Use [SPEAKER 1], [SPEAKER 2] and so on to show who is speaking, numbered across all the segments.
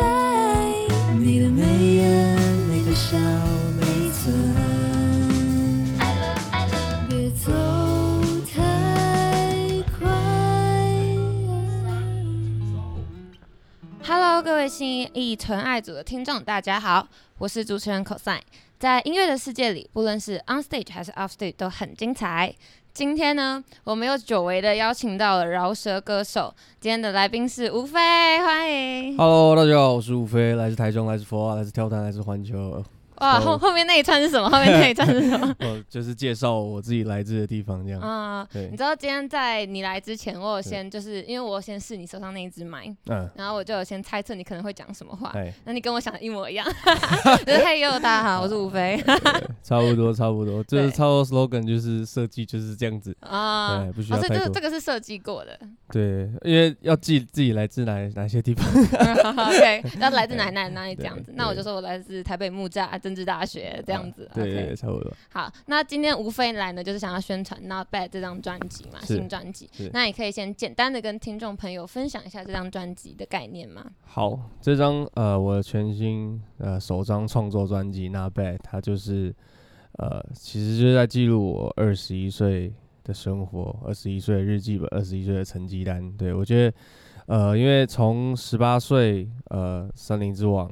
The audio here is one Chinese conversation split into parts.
[SPEAKER 1] 来。你的眉眼，你的笑，每寸。爱了爱了，别走太快。
[SPEAKER 2] Hello，各位新一纯爱组的听众，大家好，我是主持人 cosine。在音乐的世界里，不论是 on stage 还是 off stage 都很精彩。今天呢，我们又久违的邀请到了饶舌歌手，今天的来宾是吴飞，欢迎。
[SPEAKER 3] Hello，大家好，我是吴飞，来自台中，来自佛华，来自跳蛋，来自环球。
[SPEAKER 2] 哇，后后面那一串是什么？后面那一串是什么？
[SPEAKER 3] 我就是介绍我自己来自的地方，这样。
[SPEAKER 2] 啊、
[SPEAKER 3] 对
[SPEAKER 2] 你知道今天在你来之前，我有先就是因为我有先试你手上那一支麦，
[SPEAKER 3] 嗯，
[SPEAKER 2] 然后我就有先猜测你可能会讲什么话。
[SPEAKER 3] 哎，
[SPEAKER 2] 那你跟我想的一模一样，就是嘿哟，大家好，我是吴飞
[SPEAKER 3] 差不多，差不多，就是
[SPEAKER 2] 对
[SPEAKER 3] 差不多 slogan 就是设计就是这样子。
[SPEAKER 2] 啊，
[SPEAKER 3] 哎不需
[SPEAKER 2] 哦
[SPEAKER 3] 要
[SPEAKER 2] 所以这
[SPEAKER 3] 太
[SPEAKER 2] 个
[SPEAKER 3] 多
[SPEAKER 2] 这个是设计过的
[SPEAKER 3] 对，因为要记自己来自哪哪些地
[SPEAKER 2] 啊
[SPEAKER 3] 方。
[SPEAKER 2] ，OK，然后来自哪里哪里哪里这
[SPEAKER 3] 对
[SPEAKER 2] 样子，
[SPEAKER 3] 对
[SPEAKER 2] 那我就说我来自台北木栅啊政治大学这样子
[SPEAKER 3] 啊对对，
[SPEAKER 2] ，OK，
[SPEAKER 3] 对差不多。
[SPEAKER 2] 好，那今天吴飞来呢，就是想要宣传《Not Bad》这张专辑嘛，
[SPEAKER 3] 是
[SPEAKER 2] 新专辑
[SPEAKER 3] 是，
[SPEAKER 2] 那你可以先简单的跟听众朋友分享一下这张专辑的概念吗？
[SPEAKER 3] 好，这张呃我全新呃首张创作专辑《Not Bad》，它就是呃其实就是在记录我二十一岁的生活，二十一岁的日记本，二十一岁的成绩单。对我觉得呃因为从十八岁呃森林之王，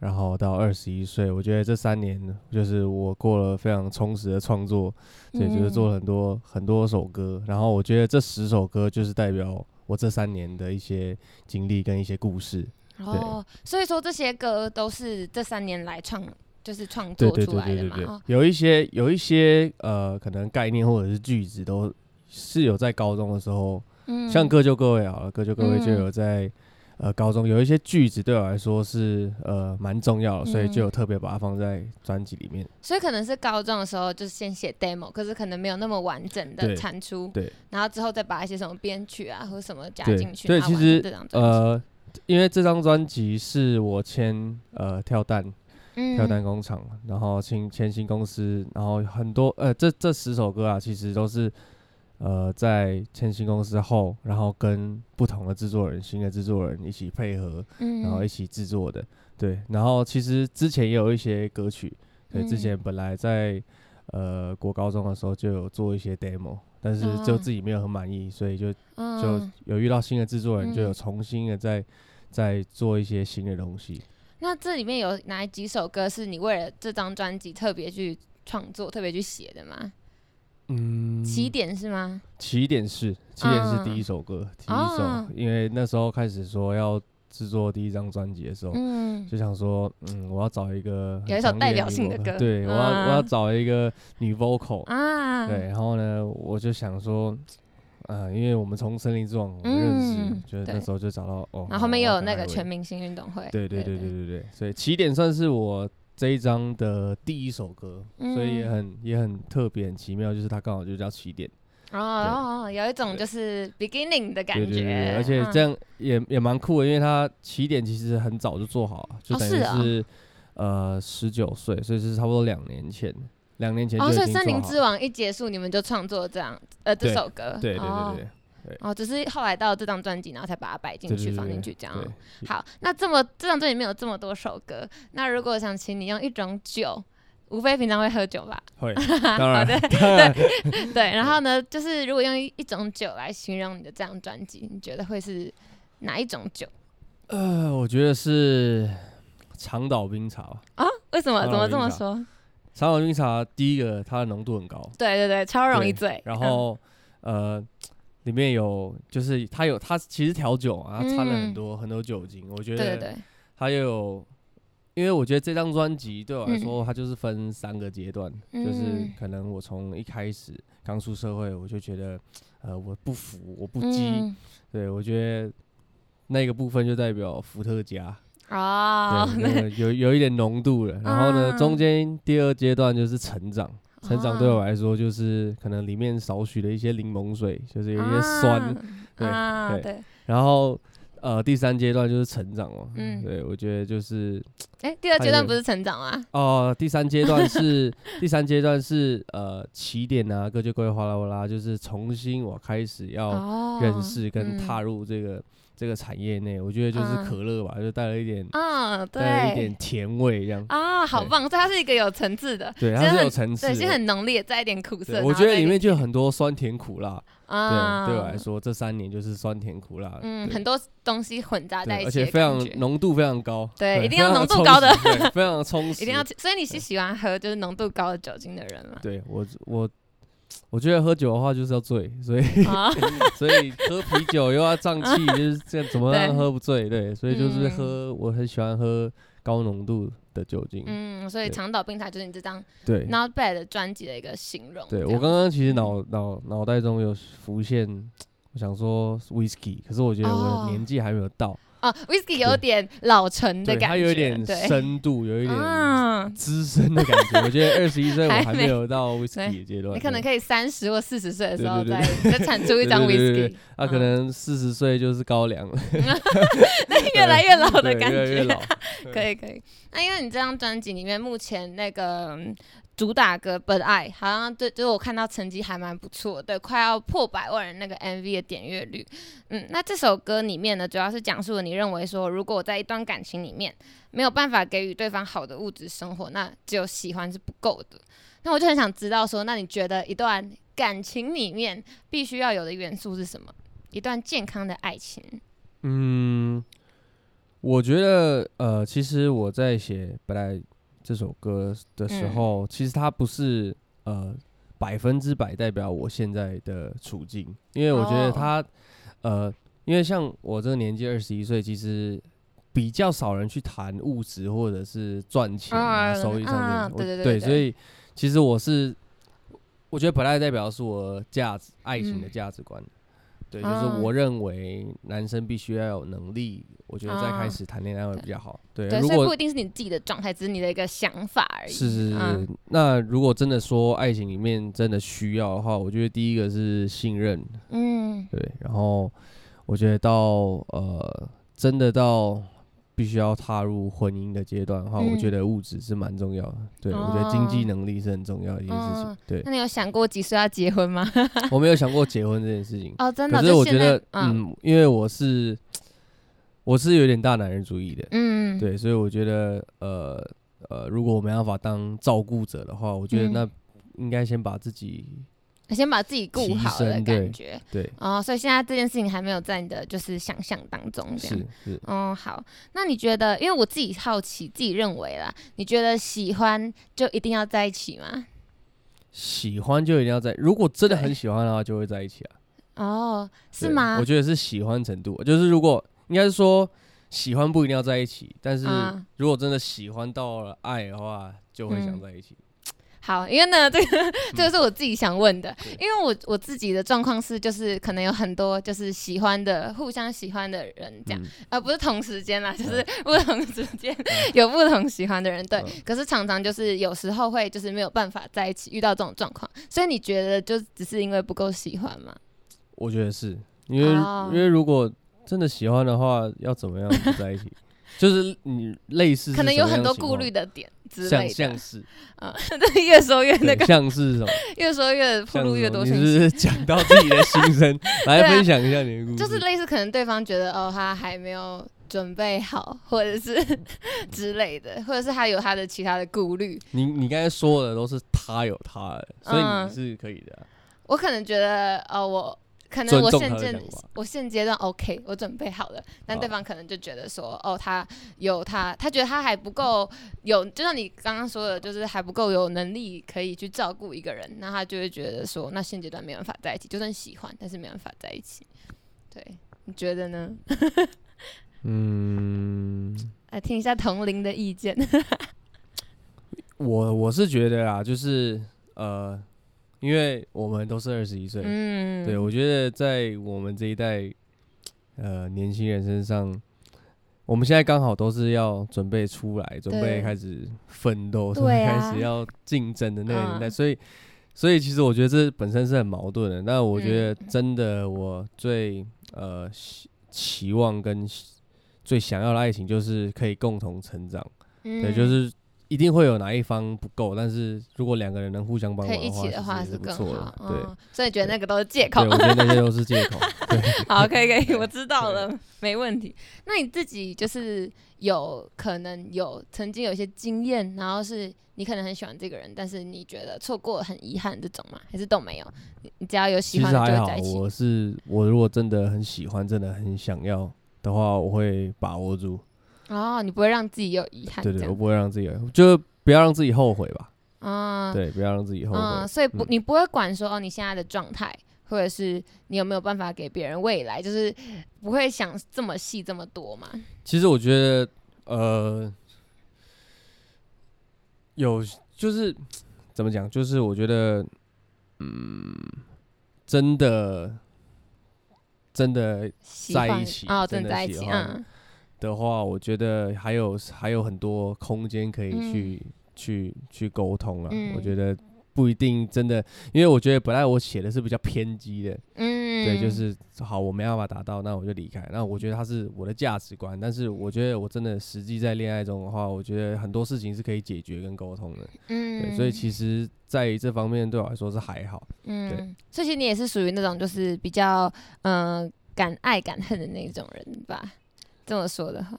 [SPEAKER 3] 然后到二十一岁，我觉得这三年就是我过了非常充实的创作，对，就是做了很多很多首歌，然后我觉得这十首歌就是代表我这三年的一些经历跟一些故事。
[SPEAKER 2] 嗯。哦，所以说这些歌都是这三年来创，就是创
[SPEAKER 3] 对
[SPEAKER 2] 作
[SPEAKER 3] 对
[SPEAKER 2] 出
[SPEAKER 3] 对
[SPEAKER 2] 来
[SPEAKER 3] 对
[SPEAKER 2] 的
[SPEAKER 3] 对
[SPEAKER 2] 嘛。
[SPEAKER 3] 对
[SPEAKER 2] 哦，
[SPEAKER 3] 有一些有一些呃，可能概念或者是句子都是有在高中的时候，
[SPEAKER 2] 嗯
[SPEAKER 3] 像各就各位好了，各就各位就
[SPEAKER 2] 嗯
[SPEAKER 3] 有在、呃高中有一些句子对我来说是呃蛮重要的，所以
[SPEAKER 2] 嗯
[SPEAKER 3] 就有特别把它放在专辑里面。
[SPEAKER 2] 所以可能是高中的时候就是先写 demo，可是可能没有那么完整的
[SPEAKER 3] 对
[SPEAKER 2] 产出，
[SPEAKER 3] 对
[SPEAKER 2] 然后之后再把一些什么编曲啊或者什么加
[SPEAKER 3] 对
[SPEAKER 2] 进去，
[SPEAKER 3] 对
[SPEAKER 2] 然后
[SPEAKER 3] 其
[SPEAKER 2] 完成
[SPEAKER 3] 实
[SPEAKER 2] 这张专辑
[SPEAKER 3] 呃，因为这张专辑是我签呃跳蛋
[SPEAKER 2] 嗯
[SPEAKER 3] 跳蛋工厂，然后新前新公司，然后很多呃，这这十首歌啊，其实都是呃在前新公司后，然后跟不同的制作人、新的制作人一起配合，
[SPEAKER 2] 嗯
[SPEAKER 3] 然后一起制作的。对，然后其实之前也有一些歌曲，对，之
[SPEAKER 2] 嗯
[SPEAKER 3] 前本来在呃国高中的时候就有做一些 demo，但是就
[SPEAKER 2] 啊
[SPEAKER 3] 自己没有很满意，所以就就
[SPEAKER 2] 嗯
[SPEAKER 3] 有遇到新的制作人，就有
[SPEAKER 2] 嗯
[SPEAKER 3] 重新的在在做一些新的东西。
[SPEAKER 2] 那这里面有哪几首歌是你为了这张专辑特别去创作、特别去写的吗？
[SPEAKER 3] 嗯，
[SPEAKER 2] 起点是吗？
[SPEAKER 3] 起点是起点是第
[SPEAKER 2] 嗯
[SPEAKER 3] 一首歌，第一首，
[SPEAKER 2] 哦
[SPEAKER 3] 因为那时候开始说要制作第一张专辑的时候，
[SPEAKER 2] 嗯，
[SPEAKER 3] 就想说，嗯，我要找一个很
[SPEAKER 2] 有一首
[SPEAKER 3] 强烈
[SPEAKER 2] 代
[SPEAKER 3] 的
[SPEAKER 2] 表
[SPEAKER 3] 女
[SPEAKER 2] 性的
[SPEAKER 3] vocal-
[SPEAKER 2] 歌
[SPEAKER 3] 对我要、
[SPEAKER 2] 嗯
[SPEAKER 3] 我要找一个女 vocal，、
[SPEAKER 2] 啊，
[SPEAKER 3] 哦对，，然后呢，我就想说。啊、因为我们从森林之王我们认识，
[SPEAKER 2] 嗯
[SPEAKER 3] 就是
[SPEAKER 2] 对
[SPEAKER 3] 那时候就找到哦，
[SPEAKER 2] 然后后面
[SPEAKER 3] 我
[SPEAKER 2] 又
[SPEAKER 3] 要
[SPEAKER 2] 有
[SPEAKER 3] 跟
[SPEAKER 2] 那
[SPEAKER 3] 艾
[SPEAKER 2] 个
[SPEAKER 3] 薇
[SPEAKER 2] 全明星运动会，
[SPEAKER 3] 对对对对对对，所以起点算是我这一张的第一首歌，所以也
[SPEAKER 2] 嗯
[SPEAKER 3] 很也很特别很奇妙，就是它刚好就叫起点。
[SPEAKER 2] 哦哦，有一种就是 beginning 的感觉，嗯
[SPEAKER 3] 对对对，而且这
[SPEAKER 2] 样，
[SPEAKER 3] 样也、也蛮酷的，因为他起点其实很早就做好了，就等于
[SPEAKER 2] 是啊
[SPEAKER 3] 是、呃十九岁，所以是差不多两年前，两年前就
[SPEAKER 2] 哦，
[SPEAKER 3] 已
[SPEAKER 2] 所以《
[SPEAKER 3] 经做
[SPEAKER 2] 森林
[SPEAKER 3] 好
[SPEAKER 2] 之
[SPEAKER 3] 了
[SPEAKER 2] 王》一结束，你们就创作这样呃这
[SPEAKER 3] 对
[SPEAKER 2] 首歌，
[SPEAKER 3] 对对
[SPEAKER 2] 哦
[SPEAKER 3] 对对
[SPEAKER 2] 哦，只是后来到这张专辑，然后才把它摆进
[SPEAKER 3] 对
[SPEAKER 2] 去、
[SPEAKER 3] 对
[SPEAKER 2] 放
[SPEAKER 3] 对
[SPEAKER 2] 进去这样哦。
[SPEAKER 3] 对，
[SPEAKER 2] 好，那这么这张专辑里面有这么多首歌，那如果想请你用一种酒，吴非平常会喝酒 吧？
[SPEAKER 3] 会 当然
[SPEAKER 2] 的
[SPEAKER 3] 当然
[SPEAKER 2] 对，然后呢，就是如果用一一种酒来形容你的这张专辑，你觉得会是哪一种酒？
[SPEAKER 3] 呃，我觉得是长岛冰茶吧。
[SPEAKER 2] 为什么？
[SPEAKER 3] 当
[SPEAKER 2] 怎么
[SPEAKER 3] 然
[SPEAKER 2] 这么
[SPEAKER 3] 我跟你
[SPEAKER 2] 说？
[SPEAKER 3] 长岛冰茶第一个它的浓度很高，
[SPEAKER 2] 对对对，超容易
[SPEAKER 3] 对
[SPEAKER 2] 醉。
[SPEAKER 3] 然
[SPEAKER 2] 嗯
[SPEAKER 3] 后、呃。里面有，就是它有，它其实调酒啊，它掺了
[SPEAKER 2] 嗯
[SPEAKER 3] 很多、很多酒精，我觉
[SPEAKER 2] 对
[SPEAKER 3] 得
[SPEAKER 2] 对对，
[SPEAKER 3] 它又有，因为我觉得这张专辑对我来说，它就是分三个阶段，就是
[SPEAKER 2] 嗯
[SPEAKER 3] 可能我从一开始刚出社会，我就觉得，呃，我不服，我不羁，
[SPEAKER 2] 嗯
[SPEAKER 3] 对我觉得那个部分就代表伏特加，
[SPEAKER 2] 哦，
[SPEAKER 3] 对， 那个有有一点浓度了。然后呢，
[SPEAKER 2] 啊
[SPEAKER 3] 中间第二阶段就是成长。成长对
[SPEAKER 2] 啊
[SPEAKER 3] 我来说，就是可能 里面少许的一些柠檬水，就是有一些酸，
[SPEAKER 2] 啊
[SPEAKER 3] 对
[SPEAKER 2] 啊
[SPEAKER 3] 对
[SPEAKER 2] 对，
[SPEAKER 3] 然后呃第三阶段就是成长嘛，
[SPEAKER 2] 嗯
[SPEAKER 3] 对我觉得就是
[SPEAKER 2] 哎，第二阶
[SPEAKER 3] 还
[SPEAKER 2] 段
[SPEAKER 3] 有
[SPEAKER 2] 不是成长吗？
[SPEAKER 3] 哦、第三阶段是第三阶段是呃起点啊，各就各位哗啦哗啦，就是重新我开始要
[SPEAKER 2] 哦
[SPEAKER 3] 认识跟
[SPEAKER 2] 嗯
[SPEAKER 3] 踏入这个、这个产业内，我觉得就
[SPEAKER 2] 啊
[SPEAKER 3] 是可乐吧，就带了一点
[SPEAKER 2] 嗯，
[SPEAKER 3] 带了一点
[SPEAKER 2] 对，
[SPEAKER 3] 甜味这样，
[SPEAKER 2] 啊，好
[SPEAKER 3] 对
[SPEAKER 2] 棒，这它是一个有层次的，
[SPEAKER 3] 对，
[SPEAKER 2] 其
[SPEAKER 3] 它
[SPEAKER 2] 实
[SPEAKER 3] 是有
[SPEAKER 2] 很
[SPEAKER 3] 层次
[SPEAKER 2] 对，先
[SPEAKER 3] 的
[SPEAKER 2] 很浓烈，再一点苦涩，
[SPEAKER 3] 对，
[SPEAKER 2] 然
[SPEAKER 3] 我
[SPEAKER 2] 后
[SPEAKER 3] 觉得
[SPEAKER 2] 再一
[SPEAKER 3] 里
[SPEAKER 2] 点
[SPEAKER 3] 面就有很多酸甜苦辣。
[SPEAKER 2] 啊，
[SPEAKER 3] 对，对我来，说，这三年就是酸甜苦辣。
[SPEAKER 2] 嗯，
[SPEAKER 3] 对
[SPEAKER 2] 很多东西混杂在
[SPEAKER 3] 对，
[SPEAKER 2] 一
[SPEAKER 3] 而
[SPEAKER 2] 起
[SPEAKER 3] 且
[SPEAKER 2] 的感觉，
[SPEAKER 3] 非常浓度非常高。
[SPEAKER 2] 对一定要
[SPEAKER 3] 非常
[SPEAKER 2] 浓度高的
[SPEAKER 3] 充实，对非常充 实。
[SPEAKER 2] 一定要。所以你是喜欢喝就是浓度高的酒精的人吗？
[SPEAKER 3] 对我我我觉得喝酒的话就是要醉，所以
[SPEAKER 2] 啊，
[SPEAKER 3] 所以喝啤酒又要胀气，就是这样，怎么
[SPEAKER 2] 对
[SPEAKER 3] 让喝不醉？对，所以就是
[SPEAKER 2] 嗯
[SPEAKER 3] 喝，我很喜欢喝高浓度的酒精。
[SPEAKER 2] 嗯，所以
[SPEAKER 3] 对
[SPEAKER 2] 长岛冰茶就是你这张
[SPEAKER 3] 对
[SPEAKER 2] Not Bad 的专辑的一个形容。
[SPEAKER 3] 对，
[SPEAKER 2] 这
[SPEAKER 3] 我
[SPEAKER 2] 样
[SPEAKER 3] 刚刚其实脑脑脑袋中有浮现，我想说 whisky，可是我觉得我
[SPEAKER 2] 哦
[SPEAKER 3] 的年纪还没有到，
[SPEAKER 2] 啊，Whisky 有点老成嗯的
[SPEAKER 3] 对，
[SPEAKER 2] 感觉，
[SPEAKER 3] 它有一点
[SPEAKER 2] 对，
[SPEAKER 3] 深度，有一点
[SPEAKER 2] 嗯，
[SPEAKER 3] 资深的感觉。我觉得二十一岁我
[SPEAKER 2] 还
[SPEAKER 3] 还
[SPEAKER 2] 没
[SPEAKER 3] 没有到 whisky 的阶段，
[SPEAKER 2] 你可能
[SPEAKER 3] 对
[SPEAKER 2] 可以三十或四十岁的时候
[SPEAKER 3] 对
[SPEAKER 2] 再
[SPEAKER 3] 对
[SPEAKER 2] 再产出一张
[SPEAKER 3] 对对对
[SPEAKER 2] Whisky，
[SPEAKER 3] 啊，可
[SPEAKER 2] 嗯
[SPEAKER 3] 能四十岁就是高粱了，
[SPEAKER 2] 那 越来越老的
[SPEAKER 3] 对
[SPEAKER 2] 感
[SPEAKER 3] 越来越
[SPEAKER 2] 觉。
[SPEAKER 3] 老。
[SPEAKER 2] 可以可以。那因为你这张专辑里面，目前那个嗯主打歌《But I》好像对，就是我看到成绩还蛮不错的，快要破百万人那个 MV 的点阅率。嗯，那这首歌里面呢，主要是讲述了你认为说，如果我在一段感情里面没有办法给予对方好的物质生活，那只有喜欢是不够的。那我就很想知道说，那你觉得一段感情里面必须要有的元素是什么？一段健康的爱情，
[SPEAKER 3] 嗯，我觉得呃，其实我在写本来这首歌的时
[SPEAKER 2] 嗯
[SPEAKER 3] 候，其实它不是呃百分之百代表我现在的处境，因为我觉得
[SPEAKER 2] 哦
[SPEAKER 3] 它、呃，因为像我这个年纪二十一岁，其实。比较少人去谈物质或者是赚钱啊、
[SPEAKER 2] 啊
[SPEAKER 3] 收益上面，
[SPEAKER 2] 啊
[SPEAKER 3] 我
[SPEAKER 2] 对对对对
[SPEAKER 3] 所以其实我是，我觉得本来代表是我价值爱情的
[SPEAKER 2] 嗯
[SPEAKER 3] 价值观，对，就
[SPEAKER 2] 啊
[SPEAKER 3] 是我认为男生必须要有能力，我觉得再
[SPEAKER 2] 啊
[SPEAKER 3] 开始谈恋爱会比较好。对，
[SPEAKER 2] 对，
[SPEAKER 3] 如
[SPEAKER 2] 所以不
[SPEAKER 3] 果
[SPEAKER 2] 一定是你自己的状态，只是你的一个想法而已。
[SPEAKER 3] 是是是，
[SPEAKER 2] 嗯
[SPEAKER 3] 那如果真的说爱情里面真的需要的话，我觉得第一个是信任，
[SPEAKER 2] 嗯
[SPEAKER 3] 对，然后我觉得到呃，真的到必须要踏入婚姻的阶段的话，我
[SPEAKER 2] 嗯
[SPEAKER 3] 觉得物质是蛮重要的。对，我觉得经济
[SPEAKER 2] 哦
[SPEAKER 3] 能力是很重要的一件事情。
[SPEAKER 2] 嗯
[SPEAKER 3] 对
[SPEAKER 2] 那，你有想过几岁要结婚吗？
[SPEAKER 3] 我没有想过结婚这件事情。
[SPEAKER 2] 哦，真的，
[SPEAKER 3] 可是
[SPEAKER 2] 就
[SPEAKER 3] 我
[SPEAKER 2] 现
[SPEAKER 3] 觉得
[SPEAKER 2] 在，嗯
[SPEAKER 3] 嗯，因为我是我是有点大男人主义的，
[SPEAKER 2] 嗯，
[SPEAKER 3] 对，所以我觉得，呃呃，如果我没办法当照顾者的话，我觉得
[SPEAKER 2] 嗯
[SPEAKER 3] 那应该先把自己
[SPEAKER 2] 先把自己顾
[SPEAKER 3] 提
[SPEAKER 2] 好的
[SPEAKER 3] 升
[SPEAKER 2] 感
[SPEAKER 3] 对
[SPEAKER 2] 觉。
[SPEAKER 3] 对，
[SPEAKER 2] 哦，所以现在这件事情还没有在你的就是想象当中，这样
[SPEAKER 3] 是。是，
[SPEAKER 2] 哦，好，那你觉得，因为我自己好奇，自己认为啦，你觉得喜欢就一定要在一起吗？
[SPEAKER 3] 喜欢就一定要在，如果真的
[SPEAKER 2] 对
[SPEAKER 3] 很喜欢的话，就会在一起啊，
[SPEAKER 2] 哦，是
[SPEAKER 3] 对
[SPEAKER 2] 吗
[SPEAKER 3] 我？觉得是喜欢程度，啊就是如果应该是说喜欢不一定要在一起，但是
[SPEAKER 2] 啊
[SPEAKER 3] 如果真的喜欢到了爱的话，就会想
[SPEAKER 2] 嗯
[SPEAKER 3] 在一起。
[SPEAKER 2] 好，因为呢，这个 这个是我自己想问的，
[SPEAKER 3] 嗯对
[SPEAKER 2] 因为我我自己的状况是，就是可能有很多就是喜欢的、互相喜欢的人这样，
[SPEAKER 3] 嗯
[SPEAKER 2] 呃，不是同时间啦，就是不同时间 有不同喜欢的人，对
[SPEAKER 3] 嗯。
[SPEAKER 2] 可是常常就是有时候会就是没有办法在一起，遇到这种状况，所以你觉得就只是因为不够喜欢吗？
[SPEAKER 3] 我觉得是因为、
[SPEAKER 2] 哦
[SPEAKER 3] 因为如果真的喜欢的话，要怎么样不在一起？ 就是你类似是
[SPEAKER 2] 可能有
[SPEAKER 3] 什么
[SPEAKER 2] 很
[SPEAKER 3] 样的
[SPEAKER 2] 多
[SPEAKER 3] 情
[SPEAKER 2] 顾
[SPEAKER 3] 况
[SPEAKER 2] 虑的点之
[SPEAKER 3] 像
[SPEAKER 2] 类的
[SPEAKER 3] 像，是
[SPEAKER 2] 啊，对， 越说越那
[SPEAKER 3] 对
[SPEAKER 2] 个，
[SPEAKER 3] 像是什 么？
[SPEAKER 2] 越说越暴
[SPEAKER 3] 像
[SPEAKER 2] 露
[SPEAKER 3] 是
[SPEAKER 2] 越
[SPEAKER 3] 什
[SPEAKER 2] 多
[SPEAKER 3] 么你
[SPEAKER 2] 信
[SPEAKER 3] 是
[SPEAKER 2] 息
[SPEAKER 3] 不。是讲到自己的心声， 来
[SPEAKER 2] 对啊
[SPEAKER 3] 分享一下你的故事。
[SPEAKER 2] 就是类似可能对方觉得哦，他还没有准备好，或者是
[SPEAKER 3] 嗯
[SPEAKER 2] 之类的，或者是他有他的其他的顾虑。
[SPEAKER 3] 你你刚才说的都是他有他的，所以
[SPEAKER 2] 嗯
[SPEAKER 3] 你是可以的啊、
[SPEAKER 2] 我可能觉得哦，我可能
[SPEAKER 3] 尊
[SPEAKER 2] 我
[SPEAKER 3] 重
[SPEAKER 2] 现
[SPEAKER 3] 他的
[SPEAKER 2] 阶
[SPEAKER 3] 想法
[SPEAKER 2] 我现阶段 OK，我准备好了，但对
[SPEAKER 3] 好
[SPEAKER 2] 方可能就觉得说哦，他有他，他觉得他还不够有，就像你刚刚说的，就是还不够有能力可以去照顾一个人，那他就会觉得说，那现阶段没办法在一起，就算喜欢，但是没办法在一起。对，你觉得呢？
[SPEAKER 3] 嗯，
[SPEAKER 2] 来听一下同龄的意见。
[SPEAKER 3] 我我是觉得啦，就是呃，因为我们都是二十一岁，
[SPEAKER 2] 嗯，
[SPEAKER 3] 对，我觉得在我们这一代，呃，年轻人身上，我们现在刚好都是要准备出来，准
[SPEAKER 2] 对
[SPEAKER 3] 备开始奋斗，准
[SPEAKER 2] 对
[SPEAKER 3] 备开
[SPEAKER 2] 啊
[SPEAKER 3] 始要竞争的那个年代，
[SPEAKER 2] 嗯
[SPEAKER 3] 所以，所以其实我觉得这本身是很矛盾的。但我觉
[SPEAKER 2] 嗯
[SPEAKER 3] 得真的，我最呃喜期望跟最想要的爱情，就是可以共同成长。
[SPEAKER 2] 嗯
[SPEAKER 3] 对，就是一定会有哪一方不够，但是如果两个人能互相帮
[SPEAKER 2] 可
[SPEAKER 3] 忙
[SPEAKER 2] 以一起的话
[SPEAKER 3] 其实也是不
[SPEAKER 2] 更
[SPEAKER 3] 错
[SPEAKER 2] 好
[SPEAKER 3] 的。。对，
[SPEAKER 2] 嗯，所以觉得那个都是借口
[SPEAKER 3] 对，。我觉得那些都是借 口。对，
[SPEAKER 2] 好，可以可以，
[SPEAKER 3] 对
[SPEAKER 2] 我知道了，没问题。那你自己就是有可能有曾经有一些经验，然后是你可能很喜欢这个人，但是你觉得错过很遗憾这种吗？还是都没有？你你只要有喜
[SPEAKER 3] 其实
[SPEAKER 2] 欢的
[SPEAKER 3] 还
[SPEAKER 2] 就
[SPEAKER 3] 好
[SPEAKER 2] 会在一，起。
[SPEAKER 3] 我是我如果真的很喜欢，真的很想要的话，我会把握住。
[SPEAKER 2] 哦，你不会让自己有遗憾，
[SPEAKER 3] 对
[SPEAKER 2] 啊这
[SPEAKER 3] 对，我
[SPEAKER 2] 样。哦
[SPEAKER 3] 不会让自己，就不要让自己后悔吧。
[SPEAKER 2] 啊，
[SPEAKER 3] 对，不要让自己后
[SPEAKER 2] 嗯，
[SPEAKER 3] 悔。
[SPEAKER 2] 所以不，
[SPEAKER 3] 嗯
[SPEAKER 2] 你不会管说哦，你现在的状态，或者是你有没有办法给别人未来，就是不会想这么细这么多嘛。
[SPEAKER 3] 其实我觉得，呃，有就是怎么讲，就是我觉得，嗯，真的真的
[SPEAKER 2] 喜
[SPEAKER 3] 在一
[SPEAKER 2] 欢
[SPEAKER 3] 起
[SPEAKER 2] 哦，真
[SPEAKER 3] 真的
[SPEAKER 2] 的在一
[SPEAKER 3] 喜
[SPEAKER 2] 起，
[SPEAKER 3] 欢
[SPEAKER 2] 嗯，
[SPEAKER 3] 的话，我觉得还有还有很多空间可以
[SPEAKER 2] 嗯
[SPEAKER 3] 去、去去沟通啊。我
[SPEAKER 2] 嗯
[SPEAKER 3] 觉得不一定真的，因为我觉得本来我写的是比较偏激的，
[SPEAKER 2] 嗯，
[SPEAKER 3] 对，就是好，我没办法达到，那我就离开。那我觉得它是我的价值观，但是我觉得我真的实际在恋爱中的话，我觉得很多事情是可以解决跟沟通的。
[SPEAKER 2] 嗯，
[SPEAKER 3] 对，所以其实在这方面对我来说是还好。
[SPEAKER 2] 嗯，所以其实你也是属于那种就是比较嗯、呃敢爱敢恨的那种人吧？这么说的话，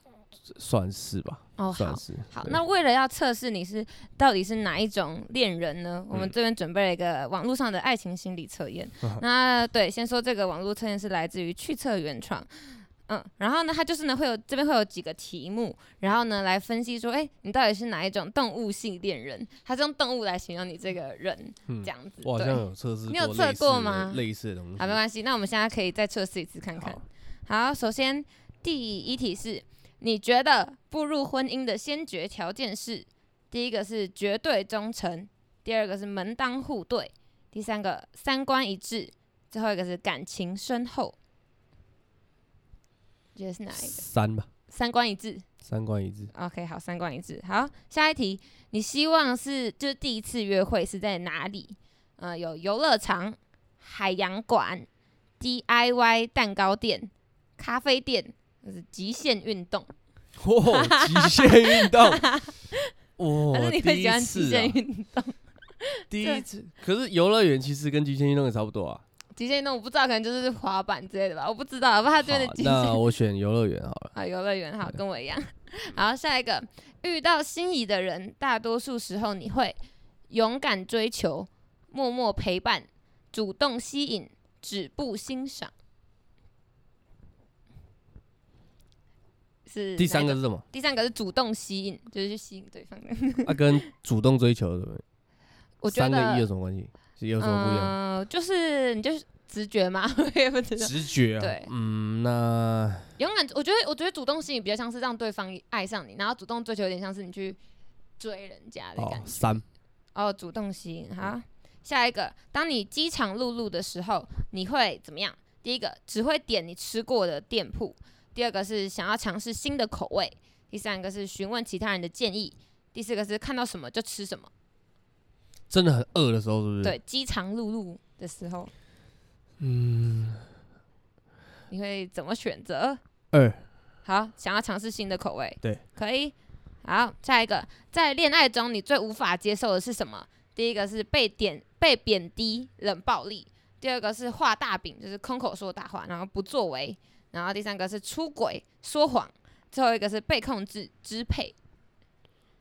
[SPEAKER 3] 算是吧，
[SPEAKER 2] 哦，好
[SPEAKER 3] 算。是。
[SPEAKER 2] 好，
[SPEAKER 3] 对
[SPEAKER 2] 那为了要测试你是到底是哪一种恋人呢？我们
[SPEAKER 3] 嗯
[SPEAKER 2] 这边准备了一个网络上的爱情心理测 验。那对，先说这个网络测验是来自于去测原创，嗯，然后呢，它就是呢会有这边会有几个题目，然后呢来分析说，哎、你到底是哪一种动物性恋人？它是用动物来形容你这个人，
[SPEAKER 3] 嗯
[SPEAKER 2] 这样子。
[SPEAKER 3] 我好
[SPEAKER 2] 对
[SPEAKER 3] 像有测试，
[SPEAKER 2] 你有测过吗
[SPEAKER 3] 类似的东西。
[SPEAKER 2] 好，没关系，那我们现在可以再测试一次看看
[SPEAKER 3] 嗯好。
[SPEAKER 2] 好，首先第一题是，你觉得步入婚姻的先决条件是：第一个是绝对忠诚，第二个是门当户对，第三个三观一致，最后一个是感情深厚。你觉得是哪一个？
[SPEAKER 3] 三吧，
[SPEAKER 2] 三观一致。
[SPEAKER 3] 三观一致。
[SPEAKER 2] OK，好，三观一致。好，下一题，你希望是就是第一次约会是在哪里？呃，有游乐场、海洋馆、DIY 蛋糕店、咖啡店，就是极限运动。
[SPEAKER 3] 哦，极限 运动，
[SPEAKER 2] 还
[SPEAKER 3] 哇
[SPEAKER 2] 是你会
[SPEAKER 3] 第
[SPEAKER 2] 喜
[SPEAKER 3] 一
[SPEAKER 2] 欢极
[SPEAKER 3] 次
[SPEAKER 2] 限
[SPEAKER 3] 啊，
[SPEAKER 2] 运动？
[SPEAKER 3] 第
[SPEAKER 2] 对
[SPEAKER 3] 一次。可是游乐园其实跟极限运动也差不多啊。
[SPEAKER 2] 极限运动我不知道，可能就是滑板之类的吧，我不知道，我不知道他这边的
[SPEAKER 3] 好
[SPEAKER 2] 啊极限
[SPEAKER 3] 那我选游乐园好了。
[SPEAKER 2] 啊，游乐园好，
[SPEAKER 3] 对嗯
[SPEAKER 2] 跟我一样。 好，下一个，遇到心仪的人，大多数时候你会勇敢追求，默默陪伴，主动吸引，止步欣赏。是
[SPEAKER 3] 第
[SPEAKER 2] 哪
[SPEAKER 3] 三
[SPEAKER 2] 一
[SPEAKER 3] 个，是什么？
[SPEAKER 2] 第三个是主动吸引，就是去吸引对方的。
[SPEAKER 3] 啊，跟主动追求的，
[SPEAKER 2] 我觉
[SPEAKER 3] 三
[SPEAKER 2] 得
[SPEAKER 3] 个一有什么关系？是有什么不一样？
[SPEAKER 2] 嗯、就是你就是直觉嘛， 我也不知道。
[SPEAKER 3] 直觉啊。
[SPEAKER 2] 对
[SPEAKER 3] 嗯，那
[SPEAKER 2] 勇敢，我觉得我觉得主动吸引比较像是让对方爱上你，然后主动追求有点像是你去追人家的
[SPEAKER 3] 哦
[SPEAKER 2] 感觉。
[SPEAKER 3] 三
[SPEAKER 2] 哦，主动吸引。好，下一个，当你饥肠辘辘的时候，你会怎么样？第一个，只会点你吃过的店铺；第二个是想要尝试新的口味；第三个是询问其他人的建议；第四个是看到什么就吃什么。
[SPEAKER 3] 真的很饿的时候，是不是？
[SPEAKER 2] 对，，饥肠辘辘的时候，
[SPEAKER 3] 嗯，
[SPEAKER 2] 你会怎么选择？
[SPEAKER 3] 二
[SPEAKER 2] 好，想要尝试新的口味，
[SPEAKER 3] 对，
[SPEAKER 2] 可以。好，下一个，在恋爱中你最无法接受的是什么？第一个是被点被贬低、冷暴力；第二个是画大饼，就是空口说大话，然后不作为；然后第三个是出轨、说谎；最后一个是被控制、支配，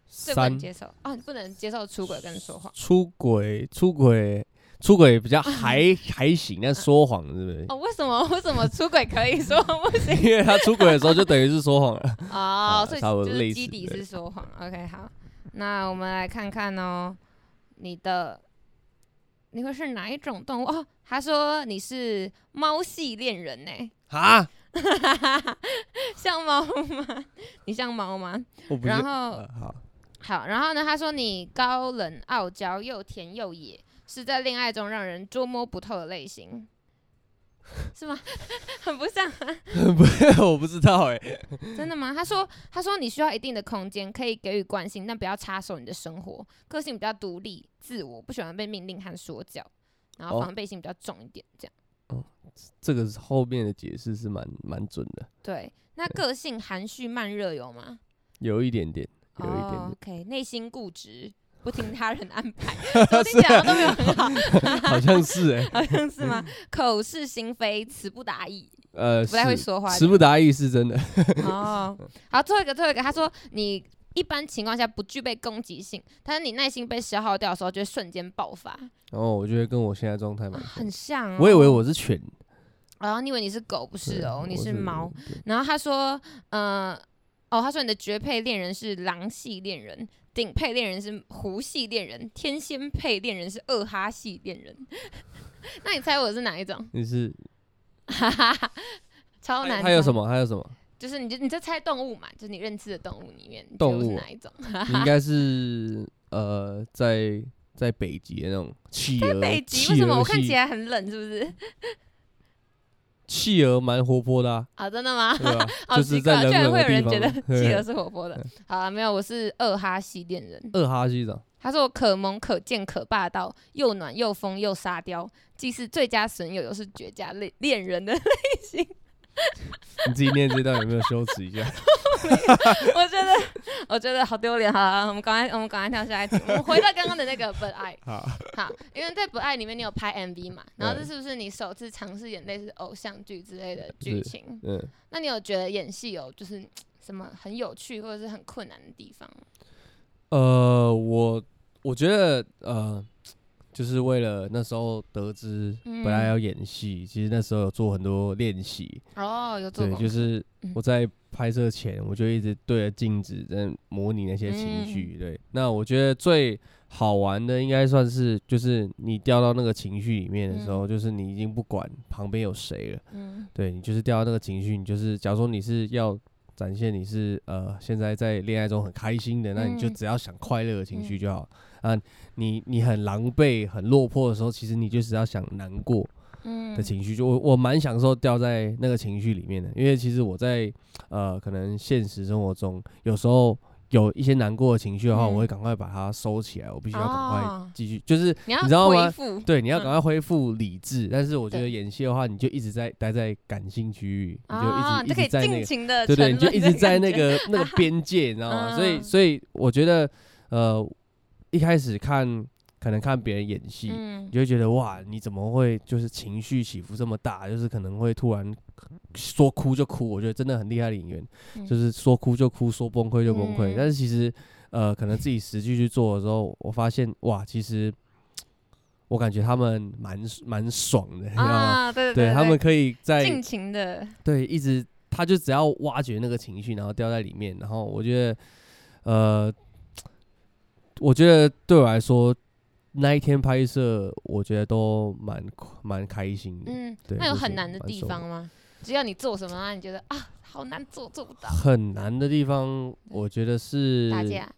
[SPEAKER 2] 最不能
[SPEAKER 3] 三
[SPEAKER 2] 接受哦，你不能接受出轨跟说谎。
[SPEAKER 3] 出轨，出轨，出轨比较还还行，但说谎是不是？
[SPEAKER 2] 哦，为什么为什么出轨可以说 谎不行？
[SPEAKER 3] 因为他出轨的时候就等于是说谎 了。
[SPEAKER 2] 哦
[SPEAKER 3] 啊，
[SPEAKER 2] 所以
[SPEAKER 3] 差不
[SPEAKER 2] 就
[SPEAKER 3] 多
[SPEAKER 2] 是
[SPEAKER 3] 类
[SPEAKER 2] 基
[SPEAKER 3] 似
[SPEAKER 2] 底
[SPEAKER 3] 对
[SPEAKER 2] 是说谎。OK，好，那我们来看看哦，你的你会是哪一种动物？哦，他说你是猫系恋人呢，
[SPEAKER 3] 啊，
[SPEAKER 2] 像猫吗？ 你像猫吗？
[SPEAKER 3] 我不是
[SPEAKER 2] 然后
[SPEAKER 3] 呃好，
[SPEAKER 2] 好，然后呢？他说你高冷傲娇，又甜又野，是在恋爱中让人捉摸不透的类型， 是吗？ 很不像。
[SPEAKER 3] 我不知道哎、
[SPEAKER 2] 真的吗？他说，他说你需要一定的空间，可以给予关心，但不要插手你的生活。个性比较独立、自我，不喜欢被命令和说教，然后
[SPEAKER 3] 哦
[SPEAKER 2] 防备心比较重一点，这样。
[SPEAKER 3] 哦，这个是后面的解释是蛮蛮准的，
[SPEAKER 2] 对，那
[SPEAKER 3] 对
[SPEAKER 2] 个性含蓄慢热有吗？
[SPEAKER 3] 有一点点，有一点点。
[SPEAKER 2] 哦、OK，内心固执，不听他人安 排，怎么听起来好像都没有很好，嗯
[SPEAKER 3] 好像是哎、
[SPEAKER 2] 好像是吗？口是心非，词不达意，
[SPEAKER 3] 呃，
[SPEAKER 2] 不太会
[SPEAKER 3] 是
[SPEAKER 2] 说话
[SPEAKER 3] 词不达意是真的。
[SPEAKER 2] 哦，
[SPEAKER 3] 嗯
[SPEAKER 2] 好，最后一个，最后一个，他说你一般情况下不具备攻击性，但是你耐心被消耗掉的时候，就会瞬间爆发，
[SPEAKER 3] 然后我觉得跟我现在状态
[SPEAKER 2] 啊
[SPEAKER 3] 蛮像
[SPEAKER 2] 很
[SPEAKER 3] 的，
[SPEAKER 2] 像、哦。
[SPEAKER 3] 我以为，我是犬，
[SPEAKER 2] 然后哦你以为你是狗，不是
[SPEAKER 3] 对
[SPEAKER 2] 哦，你
[SPEAKER 3] 我
[SPEAKER 2] 是
[SPEAKER 3] 是
[SPEAKER 2] 猫。然后他说，呃，哦，他说你的绝配恋人是狼系恋人。顶配恋人是狐系恋人，天仙配恋人是二哈系恋人。 那你猜我是哪一种？
[SPEAKER 3] 你是
[SPEAKER 2] 哈哈哈，超难猜。
[SPEAKER 3] 它有什么？它有 什么？
[SPEAKER 2] 就是你就你在猜动物嘛，就是你认知的动物里面，你觉得
[SPEAKER 3] 动
[SPEAKER 2] 我是
[SPEAKER 3] 物啊
[SPEAKER 2] 哪一种？
[SPEAKER 3] 你应该是呃，在在北极的那种企鹅，
[SPEAKER 2] 北极为
[SPEAKER 3] 企
[SPEAKER 2] 什么
[SPEAKER 3] 鹅
[SPEAKER 2] 我看
[SPEAKER 3] 系
[SPEAKER 2] 起来很冷？是不是？
[SPEAKER 3] 企鹅蛮活泼的、啊，
[SPEAKER 2] 啊，真的吗？？
[SPEAKER 3] 对吧
[SPEAKER 2] 好
[SPEAKER 3] 就是
[SPEAKER 2] 奇怪，
[SPEAKER 3] 在
[SPEAKER 2] 居
[SPEAKER 3] 冷
[SPEAKER 2] 然
[SPEAKER 3] 冷
[SPEAKER 2] 会
[SPEAKER 3] 的
[SPEAKER 2] 有
[SPEAKER 3] 地
[SPEAKER 2] 人
[SPEAKER 3] 方。嗯
[SPEAKER 2] 觉得企鹅
[SPEAKER 3] 对
[SPEAKER 2] 是活泼的。好啊，没有，我是二哈系恋人。
[SPEAKER 3] 二哈系长，
[SPEAKER 2] 他说我可萌可贱可霸道，又暖又疯又沙雕，既是最佳损友，又是绝佳恋恋人的。
[SPEAKER 3] 你自己念这段有没有羞耻一下？
[SPEAKER 2] 我觉得，我觉得好丢脸。好啊，我们赶快，我们赶快跳下一题。我们回到刚刚的那个本爱。
[SPEAKER 3] 好，
[SPEAKER 2] 好，因为在《不爱》里面你有拍 MV 嘛，然后这
[SPEAKER 3] 对
[SPEAKER 2] 是不是你首次尝试演类似偶像剧之类的剧
[SPEAKER 3] 是
[SPEAKER 2] 情？
[SPEAKER 3] 嗯，
[SPEAKER 2] 那你有觉得演戏有就是什么很有趣或者是很困难的地方吗？
[SPEAKER 3] 呃，我我觉得呃，就是为了那时候得知本来
[SPEAKER 2] 嗯
[SPEAKER 3] 要演戏，其实那时候有做很多练习，
[SPEAKER 2] 哦，有做嗯
[SPEAKER 3] 对，
[SPEAKER 2] 过，
[SPEAKER 3] 就是我在拍摄前，我就一直对着镜子在模拟那些情
[SPEAKER 2] 嗯
[SPEAKER 3] 绪。对，那我觉得最好玩的应该算是，就是你掉到那个情绪里面的时候，就是你已经不管旁边有谁了，
[SPEAKER 2] 嗯
[SPEAKER 3] 对你就是掉到那个情绪，你就是假如说你是要。展现你是呃现在在恋爱中很开心的，那你就
[SPEAKER 2] 嗯
[SPEAKER 3] 只要想快乐的情绪
[SPEAKER 2] 嗯
[SPEAKER 3] 就好、啊。你你很狼狈、很落魄的时候，其实你就只要想难过，
[SPEAKER 2] 嗯
[SPEAKER 3] 的情绪，就我我蛮享受掉在那个情绪里面的，因为其实我在呃可能现实生活中有时候有一些难过的情绪的话，
[SPEAKER 2] 嗯
[SPEAKER 3] 我会赶快把它收起来，我必须要赶快
[SPEAKER 2] 哦
[SPEAKER 3] 继续，就是
[SPEAKER 2] 你要
[SPEAKER 3] 知道吗
[SPEAKER 2] 恢复，
[SPEAKER 3] 对你要
[SPEAKER 2] 嗯
[SPEAKER 3] 赶快恢复理智。但是我觉得
[SPEAKER 2] 对
[SPEAKER 3] 演戏的话，你就一直在待在感性区域，你就一直、
[SPEAKER 2] 啊，
[SPEAKER 3] 一
[SPEAKER 2] 就可
[SPEAKER 3] 直
[SPEAKER 2] 以
[SPEAKER 3] 在那
[SPEAKER 2] 尽
[SPEAKER 3] 个，
[SPEAKER 2] 情的，
[SPEAKER 3] 对对，你就一直在那， 个那个边界，你知道吗？所以
[SPEAKER 2] 嗯
[SPEAKER 3] 所以我觉得呃一开始看可能看别人演戏，
[SPEAKER 2] 嗯
[SPEAKER 3] 你，就会觉得哇，你怎么会就是情绪起伏这么大？就是可能会突然说哭就哭，我觉得真的很厉害的演员，
[SPEAKER 2] 嗯
[SPEAKER 3] 就是说哭就哭，说崩溃就崩溃。
[SPEAKER 2] 嗯
[SPEAKER 3] 但是其实，呃，可能自己实际去做的时候，我发现哇，其实我感觉他们蛮蛮爽的，你知道吗？
[SPEAKER 2] 啊，对
[SPEAKER 3] 对
[SPEAKER 2] 对，
[SPEAKER 3] 他们可以在
[SPEAKER 2] 尽情的，
[SPEAKER 3] 对一直，他就只要挖掘那个情绪，然后掉在里面，然后我觉得，呃，我觉得对我来说，那一天拍摄，我觉得都蛮蛮开心的，
[SPEAKER 2] 嗯，
[SPEAKER 3] 对
[SPEAKER 2] 那有
[SPEAKER 3] 就是
[SPEAKER 2] 很难的
[SPEAKER 3] 蛮
[SPEAKER 2] 地
[SPEAKER 3] 爽的
[SPEAKER 2] 方吗？只要你做什么，那你觉得啊，好难做，做不到，
[SPEAKER 3] 很难的地方，我觉得是
[SPEAKER 2] 打架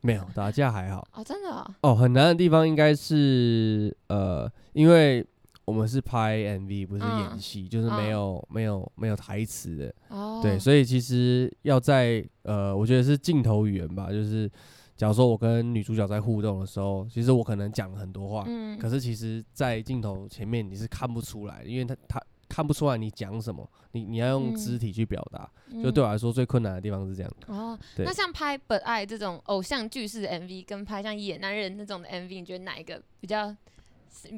[SPEAKER 3] 没有打架还好
[SPEAKER 2] 哦，真的哦，
[SPEAKER 3] 哦，很难的地方应该是呃，因为。我们是拍 MV，不是演
[SPEAKER 2] 嗯
[SPEAKER 3] 戏，就是没
[SPEAKER 2] 嗯
[SPEAKER 3] 有、没有没有台词的，
[SPEAKER 2] 哦，
[SPEAKER 3] 对，所以其实要在呃，我觉得是镜头语言吧，就是假如说我跟女主角在互动的时候，其实我可能讲了很多话，
[SPEAKER 2] 嗯，
[SPEAKER 3] 可是其实，在镜头前面你是看不出来的，因为他他看不出来你讲什么，你你要用
[SPEAKER 2] 嗯
[SPEAKER 3] 肢体去表达，
[SPEAKER 2] 嗯
[SPEAKER 3] 就对我来说最困难的地方是这样。
[SPEAKER 2] 哦，
[SPEAKER 3] 对
[SPEAKER 2] 那像拍《本爱》这种偶像剧式的 MV，跟拍像《野男人》那种的 MV，你觉得哪一个比较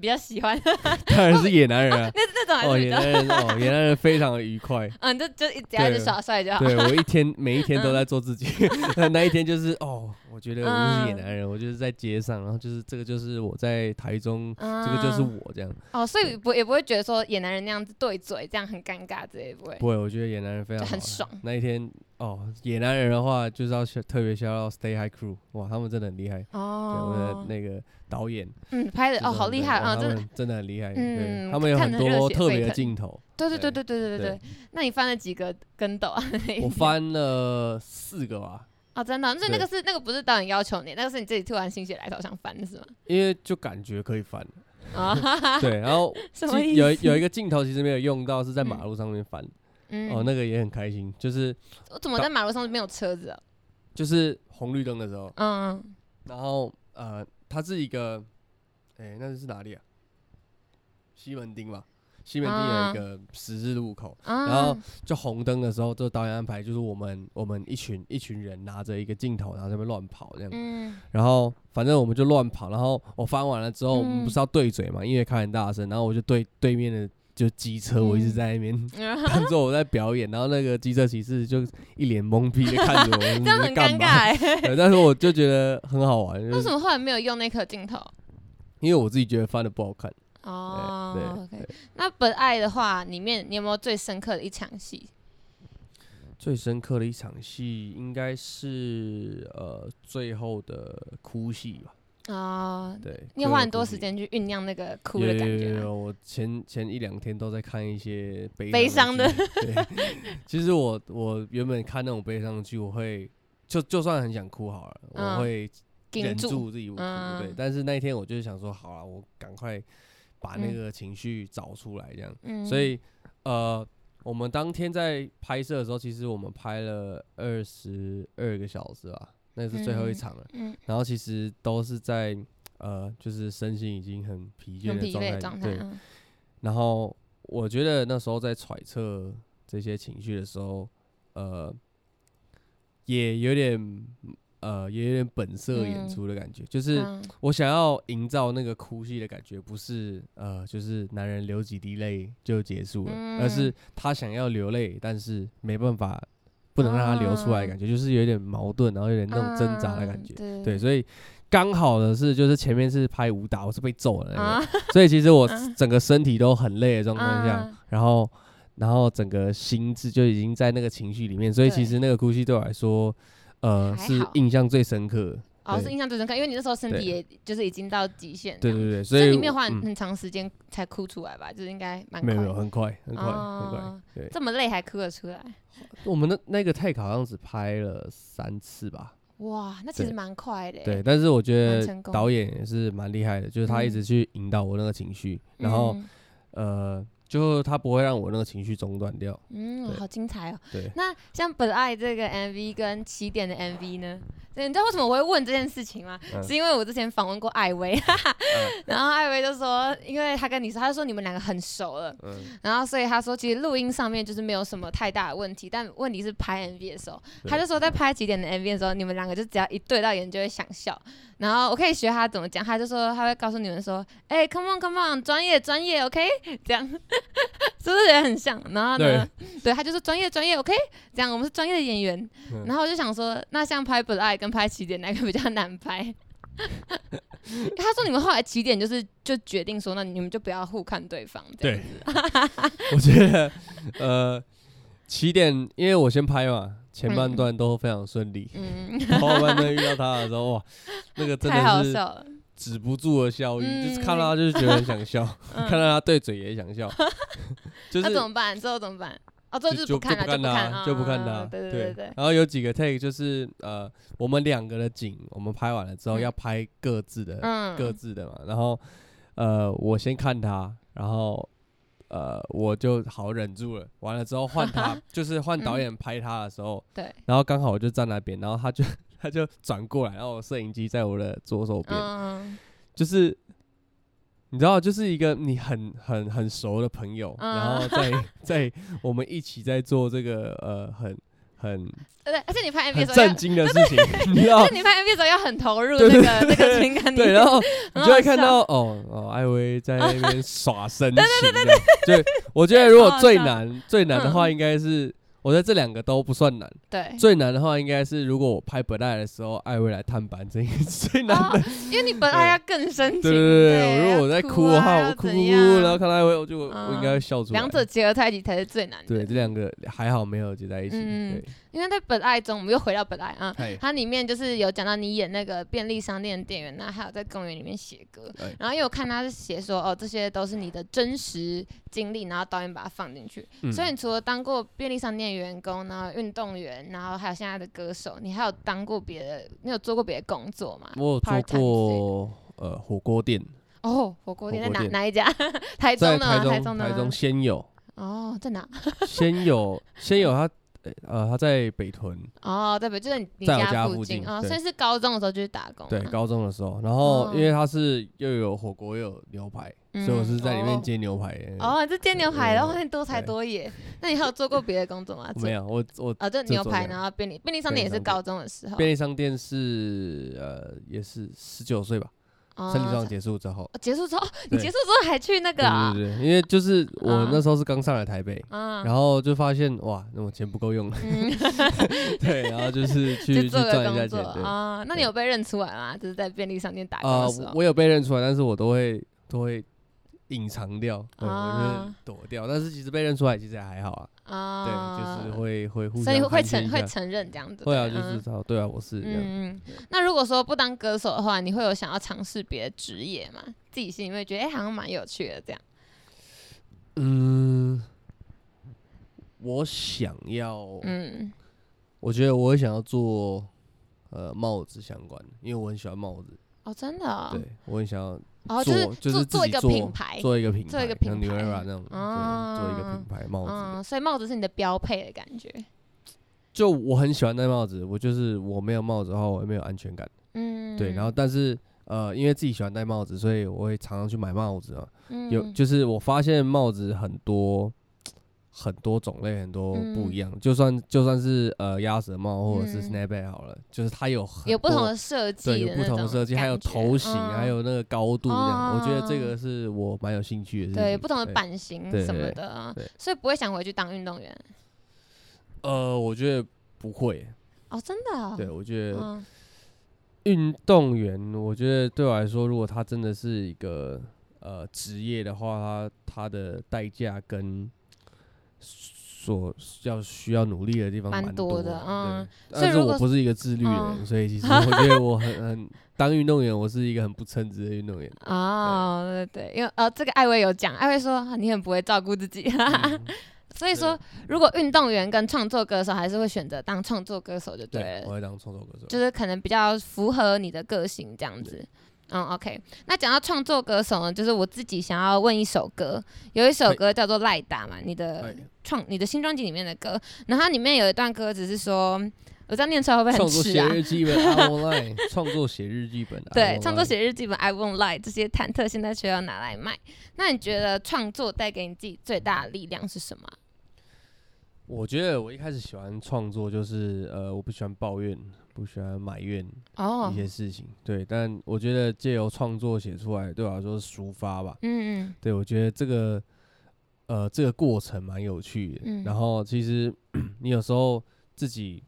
[SPEAKER 2] 比较喜欢？ 那，
[SPEAKER 3] 当然是野男人啊
[SPEAKER 2] 那 种还是
[SPEAKER 3] 哦，
[SPEAKER 2] 比
[SPEAKER 3] 野
[SPEAKER 2] 较，
[SPEAKER 3] 男人哦，野男人非常的愉快。
[SPEAKER 2] 嗯，就就一只要
[SPEAKER 3] 对
[SPEAKER 2] 是耍帅就好。
[SPEAKER 3] 对我一天每一天
[SPEAKER 2] 嗯
[SPEAKER 3] 都在做自己， 那那一天就是哦，我觉得我就是野
[SPEAKER 2] 嗯
[SPEAKER 3] 男人，我就是在街上，然后就是这个就是我在台中，
[SPEAKER 2] 嗯
[SPEAKER 3] 这个就是我这样。
[SPEAKER 2] 哦，所以不也不会觉得说野男人那样子对嘴，这样很尴尬之类，不会。
[SPEAKER 3] 不会，我觉得野男人非常
[SPEAKER 2] 就很
[SPEAKER 3] 好啊
[SPEAKER 2] 爽
[SPEAKER 3] 那一天哦，野男人的话就是要笑特别笑到 Stay High Crew，哇，他们真的很厉害。对，我的
[SPEAKER 2] 哦，
[SPEAKER 3] 那个导演
[SPEAKER 2] 嗯，拍的哦，好厉害啊，
[SPEAKER 3] 真
[SPEAKER 2] 真的，
[SPEAKER 3] 的哇他们真的很厉害。
[SPEAKER 2] 嗯
[SPEAKER 3] 对，他们有
[SPEAKER 2] 看
[SPEAKER 3] 很
[SPEAKER 2] 得热
[SPEAKER 3] 多
[SPEAKER 2] 血
[SPEAKER 3] 特
[SPEAKER 2] 沸
[SPEAKER 3] 别的
[SPEAKER 2] 腾
[SPEAKER 3] 镜头。
[SPEAKER 2] 对对对对
[SPEAKER 3] 对
[SPEAKER 2] 对对对。那你翻了几个跟斗啊？
[SPEAKER 3] 我翻了四个吧，
[SPEAKER 2] 哦，真的，那
[SPEAKER 3] 对
[SPEAKER 2] 那个是那个不是导演要求你，那个是你自己突然心血来潮想翻的是吗？
[SPEAKER 3] 因为就感觉可以翻。
[SPEAKER 2] 啊，哈哈
[SPEAKER 3] 对，然后
[SPEAKER 2] 什么
[SPEAKER 3] 其
[SPEAKER 2] 意
[SPEAKER 3] 有
[SPEAKER 2] 思？
[SPEAKER 3] 有一个镜头其实没有用到，是在马
[SPEAKER 2] 嗯
[SPEAKER 3] 路上面翻。
[SPEAKER 2] 嗯
[SPEAKER 3] 哦，那个也很开心，就是
[SPEAKER 2] 我怎么在马路上没有车子啊？
[SPEAKER 3] 就是红绿灯的时候，
[SPEAKER 2] 嗯，
[SPEAKER 3] 然后呃，它是一个，哎、那是哪里啊？西门町吧，西门町有
[SPEAKER 2] 啊
[SPEAKER 3] 一个十字路口，
[SPEAKER 2] 啊，
[SPEAKER 3] 然后就红灯的时候，这导演安排就是我们我们一群一群人拿着一个镜头，然后在那边乱跑这样，
[SPEAKER 2] 嗯
[SPEAKER 3] 然后反正我们就乱跑，然后我翻完了之后，我
[SPEAKER 2] 嗯
[SPEAKER 3] 们不是要对嘴嘛，因为开很大声，然后我就对对面的就机车，我一直
[SPEAKER 2] 嗯
[SPEAKER 3] 在那边 当做我在表演，然后那个机车骑士就一脸懵逼的看着我，这
[SPEAKER 2] 这样很尴尬、
[SPEAKER 3] 嘛？
[SPEAKER 2] 欸。
[SPEAKER 3] 对，但是我就觉得很好玩，就
[SPEAKER 2] 为
[SPEAKER 3] 是
[SPEAKER 2] 什么后来没有用那颗镜头？
[SPEAKER 3] 因为我自己觉得翻的不好看。
[SPEAKER 2] 哦
[SPEAKER 3] 对
[SPEAKER 2] ，OK。那《本爱》的话，里面你有没有最深刻的一场戏？
[SPEAKER 3] 最深刻的一场戏应该是呃最后的哭戏吧？
[SPEAKER 2] 哦，
[SPEAKER 3] 对，
[SPEAKER 2] 你有花很多时间去酝酿那个哭
[SPEAKER 3] 有
[SPEAKER 2] 的
[SPEAKER 3] 有
[SPEAKER 2] 感觉
[SPEAKER 3] 有
[SPEAKER 2] 吗？
[SPEAKER 3] 有，我前前一两天都在看一些悲
[SPEAKER 2] 悲
[SPEAKER 3] 伤
[SPEAKER 2] 伤
[SPEAKER 3] 剧对， 其实我我原本看那种悲伤剧，我会就就算很想哭好了，
[SPEAKER 2] 嗯
[SPEAKER 3] 我会
[SPEAKER 2] 顶
[SPEAKER 3] 忍
[SPEAKER 2] 住，
[SPEAKER 3] 住自己不哭。对
[SPEAKER 2] 嗯，
[SPEAKER 3] 但是那一天我就是想说，好了，我赶快把那
[SPEAKER 2] 嗯
[SPEAKER 3] 个情绪找出来，这样。
[SPEAKER 2] 嗯
[SPEAKER 3] 所以呃，我们当天在拍摄的时候，其实我们拍了二十二个小时吧，那是最后一
[SPEAKER 2] 嗯
[SPEAKER 3] 场了。
[SPEAKER 2] 嗯
[SPEAKER 3] 然后其实都是在呃，就是身心已经很疲倦
[SPEAKER 2] 很
[SPEAKER 3] 的
[SPEAKER 2] 疲惫的
[SPEAKER 3] 状
[SPEAKER 2] 状
[SPEAKER 3] 态，
[SPEAKER 2] 态，
[SPEAKER 3] 对。
[SPEAKER 2] 嗯
[SPEAKER 3] 然后我觉得那时候在揣测这些情绪的时候，呃，也有点呃，也有点本色演
[SPEAKER 2] 嗯
[SPEAKER 3] 出的感觉，就是。
[SPEAKER 2] 嗯
[SPEAKER 3] 我想要营造那个哭戏的感觉，不是呃，就是男人流几滴泪就结束了，
[SPEAKER 2] 嗯
[SPEAKER 3] 而是他想要流泪，但是没办法，不能让他流出来的感觉，就是有点矛盾，然后有点那种挣扎的感觉。
[SPEAKER 2] 嗯
[SPEAKER 3] 对，
[SPEAKER 2] 对
[SPEAKER 3] 所以刚好的是，就是前面是拍武打，我是被揍了、那个
[SPEAKER 2] 啊，
[SPEAKER 3] 所以其实我
[SPEAKER 2] 啊
[SPEAKER 3] 整个身体都很累的状况下，
[SPEAKER 2] 啊
[SPEAKER 3] 然后然后整个心智就已经在那个情绪里面，所以
[SPEAKER 2] 对
[SPEAKER 3] 其实那个哭戏对我来说，呃，
[SPEAKER 2] 还
[SPEAKER 3] 是
[SPEAKER 2] 好
[SPEAKER 3] 印象最深刻的。
[SPEAKER 2] 哦，
[SPEAKER 3] 对
[SPEAKER 2] 是印象最深刻，因为你那时候身
[SPEAKER 3] 对
[SPEAKER 2] 体也就是已经到极限这
[SPEAKER 3] 对
[SPEAKER 2] 样，
[SPEAKER 3] 对对，所
[SPEAKER 2] 所以
[SPEAKER 3] 以
[SPEAKER 2] 你没有花
[SPEAKER 3] 嗯
[SPEAKER 2] 很很长时间才哭出来吧？就是应该蛮
[SPEAKER 3] 没
[SPEAKER 2] 快
[SPEAKER 3] 有
[SPEAKER 2] 的，
[SPEAKER 3] 没有，很快很快、
[SPEAKER 2] 哦
[SPEAKER 3] 很快。对，
[SPEAKER 2] 这么累还哭得出来，
[SPEAKER 3] 我们的那个 take 好像只拍了三次吧。
[SPEAKER 2] 哇，那其实
[SPEAKER 3] 对
[SPEAKER 2] 蛮快的欸。
[SPEAKER 3] 对，但是我觉
[SPEAKER 2] 蛮
[SPEAKER 3] 得
[SPEAKER 2] 成功
[SPEAKER 3] 导演也是蛮厉害的，就是他一
[SPEAKER 2] 嗯
[SPEAKER 3] 直去引导我那个情绪，然后
[SPEAKER 2] 嗯
[SPEAKER 3] 呃，就他不会让我那个情绪中断掉。
[SPEAKER 2] 嗯，
[SPEAKER 3] 对
[SPEAKER 2] 好精彩哦。
[SPEAKER 3] 对，
[SPEAKER 2] 那像《本爱》这个 MV 跟起点的 MV 呢？对，你知道为什么我会问这件事情吗？
[SPEAKER 3] 嗯
[SPEAKER 2] 是因为我之前访问过艾薇， 哈哈然后艾薇就说，因为他跟你说，他就说你们两个很熟了，
[SPEAKER 3] 嗯，
[SPEAKER 2] 然后所以他说其实录音上面就是没有什么太大的问题，但问题是拍 MV 的时候，
[SPEAKER 3] 对
[SPEAKER 2] 他就说在拍起点的 MV 的时候，你们两个就只要一对到眼就会想笑。然后我可以学他怎么讲，他就说他会告诉你们说，哎、c o m e on come on，专业专业，OK，这样 是不是也很像？然后呢，对他就说专业专业，OK，这样我们是专业的演员。
[SPEAKER 3] 嗯
[SPEAKER 2] 然后我就想说，那像拍本爱跟拍起点哪个比较难拍？ 他说你们后来起点就是就决定说，那你们就不要互看对方这样
[SPEAKER 3] 对， 我觉得呃，起点因为我先拍嘛，前半
[SPEAKER 2] 嗯
[SPEAKER 3] 段都非常顺利，
[SPEAKER 2] 嗯，
[SPEAKER 3] 后半段遇到他的时候，哇，那个真
[SPEAKER 2] 太好
[SPEAKER 3] 的
[SPEAKER 2] 笑
[SPEAKER 3] 是
[SPEAKER 2] 了。
[SPEAKER 3] 止不住的笑意，就是
[SPEAKER 2] 嗯
[SPEAKER 3] 看到他就是觉得很 想笑， 看到他对嘴也想笑，就
[SPEAKER 2] 那
[SPEAKER 3] 是
[SPEAKER 2] 怎么办？之后怎么办？哦，之后不
[SPEAKER 3] 就
[SPEAKER 2] 看了，
[SPEAKER 3] 就
[SPEAKER 2] 不看
[SPEAKER 3] 他，就不看呃
[SPEAKER 2] 啊
[SPEAKER 3] 他，
[SPEAKER 2] 对对对对，
[SPEAKER 3] 然后有几个 take 就是呃，我们两个的景，我们拍完了之后
[SPEAKER 2] 嗯
[SPEAKER 3] 要拍各自的
[SPEAKER 2] 嗯，
[SPEAKER 3] 各自的嘛，然后呃，我先看他，然后。呃，我就好忍住了。完了之后换 他，就是换导演拍他的时候，
[SPEAKER 2] 对，
[SPEAKER 3] 然后刚好我就站那边，然后他就 他就转过来，然后我摄影机在我的左手边，
[SPEAKER 2] 嗯，
[SPEAKER 3] 就是你知道，就是一个你很很很熟的朋友，
[SPEAKER 2] 嗯
[SPEAKER 3] 然后在 在我们一起在做这个呃很很
[SPEAKER 2] 对对，而且你拍 MV
[SPEAKER 3] 很
[SPEAKER 2] 的哎时候要，
[SPEAKER 3] 震惊的事情，你知道
[SPEAKER 2] 而？且你拍 MV 的时候要很投入
[SPEAKER 3] 对
[SPEAKER 2] 那个
[SPEAKER 3] 对
[SPEAKER 2] 那个情感里
[SPEAKER 3] 对，
[SPEAKER 2] 面，
[SPEAKER 3] 然后你就会看
[SPEAKER 2] 很好
[SPEAKER 3] 到哦哦，艾薇在那边耍 深情这样。对，我觉得如果
[SPEAKER 2] 好
[SPEAKER 3] 最
[SPEAKER 2] 笑
[SPEAKER 3] 难最难的话，
[SPEAKER 2] 嗯
[SPEAKER 3] 应该是我觉得这两个都不算 难。
[SPEAKER 2] 对。
[SPEAKER 3] 最难的话，应该是如果我拍本爱的时候，艾薇来探班，这应该是最 难的
[SPEAKER 2] 哦，因为你本来要更深情，
[SPEAKER 3] 对对对，
[SPEAKER 2] 对，
[SPEAKER 3] 我如
[SPEAKER 2] 要
[SPEAKER 3] 果我在
[SPEAKER 2] 哭
[SPEAKER 3] 的
[SPEAKER 2] 啊
[SPEAKER 3] 话，
[SPEAKER 2] 要
[SPEAKER 3] 我哭哭
[SPEAKER 2] 怎
[SPEAKER 3] 哭，
[SPEAKER 2] 样
[SPEAKER 3] 然后看到一位，我就我应该会
[SPEAKER 2] 嗯
[SPEAKER 3] 笑出来。
[SPEAKER 2] 两者结合在一起才是最难的。
[SPEAKER 3] 对，这两个还好没有结在一起。
[SPEAKER 2] 嗯
[SPEAKER 3] 对，
[SPEAKER 2] 因为在本爱中，我们又回到本爱啊，
[SPEAKER 3] 嗨
[SPEAKER 2] 它里面就是有讲到你演那个便利商店的店员，然后还有在公园里面写歌
[SPEAKER 3] 哎，
[SPEAKER 2] 然后因为我看他是写说哦，这些都是你的真实经历，然后导演把它放进去。
[SPEAKER 3] 嗯
[SPEAKER 2] 所以你除了当过便利商店员工，然后运动员，然后还有现在的歌手，你还有当过别的，你有做过别的工作吗？
[SPEAKER 3] 我有
[SPEAKER 2] part-time 之
[SPEAKER 3] 做
[SPEAKER 2] 类的
[SPEAKER 3] 过呃火锅店，
[SPEAKER 2] 哦，火锅店在
[SPEAKER 3] 火锅
[SPEAKER 2] 哪
[SPEAKER 3] 店
[SPEAKER 2] 哪一家？ 台中
[SPEAKER 3] 在
[SPEAKER 2] 的吗
[SPEAKER 3] 台
[SPEAKER 2] 台
[SPEAKER 3] 中
[SPEAKER 2] 的啊
[SPEAKER 3] 台
[SPEAKER 2] 吗
[SPEAKER 3] 中先有
[SPEAKER 2] 哦，在哪？
[SPEAKER 3] 先有先有他呃他在北屯，
[SPEAKER 2] 哦，对不对？就是你你
[SPEAKER 3] 在我家
[SPEAKER 2] 附
[SPEAKER 3] 附近
[SPEAKER 2] 哦，
[SPEAKER 3] 对
[SPEAKER 2] 所以是高中的时候就去打工啊。
[SPEAKER 3] 对高中的时候，然后因
[SPEAKER 2] 哦
[SPEAKER 3] 为他是又有火锅又有牛排，
[SPEAKER 2] 嗯
[SPEAKER 3] 所以我是在里面
[SPEAKER 2] 哦
[SPEAKER 3] 煎牛排的。
[SPEAKER 2] 哦，这煎牛排，
[SPEAKER 3] 对
[SPEAKER 2] 然后你多才
[SPEAKER 3] 对
[SPEAKER 2] 多艺。那你还有做过别的工作吗？
[SPEAKER 3] 嗯没有， 我我
[SPEAKER 2] 啊，对，
[SPEAKER 3] 就
[SPEAKER 2] 牛
[SPEAKER 3] 做
[SPEAKER 2] 排，
[SPEAKER 3] 这样
[SPEAKER 2] 然后便利便利商店也是高中的时候，
[SPEAKER 3] 便利商店是呃也是十九岁吧，
[SPEAKER 2] 哦
[SPEAKER 3] 生理上结束之后。
[SPEAKER 2] 哦结束之后，你结
[SPEAKER 3] 对
[SPEAKER 2] 束之后还去那个啊
[SPEAKER 3] 对对对，因为就是我
[SPEAKER 2] 啊
[SPEAKER 3] 那时候是刚上来台北，
[SPEAKER 2] 啊，
[SPEAKER 3] 然后就发现哇，那我钱 不够用了，
[SPEAKER 2] 嗯，
[SPEAKER 3] 对，然后就是去
[SPEAKER 2] 就
[SPEAKER 3] 去
[SPEAKER 2] 做个
[SPEAKER 3] 赚一下
[SPEAKER 2] 工作
[SPEAKER 3] 钱，对。
[SPEAKER 2] 啊。那你
[SPEAKER 3] 对
[SPEAKER 2] 有被认出来吗？就是在便利商店打工
[SPEAKER 3] 啊、
[SPEAKER 2] 的时候，
[SPEAKER 3] 我有被认出来，但是我都会都会隐藏掉，对，我就
[SPEAKER 2] 啊
[SPEAKER 3] 是躲掉。但是其实被认出来其实也还好啊，
[SPEAKER 2] 啊，
[SPEAKER 3] 对，就是会会互相
[SPEAKER 2] 所以会
[SPEAKER 3] 寒暄一
[SPEAKER 2] 承会
[SPEAKER 3] 下
[SPEAKER 2] 承认这样子，
[SPEAKER 3] 会啊，
[SPEAKER 2] 对嗯
[SPEAKER 3] 就是知道对啊，我是这样。
[SPEAKER 2] 嗯，嗯那如果说不当歌手的话，你会有想要尝试别的职业吗？自己心里会觉得，哎、好像蛮有趣的这样。
[SPEAKER 3] 嗯，我想要，
[SPEAKER 2] 嗯，
[SPEAKER 3] 我觉得我会想要做呃帽子相关的，因为我很喜欢帽子，
[SPEAKER 2] 哦，真的、哦，
[SPEAKER 3] 对我很想要
[SPEAKER 2] 哦，就
[SPEAKER 3] 做，
[SPEAKER 2] 是
[SPEAKER 3] 就
[SPEAKER 2] 做
[SPEAKER 3] 是自
[SPEAKER 2] 做一
[SPEAKER 3] 己
[SPEAKER 2] 个
[SPEAKER 3] 做
[SPEAKER 2] 品牌，
[SPEAKER 3] 做一个品牌，
[SPEAKER 2] 做一个
[SPEAKER 3] 像
[SPEAKER 2] 品
[SPEAKER 3] New
[SPEAKER 2] 牌
[SPEAKER 3] Era 那种，对，做一个品牌帽子。
[SPEAKER 2] 嗯，所以帽子是你的标配的感觉。
[SPEAKER 3] 就我很喜欢戴帽子，我就是我没有帽子的话，我也没有安全感。
[SPEAKER 2] 嗯，
[SPEAKER 3] 对，然后但是呃，因为自己喜欢戴帽子，所以我会常常去买帽子啊。有
[SPEAKER 2] 嗯
[SPEAKER 3] 就是我发现帽子很多很多种类，很多不一样。就算就算是呃鸭舌帽或者是
[SPEAKER 2] 嗯
[SPEAKER 3] snapback 好了，就是它有很
[SPEAKER 2] 有不同
[SPEAKER 3] 多
[SPEAKER 2] 的设计，
[SPEAKER 3] 对有不同的设计，还有头型，还。有那个高度这样。我觉得这
[SPEAKER 2] 嗯哦
[SPEAKER 3] 个是我蛮有兴趣的事情。
[SPEAKER 2] 对，有不同的版型
[SPEAKER 3] 对
[SPEAKER 2] 什么
[SPEAKER 3] 对
[SPEAKER 2] 的，
[SPEAKER 3] 对
[SPEAKER 2] 所以不会想回去当运动员
[SPEAKER 3] 呃，我觉得不会。
[SPEAKER 2] 哦，真的、哦。
[SPEAKER 3] 对，我觉得
[SPEAKER 2] 嗯
[SPEAKER 3] 运动员，我觉得对我来说，如果他真的是一个呃职业的话，他他的代价跟所要需要努力的地方
[SPEAKER 2] 蛮
[SPEAKER 3] 蛮
[SPEAKER 2] 多的
[SPEAKER 3] 的，
[SPEAKER 2] 嗯
[SPEAKER 3] 对。
[SPEAKER 2] 所以
[SPEAKER 3] 但是
[SPEAKER 2] 如
[SPEAKER 3] 我
[SPEAKER 2] 果
[SPEAKER 3] 不是一个自律的人，
[SPEAKER 2] 嗯
[SPEAKER 3] 所以其 实我觉得我很很当运动员，我是一个很不称职的运动员。
[SPEAKER 2] 哦，对对，因为呃，这个艾薇有讲，艾薇说啊你很不会照顾自己，
[SPEAKER 3] 嗯
[SPEAKER 2] 所以说如果运动员跟创作歌手，还是会选择当创作歌手就对
[SPEAKER 3] 对，
[SPEAKER 2] 了
[SPEAKER 3] 我，会当创作歌手。
[SPEAKER 2] 就是可能比较符合你的个性这样子。嗯，OK。那讲到创作歌手呢，就是我自己想要问一首歌，有一首
[SPEAKER 3] 嗨
[SPEAKER 2] 歌叫做《赖打》嘛，你的
[SPEAKER 3] 嗨
[SPEAKER 2] 创你的新专辑里面的歌，然后它里面有一段歌只是说，我这样念出来会不会很
[SPEAKER 3] 创作
[SPEAKER 2] 迟
[SPEAKER 3] 写
[SPEAKER 2] 啊？
[SPEAKER 3] 日记本 I w o n Line，创 作写日记本 I
[SPEAKER 2] 对，
[SPEAKER 3] won't
[SPEAKER 2] 创作
[SPEAKER 3] lie
[SPEAKER 2] 写日记本 I won't lie 这些忐忑现在却要拿来卖。那你觉得创作带给你自己最大的力量是什么啊？
[SPEAKER 3] 我觉得我一开始喜欢创作，就是呃，我不喜欢抱怨，不喜欢埋怨
[SPEAKER 2] 哦
[SPEAKER 3] 一，些事情。对，但我觉得借由创作写出来，对我来说是抒发吧。
[SPEAKER 2] 嗯嗯
[SPEAKER 3] 对，我觉得这个呃这个过程蛮有趣的。
[SPEAKER 2] 嗯
[SPEAKER 3] 然后其实 你有时候自己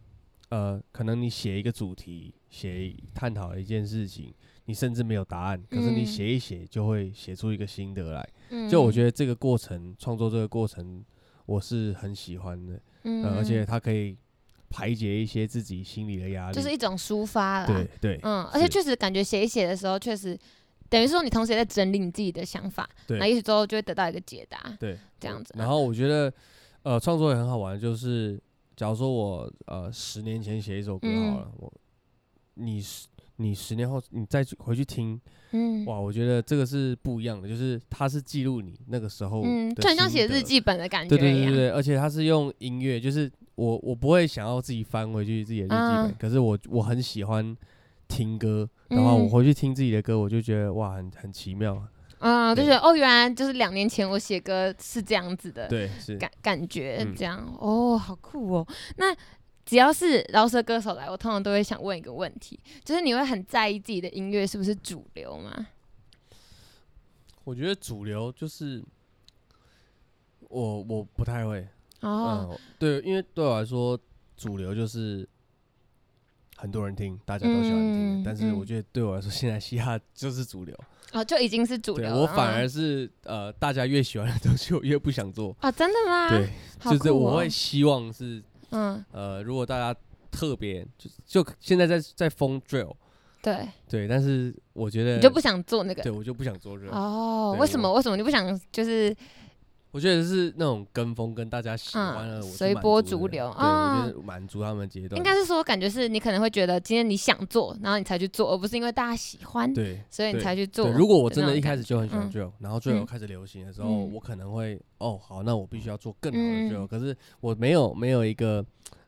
[SPEAKER 3] 呃，可能你写一个主题，写一探讨一件事情，你甚至没有答案，可是你
[SPEAKER 2] 嗯
[SPEAKER 3] 写一写就会写出一个心得来。
[SPEAKER 2] 嗯，
[SPEAKER 3] 就我觉得这个过程，创作这个过程，我是很喜欢的。
[SPEAKER 2] 嗯，
[SPEAKER 3] 呃，
[SPEAKER 2] 嗯
[SPEAKER 3] 而且它可以排解一些自己心里的压力。
[SPEAKER 2] 就是一种抒发啦。
[SPEAKER 3] 对对
[SPEAKER 2] 嗯，而且
[SPEAKER 3] 是
[SPEAKER 2] 确实感觉写一写的时候，确实等于说你同时也在整理你自己的想法，
[SPEAKER 3] 对
[SPEAKER 2] 那也许之后就会得到一个解 答，
[SPEAKER 3] 对，
[SPEAKER 2] 这样子。啊
[SPEAKER 3] 然后我觉得，呃，创作也很好玩，就是假如说我呃十年前写一首歌好
[SPEAKER 2] 嗯
[SPEAKER 3] 了，我你十你十年后你再去回去听，
[SPEAKER 2] 嗯
[SPEAKER 3] 哇，我觉得这个是不一样的，就是它是记录你那个时候，
[SPEAKER 2] 嗯，就很像写日。记本的感觉
[SPEAKER 3] 对对
[SPEAKER 2] 一
[SPEAKER 3] 对
[SPEAKER 2] 样。
[SPEAKER 3] 对对，而且它是用音乐，就是我我不会想要自己翻回去自己的日记本，
[SPEAKER 2] 嗯
[SPEAKER 3] 可是我我很喜欢听歌，然后我
[SPEAKER 2] 嗯
[SPEAKER 3] 回去听自己的歌，我就觉得哇，很很奇妙，
[SPEAKER 2] 嗯，就觉
[SPEAKER 3] 对
[SPEAKER 2] 得哦，原来就是两年前我写歌是这样子的
[SPEAKER 3] 对，是
[SPEAKER 2] 感感觉，
[SPEAKER 3] 嗯
[SPEAKER 2] 这样、哦，好酷哦。那只要是饶舌歌手来，我通常都会想问一个问题，就是你会很在意自己的音乐是不是主流吗？
[SPEAKER 3] 我觉得主流就是我我不太会，
[SPEAKER 2] 哦，
[SPEAKER 3] 嗯，对，因为对我来说，主流就是很多人听，大家都喜欢
[SPEAKER 2] 嗯
[SPEAKER 3] 听，但是我
[SPEAKER 2] 嗯
[SPEAKER 3] 觉得对我来说，现在嘻哈就是主流，
[SPEAKER 2] 哦，就已经是主流
[SPEAKER 3] 嗯对
[SPEAKER 2] 了。
[SPEAKER 3] 我反
[SPEAKER 2] 嗯
[SPEAKER 3] 而是呃，大家越喜欢的东西，我越不想做，
[SPEAKER 2] 哦，真的吗？
[SPEAKER 3] 对，
[SPEAKER 2] 好
[SPEAKER 3] 就是
[SPEAKER 2] 酷
[SPEAKER 3] 我
[SPEAKER 2] 哦
[SPEAKER 3] 会希望是
[SPEAKER 2] 嗯，
[SPEAKER 3] 呃，如果大家特别就就现在在在疯 drill，
[SPEAKER 2] 对，
[SPEAKER 3] 对，但是我觉得
[SPEAKER 2] 你就不想做那个
[SPEAKER 3] 对我就不想做 drill，、
[SPEAKER 2] 哦，
[SPEAKER 3] 对
[SPEAKER 2] 为什么？
[SPEAKER 3] 我
[SPEAKER 2] 为什么你不想就是
[SPEAKER 3] 我觉得是那种跟风，跟大家喜欢的，
[SPEAKER 2] 嗯
[SPEAKER 3] 我是
[SPEAKER 2] 随波
[SPEAKER 3] 满足的
[SPEAKER 2] 逐流嗯
[SPEAKER 3] 对，我觉得满足他们的阶段，
[SPEAKER 2] 应该是说，感觉是你可能会觉得今天你想做，然后你才去做，而不是因为大家喜欢，
[SPEAKER 3] 对
[SPEAKER 2] 所以你
[SPEAKER 3] 对
[SPEAKER 2] 才去做。
[SPEAKER 3] 对。如果我
[SPEAKER 2] 的
[SPEAKER 3] 真
[SPEAKER 2] 那
[SPEAKER 3] 的
[SPEAKER 2] 种
[SPEAKER 3] 一开
[SPEAKER 2] 感
[SPEAKER 3] 始就很喜欢
[SPEAKER 2] 嗯
[SPEAKER 3] drill，然后 drill
[SPEAKER 2] 嗯
[SPEAKER 3] 开始流行的时候，
[SPEAKER 2] 嗯
[SPEAKER 3] 我可能会哦好，那我必须要做更好
[SPEAKER 2] 嗯
[SPEAKER 3] 的 drill，可是我没有没有一个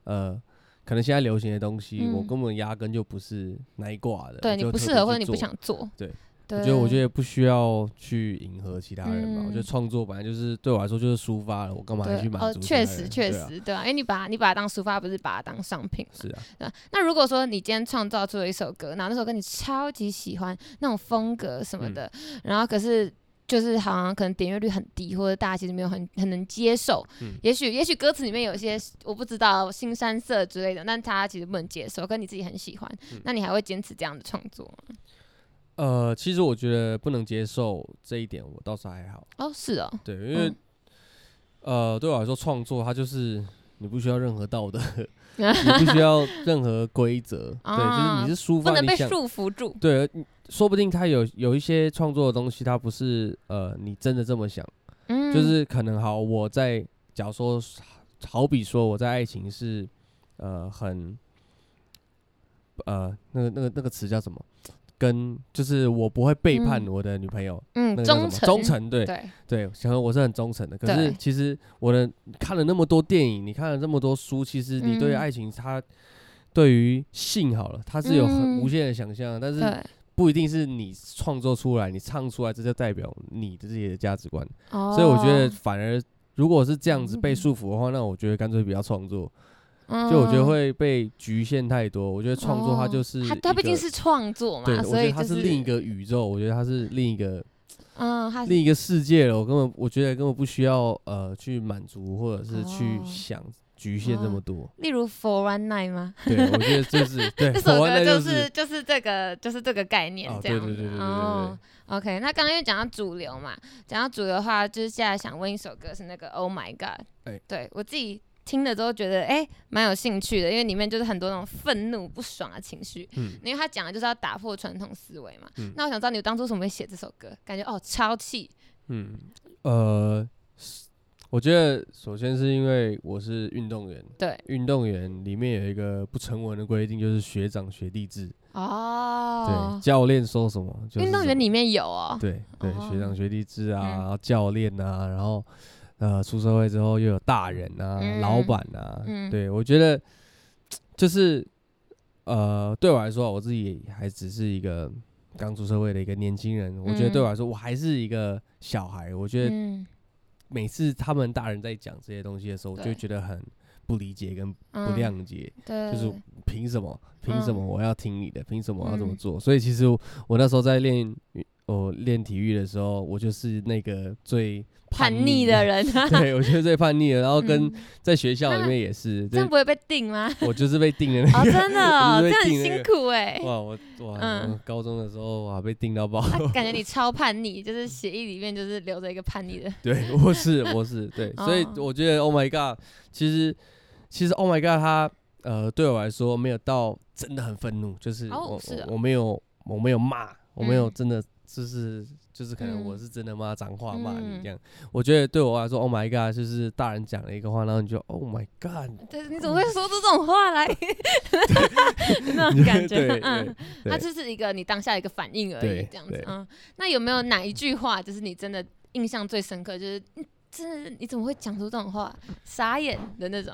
[SPEAKER 3] 呃。可能现在流行的东西，我
[SPEAKER 2] 嗯
[SPEAKER 3] 根本压根就不是那一挂的，
[SPEAKER 2] 对
[SPEAKER 3] 我
[SPEAKER 2] 你
[SPEAKER 3] 就
[SPEAKER 2] 不
[SPEAKER 3] 特
[SPEAKER 2] 适
[SPEAKER 3] 别
[SPEAKER 2] 合或者
[SPEAKER 3] 去
[SPEAKER 2] 你不
[SPEAKER 3] 做
[SPEAKER 2] 想做，
[SPEAKER 3] 对，
[SPEAKER 2] 对，
[SPEAKER 3] 我觉得，我觉得也不需要去迎合其他人吧。我觉得
[SPEAKER 2] 嗯
[SPEAKER 3] 创作本来就是对我来说就是抒发了，我干嘛还
[SPEAKER 2] 对
[SPEAKER 3] 去满
[SPEAKER 2] 哦，
[SPEAKER 3] 足其他
[SPEAKER 2] 确
[SPEAKER 3] 人？
[SPEAKER 2] 实确
[SPEAKER 3] 对啊，
[SPEAKER 2] 实，对啊，因为你把你把它当抒发，不是把它当商品嘛。
[SPEAKER 3] 是啊，
[SPEAKER 2] 那那如果说你今天创造出了一首歌，然后那首歌你超级喜欢那种风格什么
[SPEAKER 3] 嗯
[SPEAKER 2] 的，然后可是就是好像可能点阅率很低，或者大家其实没有很很能接受，
[SPEAKER 3] 嗯
[SPEAKER 2] 也许也许歌词里面有一些我不知道新山色之类的，但大家其实不能接受，跟你自己很喜欢，
[SPEAKER 3] 嗯
[SPEAKER 2] 那你还会坚持这样的创作吗？
[SPEAKER 3] 呃，其实我觉得不能接受这一点，我倒是还好。
[SPEAKER 2] 哦，是哦，
[SPEAKER 3] 对，因为、呃，对我来说，创作它就是你不需要任何 道德，你不需要任何规则，对，就是
[SPEAKER 2] 啊
[SPEAKER 3] 你是抒
[SPEAKER 2] 不
[SPEAKER 3] 发
[SPEAKER 2] 能
[SPEAKER 3] 你
[SPEAKER 2] 被
[SPEAKER 3] 想。
[SPEAKER 2] 束缚住，
[SPEAKER 3] 对，你说不定他有有一些创作的东西，他不是呃你真的这么想，
[SPEAKER 2] 嗯，
[SPEAKER 3] 就是可能好，我在假如说好比说我在爱情是呃很呃那个那个那个词叫什么？跟就是我不会背叛
[SPEAKER 2] 嗯
[SPEAKER 3] 我的女朋友，
[SPEAKER 2] 嗯
[SPEAKER 3] 那个叫什么
[SPEAKER 2] 忠诚
[SPEAKER 3] 忠诚对
[SPEAKER 2] 对，
[SPEAKER 3] 对，想说我是很忠诚的，可是
[SPEAKER 2] 对
[SPEAKER 3] 其实我的看了那么多电影，你看了这么多书，其实你对
[SPEAKER 2] 嗯
[SPEAKER 3] 爱情它。对于性好了，它是有很
[SPEAKER 2] 嗯
[SPEAKER 3] 无限的想象，但是
[SPEAKER 2] 对
[SPEAKER 3] 不一定是你创作出来、你唱出来，这就代表你的自己的价值观。
[SPEAKER 2] 哦，
[SPEAKER 3] 所以我觉得，反而如果是这样子被
[SPEAKER 2] 嗯
[SPEAKER 3] 束缚的话，那我觉得干脆不要创作，
[SPEAKER 2] 嗯
[SPEAKER 3] 就我觉得会被局限太多。我觉得创作它
[SPEAKER 2] 哦
[SPEAKER 3] 就是
[SPEAKER 2] 它它
[SPEAKER 3] 一
[SPEAKER 2] 毕竟
[SPEAKER 3] 个
[SPEAKER 2] 是创作
[SPEAKER 3] 对，
[SPEAKER 2] 嘛，
[SPEAKER 3] 我觉
[SPEAKER 2] 所
[SPEAKER 3] 得
[SPEAKER 2] 以
[SPEAKER 3] 它
[SPEAKER 2] 就是
[SPEAKER 3] 另一个宇宙，我觉得它是另一个
[SPEAKER 2] 嗯，它
[SPEAKER 3] 另一个世界了。我根本我觉得根本不需要呃去满足或者是去
[SPEAKER 2] 哦
[SPEAKER 3] 想局限这
[SPEAKER 2] 哦
[SPEAKER 3] 么 多。
[SPEAKER 2] 例如 For One Night 吗？
[SPEAKER 3] 对，我觉得就是对，
[SPEAKER 2] 这
[SPEAKER 3] 我
[SPEAKER 2] 首
[SPEAKER 3] 完
[SPEAKER 2] 歌就
[SPEAKER 3] 了就是
[SPEAKER 2] 是就是这个就是这个概念
[SPEAKER 3] 哦
[SPEAKER 2] 这样
[SPEAKER 3] 对对对
[SPEAKER 2] 子
[SPEAKER 3] 对对对
[SPEAKER 2] 哦。OK，那刚刚又讲到主流嘛，讲到主流的话，就是现在想问一首歌是那个 Oh My God，、
[SPEAKER 3] 哎
[SPEAKER 2] 对我自己听了之后觉得哎蛮、有兴趣的，因为里面就是很多那种愤怒不爽的情绪，
[SPEAKER 3] 嗯
[SPEAKER 2] 因为他讲的就是要打破传统思维嘛。
[SPEAKER 3] 嗯
[SPEAKER 2] 那我想知道你当初为什么会写这首歌，感觉哦超气，
[SPEAKER 3] 嗯呃，我觉得首先是因为我是运动员，
[SPEAKER 2] 对
[SPEAKER 3] 运动员里面有一个不成文的规定，就是学长学弟制。
[SPEAKER 2] 哦
[SPEAKER 3] 对，，教练说什么就是
[SPEAKER 2] 运动
[SPEAKER 3] 什
[SPEAKER 2] 员
[SPEAKER 3] 么
[SPEAKER 2] 里面有哦，
[SPEAKER 3] 对对，学长
[SPEAKER 2] 哦
[SPEAKER 3] 学弟制啊，
[SPEAKER 2] 嗯
[SPEAKER 3] 然后教练啊，然后呃出社会之后又有大人啊、老
[SPEAKER 2] 嗯
[SPEAKER 3] 板啊，
[SPEAKER 2] 嗯
[SPEAKER 3] 对我觉得就是呃对我来说啊，我自己还只是一个刚出社会的一个年轻人，我觉得对
[SPEAKER 2] 嗯
[SPEAKER 3] 我来说我还是一个小孩，我觉得
[SPEAKER 2] 嗯，
[SPEAKER 3] 每次他们大人在讲这些东西的时候，我就
[SPEAKER 2] 对
[SPEAKER 3] 觉得很不理解跟
[SPEAKER 2] 不
[SPEAKER 3] 不谅解，
[SPEAKER 2] 嗯对，
[SPEAKER 3] 就是凭什么？凭什么我要听你的？凭什么我要这么
[SPEAKER 2] 嗯
[SPEAKER 3] 做？所以其实我我那时候在练运我练体育的时候，我就是那个最
[SPEAKER 2] 叛逆
[SPEAKER 3] 逆
[SPEAKER 2] 的。人，啊
[SPEAKER 3] 对，我就是最叛逆的，然后跟
[SPEAKER 2] 嗯
[SPEAKER 3] 在学校里
[SPEAKER 2] 那
[SPEAKER 3] 面也是，
[SPEAKER 2] 这
[SPEAKER 3] 对
[SPEAKER 2] 样不会被定吗？
[SPEAKER 3] 我就是被定的 那
[SPEAKER 2] 哦，
[SPEAKER 3] 个。
[SPEAKER 2] 真的、哦，
[SPEAKER 3] 我
[SPEAKER 2] 这
[SPEAKER 3] 就
[SPEAKER 2] 样
[SPEAKER 3] 是被
[SPEAKER 2] 很
[SPEAKER 3] 定那
[SPEAKER 2] 辛
[SPEAKER 3] 个
[SPEAKER 2] 苦哎、
[SPEAKER 3] 哇，我哇，
[SPEAKER 2] 嗯
[SPEAKER 3] 我高中的时候哇被定到爆。
[SPEAKER 2] 那感觉你超叛逆，就是协议里面就是留着一个叛逆 的，
[SPEAKER 3] 对，我是我是对，所以
[SPEAKER 2] 哦
[SPEAKER 3] 我觉得 Oh my God，其实其实 Oh my God，它呃对我来说没有到真的很愤怒，就是我、
[SPEAKER 2] 哦是啊
[SPEAKER 3] 我我没有我没有骂，我没有
[SPEAKER 2] 嗯
[SPEAKER 3] 真的就是就是可能我
[SPEAKER 2] 嗯
[SPEAKER 3] 是真的骂脏话骂你
[SPEAKER 2] 嗯
[SPEAKER 3] 这样，我觉得对我来说 Oh my God 就是大人讲了一个话，然后你就 Oh my God，
[SPEAKER 2] 但是你怎么会说出这种话来？ 那种感
[SPEAKER 3] 对
[SPEAKER 2] 觉，
[SPEAKER 3] 对
[SPEAKER 2] 嗯，
[SPEAKER 3] 对
[SPEAKER 2] 它就是一个你当下一个反应而已
[SPEAKER 3] 对，
[SPEAKER 2] 这样子
[SPEAKER 3] 对，
[SPEAKER 2] 嗯。那有没有哪一句话就是你真的印象最深刻，就是嗯真的是你怎么会讲出这种话，傻眼的那种，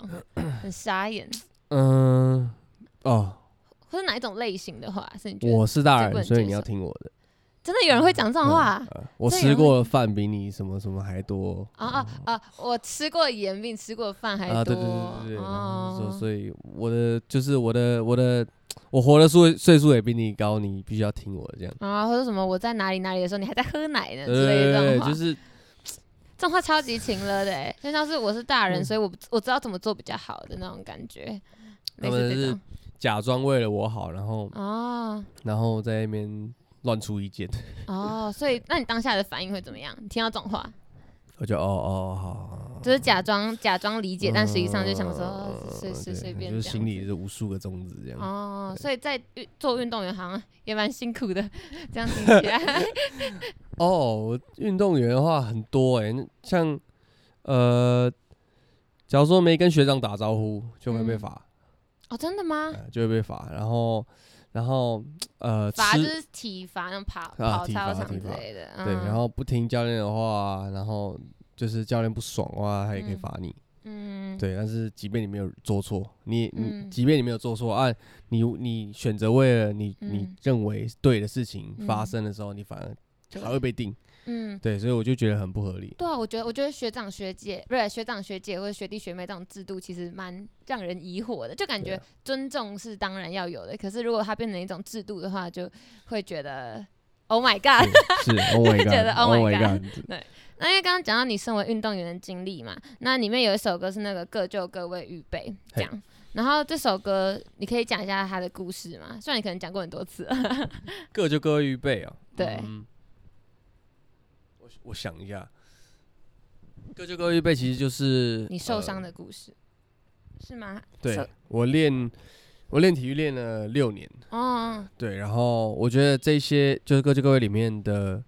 [SPEAKER 2] 很傻眼，
[SPEAKER 3] 嗯、哦，
[SPEAKER 2] 或者哪一种类型的话是你觉得
[SPEAKER 3] 我是
[SPEAKER 2] 这
[SPEAKER 3] 大
[SPEAKER 2] 不能
[SPEAKER 3] 人，所以
[SPEAKER 2] 接
[SPEAKER 3] 你要
[SPEAKER 2] 受
[SPEAKER 3] 听我的。
[SPEAKER 2] 真的有人会讲这种
[SPEAKER 3] 嗯
[SPEAKER 2] 话啊、
[SPEAKER 3] 呃我
[SPEAKER 2] 这
[SPEAKER 3] 吃
[SPEAKER 2] 也会
[SPEAKER 3] 过的饭比你什么什么还多
[SPEAKER 2] 啊啊啊！我吃过盐比你吃过饭还多。
[SPEAKER 3] 啊，对对对对对，然后就说，
[SPEAKER 2] 哦，
[SPEAKER 3] 所以我的就是我的我的我活的岁岁数也比你高，你必须要听我的这样。
[SPEAKER 2] 啊，或者什么我在哪里哪里的时候，你还在喝奶呢
[SPEAKER 3] 对
[SPEAKER 2] 之类的这
[SPEAKER 3] 对对，
[SPEAKER 2] 种话，
[SPEAKER 3] 就是
[SPEAKER 2] 这种话超级情了的欸，就像是我是大人，
[SPEAKER 3] 嗯
[SPEAKER 2] 所以我不我知道怎么做比较好的那种感觉，类似
[SPEAKER 3] 他们
[SPEAKER 2] 这
[SPEAKER 3] 是
[SPEAKER 2] 种。
[SPEAKER 3] 假装为了我好，然后
[SPEAKER 2] 哦
[SPEAKER 3] 然后在那边乱出意见，
[SPEAKER 2] 哦，所以那你当下的反应会怎么样？你听到这种话，
[SPEAKER 3] 我就哦哦好好，好
[SPEAKER 2] 就是假装假装理解，但实际上就想说
[SPEAKER 3] 嗯
[SPEAKER 2] 哦随随
[SPEAKER 3] 对
[SPEAKER 2] 随便
[SPEAKER 3] 就是
[SPEAKER 2] 这样
[SPEAKER 3] 心里
[SPEAKER 2] 子
[SPEAKER 3] 是无数个种子这样。
[SPEAKER 2] 哦，
[SPEAKER 3] 对
[SPEAKER 2] 所以在运做运动员好像也蛮辛苦的，这样听 起来。
[SPEAKER 3] 哦，我运动员的话很多哎、那像呃，假如说没跟学长打招呼，就会被
[SPEAKER 2] 嗯
[SPEAKER 3] 罚、
[SPEAKER 2] 哦，真的吗？
[SPEAKER 3] 呃就会被罚。然后，然后呃，
[SPEAKER 2] 罚就
[SPEAKER 3] 吃
[SPEAKER 2] 是体罚，那种跑跑
[SPEAKER 3] 啊体罚
[SPEAKER 2] 操场
[SPEAKER 3] 体
[SPEAKER 2] 之
[SPEAKER 3] 罚
[SPEAKER 2] 类的。
[SPEAKER 3] 对，
[SPEAKER 2] 嗯
[SPEAKER 3] 然后不听教练的话，然后就是教练不爽的话，他也可以
[SPEAKER 2] 嗯
[SPEAKER 3] 罚你。
[SPEAKER 2] 嗯，
[SPEAKER 3] 对，但是即便你没有做错，你你、
[SPEAKER 2] 嗯
[SPEAKER 3] 即便你没有做错啊，你你选择为了你、你
[SPEAKER 2] 嗯
[SPEAKER 3] 认为对的事情发
[SPEAKER 2] 嗯
[SPEAKER 3] 生的时候，你反而
[SPEAKER 2] 对
[SPEAKER 3] 还会被定。
[SPEAKER 2] 嗯，
[SPEAKER 3] 对，所以我就觉得很不 合理。
[SPEAKER 2] 对啊，我觉得我觉得学长学姐不是学长学姐或者学弟学妹这种制度，其实蛮让人疑惑的。就感
[SPEAKER 3] 对
[SPEAKER 2] 觉
[SPEAKER 3] 啊
[SPEAKER 2] 尊重是当然要有的，可是如果它变成一种制度的话，就会觉得 Oh my God！
[SPEAKER 3] 是，Oh my
[SPEAKER 2] 觉得
[SPEAKER 3] God，Oh
[SPEAKER 2] Oh my
[SPEAKER 3] my
[SPEAKER 2] God
[SPEAKER 3] God，
[SPEAKER 2] 那因为刚刚讲到你身为运动员的经历嘛，那里面有一首歌是那个各就各位预备这
[SPEAKER 3] 嘿
[SPEAKER 2] 样。然后这首歌你可以讲一下它的故事吗？虽然你可能讲过很多次了，
[SPEAKER 3] 各就各预备啊。
[SPEAKER 2] 对
[SPEAKER 3] 嗯我我想一下，各就各预备其实就是
[SPEAKER 2] 你受伤
[SPEAKER 3] 呃
[SPEAKER 2] 的故事、是吗？
[SPEAKER 3] 对
[SPEAKER 2] 受，
[SPEAKER 3] 我练我练体育练了六年，
[SPEAKER 2] 哦，
[SPEAKER 3] 对，然后我觉得这些就是各就各位里面的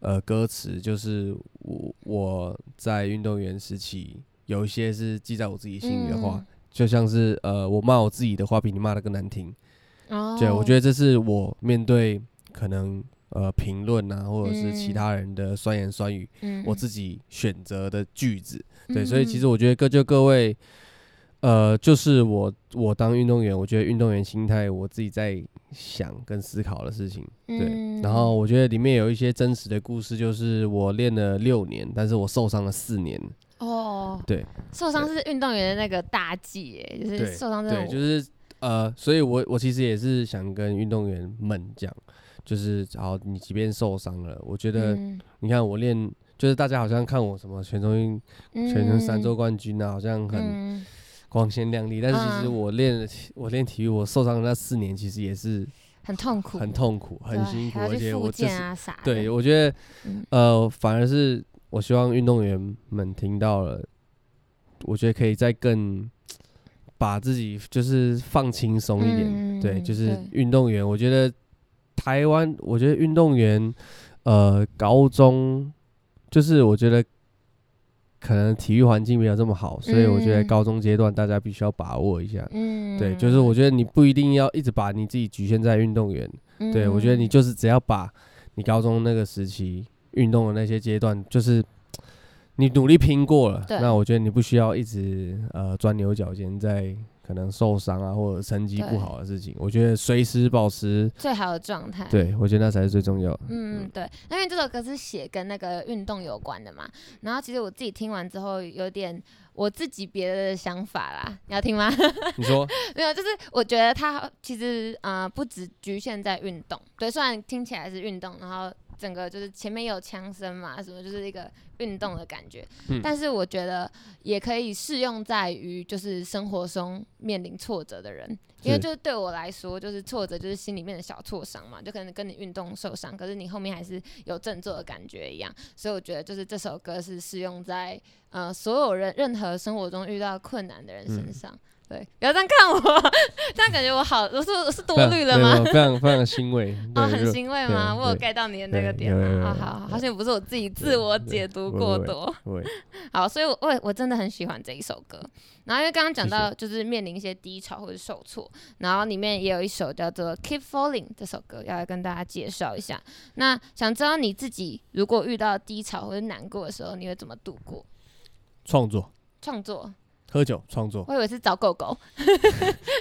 [SPEAKER 3] 呃歌词，就是我我在运动员时期有一些是记在我自己心里的
[SPEAKER 2] 嗯
[SPEAKER 3] 话，就像是呃我骂我自己的话比你骂的更难听，
[SPEAKER 2] 嗯，哦，
[SPEAKER 3] 对我觉得这是我面对可能呃评论啊或者是其
[SPEAKER 2] 嗯
[SPEAKER 3] 他人的酸言酸语，
[SPEAKER 2] 嗯
[SPEAKER 3] 我自己选择的句子，对，所以其实
[SPEAKER 2] 我
[SPEAKER 3] 我觉得各就各位，呃，就是我我当运动员，我觉得运动员心态我自己在想跟思考的事情，对。
[SPEAKER 2] 嗯
[SPEAKER 3] 然后我觉得里面有一些真实的故事，就是我练了六年，但是我受伤了四年，
[SPEAKER 2] 哦，
[SPEAKER 3] 对，
[SPEAKER 2] 受伤是运动员的那个大忌耶，就是
[SPEAKER 3] 对
[SPEAKER 2] 受伤真
[SPEAKER 3] 对，
[SPEAKER 2] 的
[SPEAKER 3] 就是呃，所以我我其实也是想跟运动员们讲，就是好，你即便受伤了，我觉得
[SPEAKER 2] 嗯
[SPEAKER 3] 你看我练。就是大家好像看我什么全中运、全中三周冠军啊，好像很、
[SPEAKER 2] 嗯
[SPEAKER 3] 光鲜亮丽，但是其实
[SPEAKER 2] 嗯
[SPEAKER 3] 我练了体我练体育，我受伤的那四年其实也是
[SPEAKER 2] 很痛苦，
[SPEAKER 3] 很痛苦、很
[SPEAKER 2] 对
[SPEAKER 3] 辛苦，
[SPEAKER 2] 还要
[SPEAKER 3] 而
[SPEAKER 2] 去
[SPEAKER 3] 且
[SPEAKER 2] 复
[SPEAKER 3] 我这
[SPEAKER 2] 健
[SPEAKER 3] 是
[SPEAKER 2] 啊啥的，
[SPEAKER 3] 对我觉得
[SPEAKER 2] 嗯
[SPEAKER 3] 呃，反而是我希望运动员们听到了，我觉得可以再更把自己就是放轻松一点，
[SPEAKER 2] 嗯
[SPEAKER 3] 对，就是
[SPEAKER 2] 对
[SPEAKER 3] 运动员，我觉得台湾，我觉得运动员呃，高中就是我觉得。可能体育环境没有这么好，所以我觉得
[SPEAKER 2] 嗯
[SPEAKER 3] 高中阶段大家必须要把握一下。
[SPEAKER 2] 嗯
[SPEAKER 3] 对，就是我觉得你不一定要一直把你自己局限在运动员，对我觉
[SPEAKER 2] 嗯
[SPEAKER 3] 得你就是只要把你高中那个时期运动的那些阶段，就是你努力拼过了，
[SPEAKER 2] 对
[SPEAKER 3] 那我觉得你不需要一直呃钻牛角尖，在可能受伤啊或者成绩
[SPEAKER 2] 对
[SPEAKER 3] 不好的事情，我觉得随时保持，
[SPEAKER 2] 嗯最好的状态，
[SPEAKER 3] 对我觉得那才是最重要的。
[SPEAKER 2] 嗯，对，那因为这首歌是写跟那个运动有关的嘛，然后其实我自己听完之后有点我自己别的想法啦，你要听吗？
[SPEAKER 3] 你说
[SPEAKER 2] 没有，就是我觉得它其实呃不只局限在运动，对，虽然听起来是运动，然后整个就是前面有枪声嘛，什么就是一个运动的感觉，
[SPEAKER 3] 嗯
[SPEAKER 2] 但是我觉得也可以适用在于就是生活中面临挫折的人，因为
[SPEAKER 3] 是
[SPEAKER 2] 就是对我来说，就是挫折就是心里面的小挫伤嘛，就可能跟你运动受伤，可是你后面还是有振作的感觉一样，所以我觉得就是这首歌是适用在呃所有人任何生活中遇到困难的人身
[SPEAKER 3] 嗯
[SPEAKER 2] 上。对，不要这样看我， 这样感觉我好，我是我是多
[SPEAKER 3] 非常
[SPEAKER 2] 虑了
[SPEAKER 3] 没有
[SPEAKER 2] 吗
[SPEAKER 3] 没？有非常非常欣慰，
[SPEAKER 2] 哦，
[SPEAKER 3] 对
[SPEAKER 2] 很
[SPEAKER 3] 就
[SPEAKER 2] 欣慰吗？
[SPEAKER 3] 对
[SPEAKER 2] 我有
[SPEAKER 3] 对
[SPEAKER 2] get 到你的那个
[SPEAKER 3] 对
[SPEAKER 2] 点
[SPEAKER 3] 有有
[SPEAKER 2] 吗？啊，
[SPEAKER 3] 有有
[SPEAKER 2] 好好，
[SPEAKER 3] 有
[SPEAKER 2] 好像不是我自己自我
[SPEAKER 3] 对
[SPEAKER 2] 解读
[SPEAKER 3] 不
[SPEAKER 2] 过
[SPEAKER 3] 会
[SPEAKER 2] 多。
[SPEAKER 3] 对
[SPEAKER 2] 好，所以我我我真的很喜欢这一首歌。然后因为刚刚讲
[SPEAKER 3] 谢谢
[SPEAKER 2] 到就是面临一些低潮或者受挫，然后里面也有一首叫做《Keep Falling》这首歌要来跟大家介绍一下。那想知道你自己如果遇到低潮或者难过的时候，你会怎么度过？
[SPEAKER 3] 创作、
[SPEAKER 2] 创作，
[SPEAKER 3] 喝酒、创作，
[SPEAKER 2] 我以为是找狗狗。，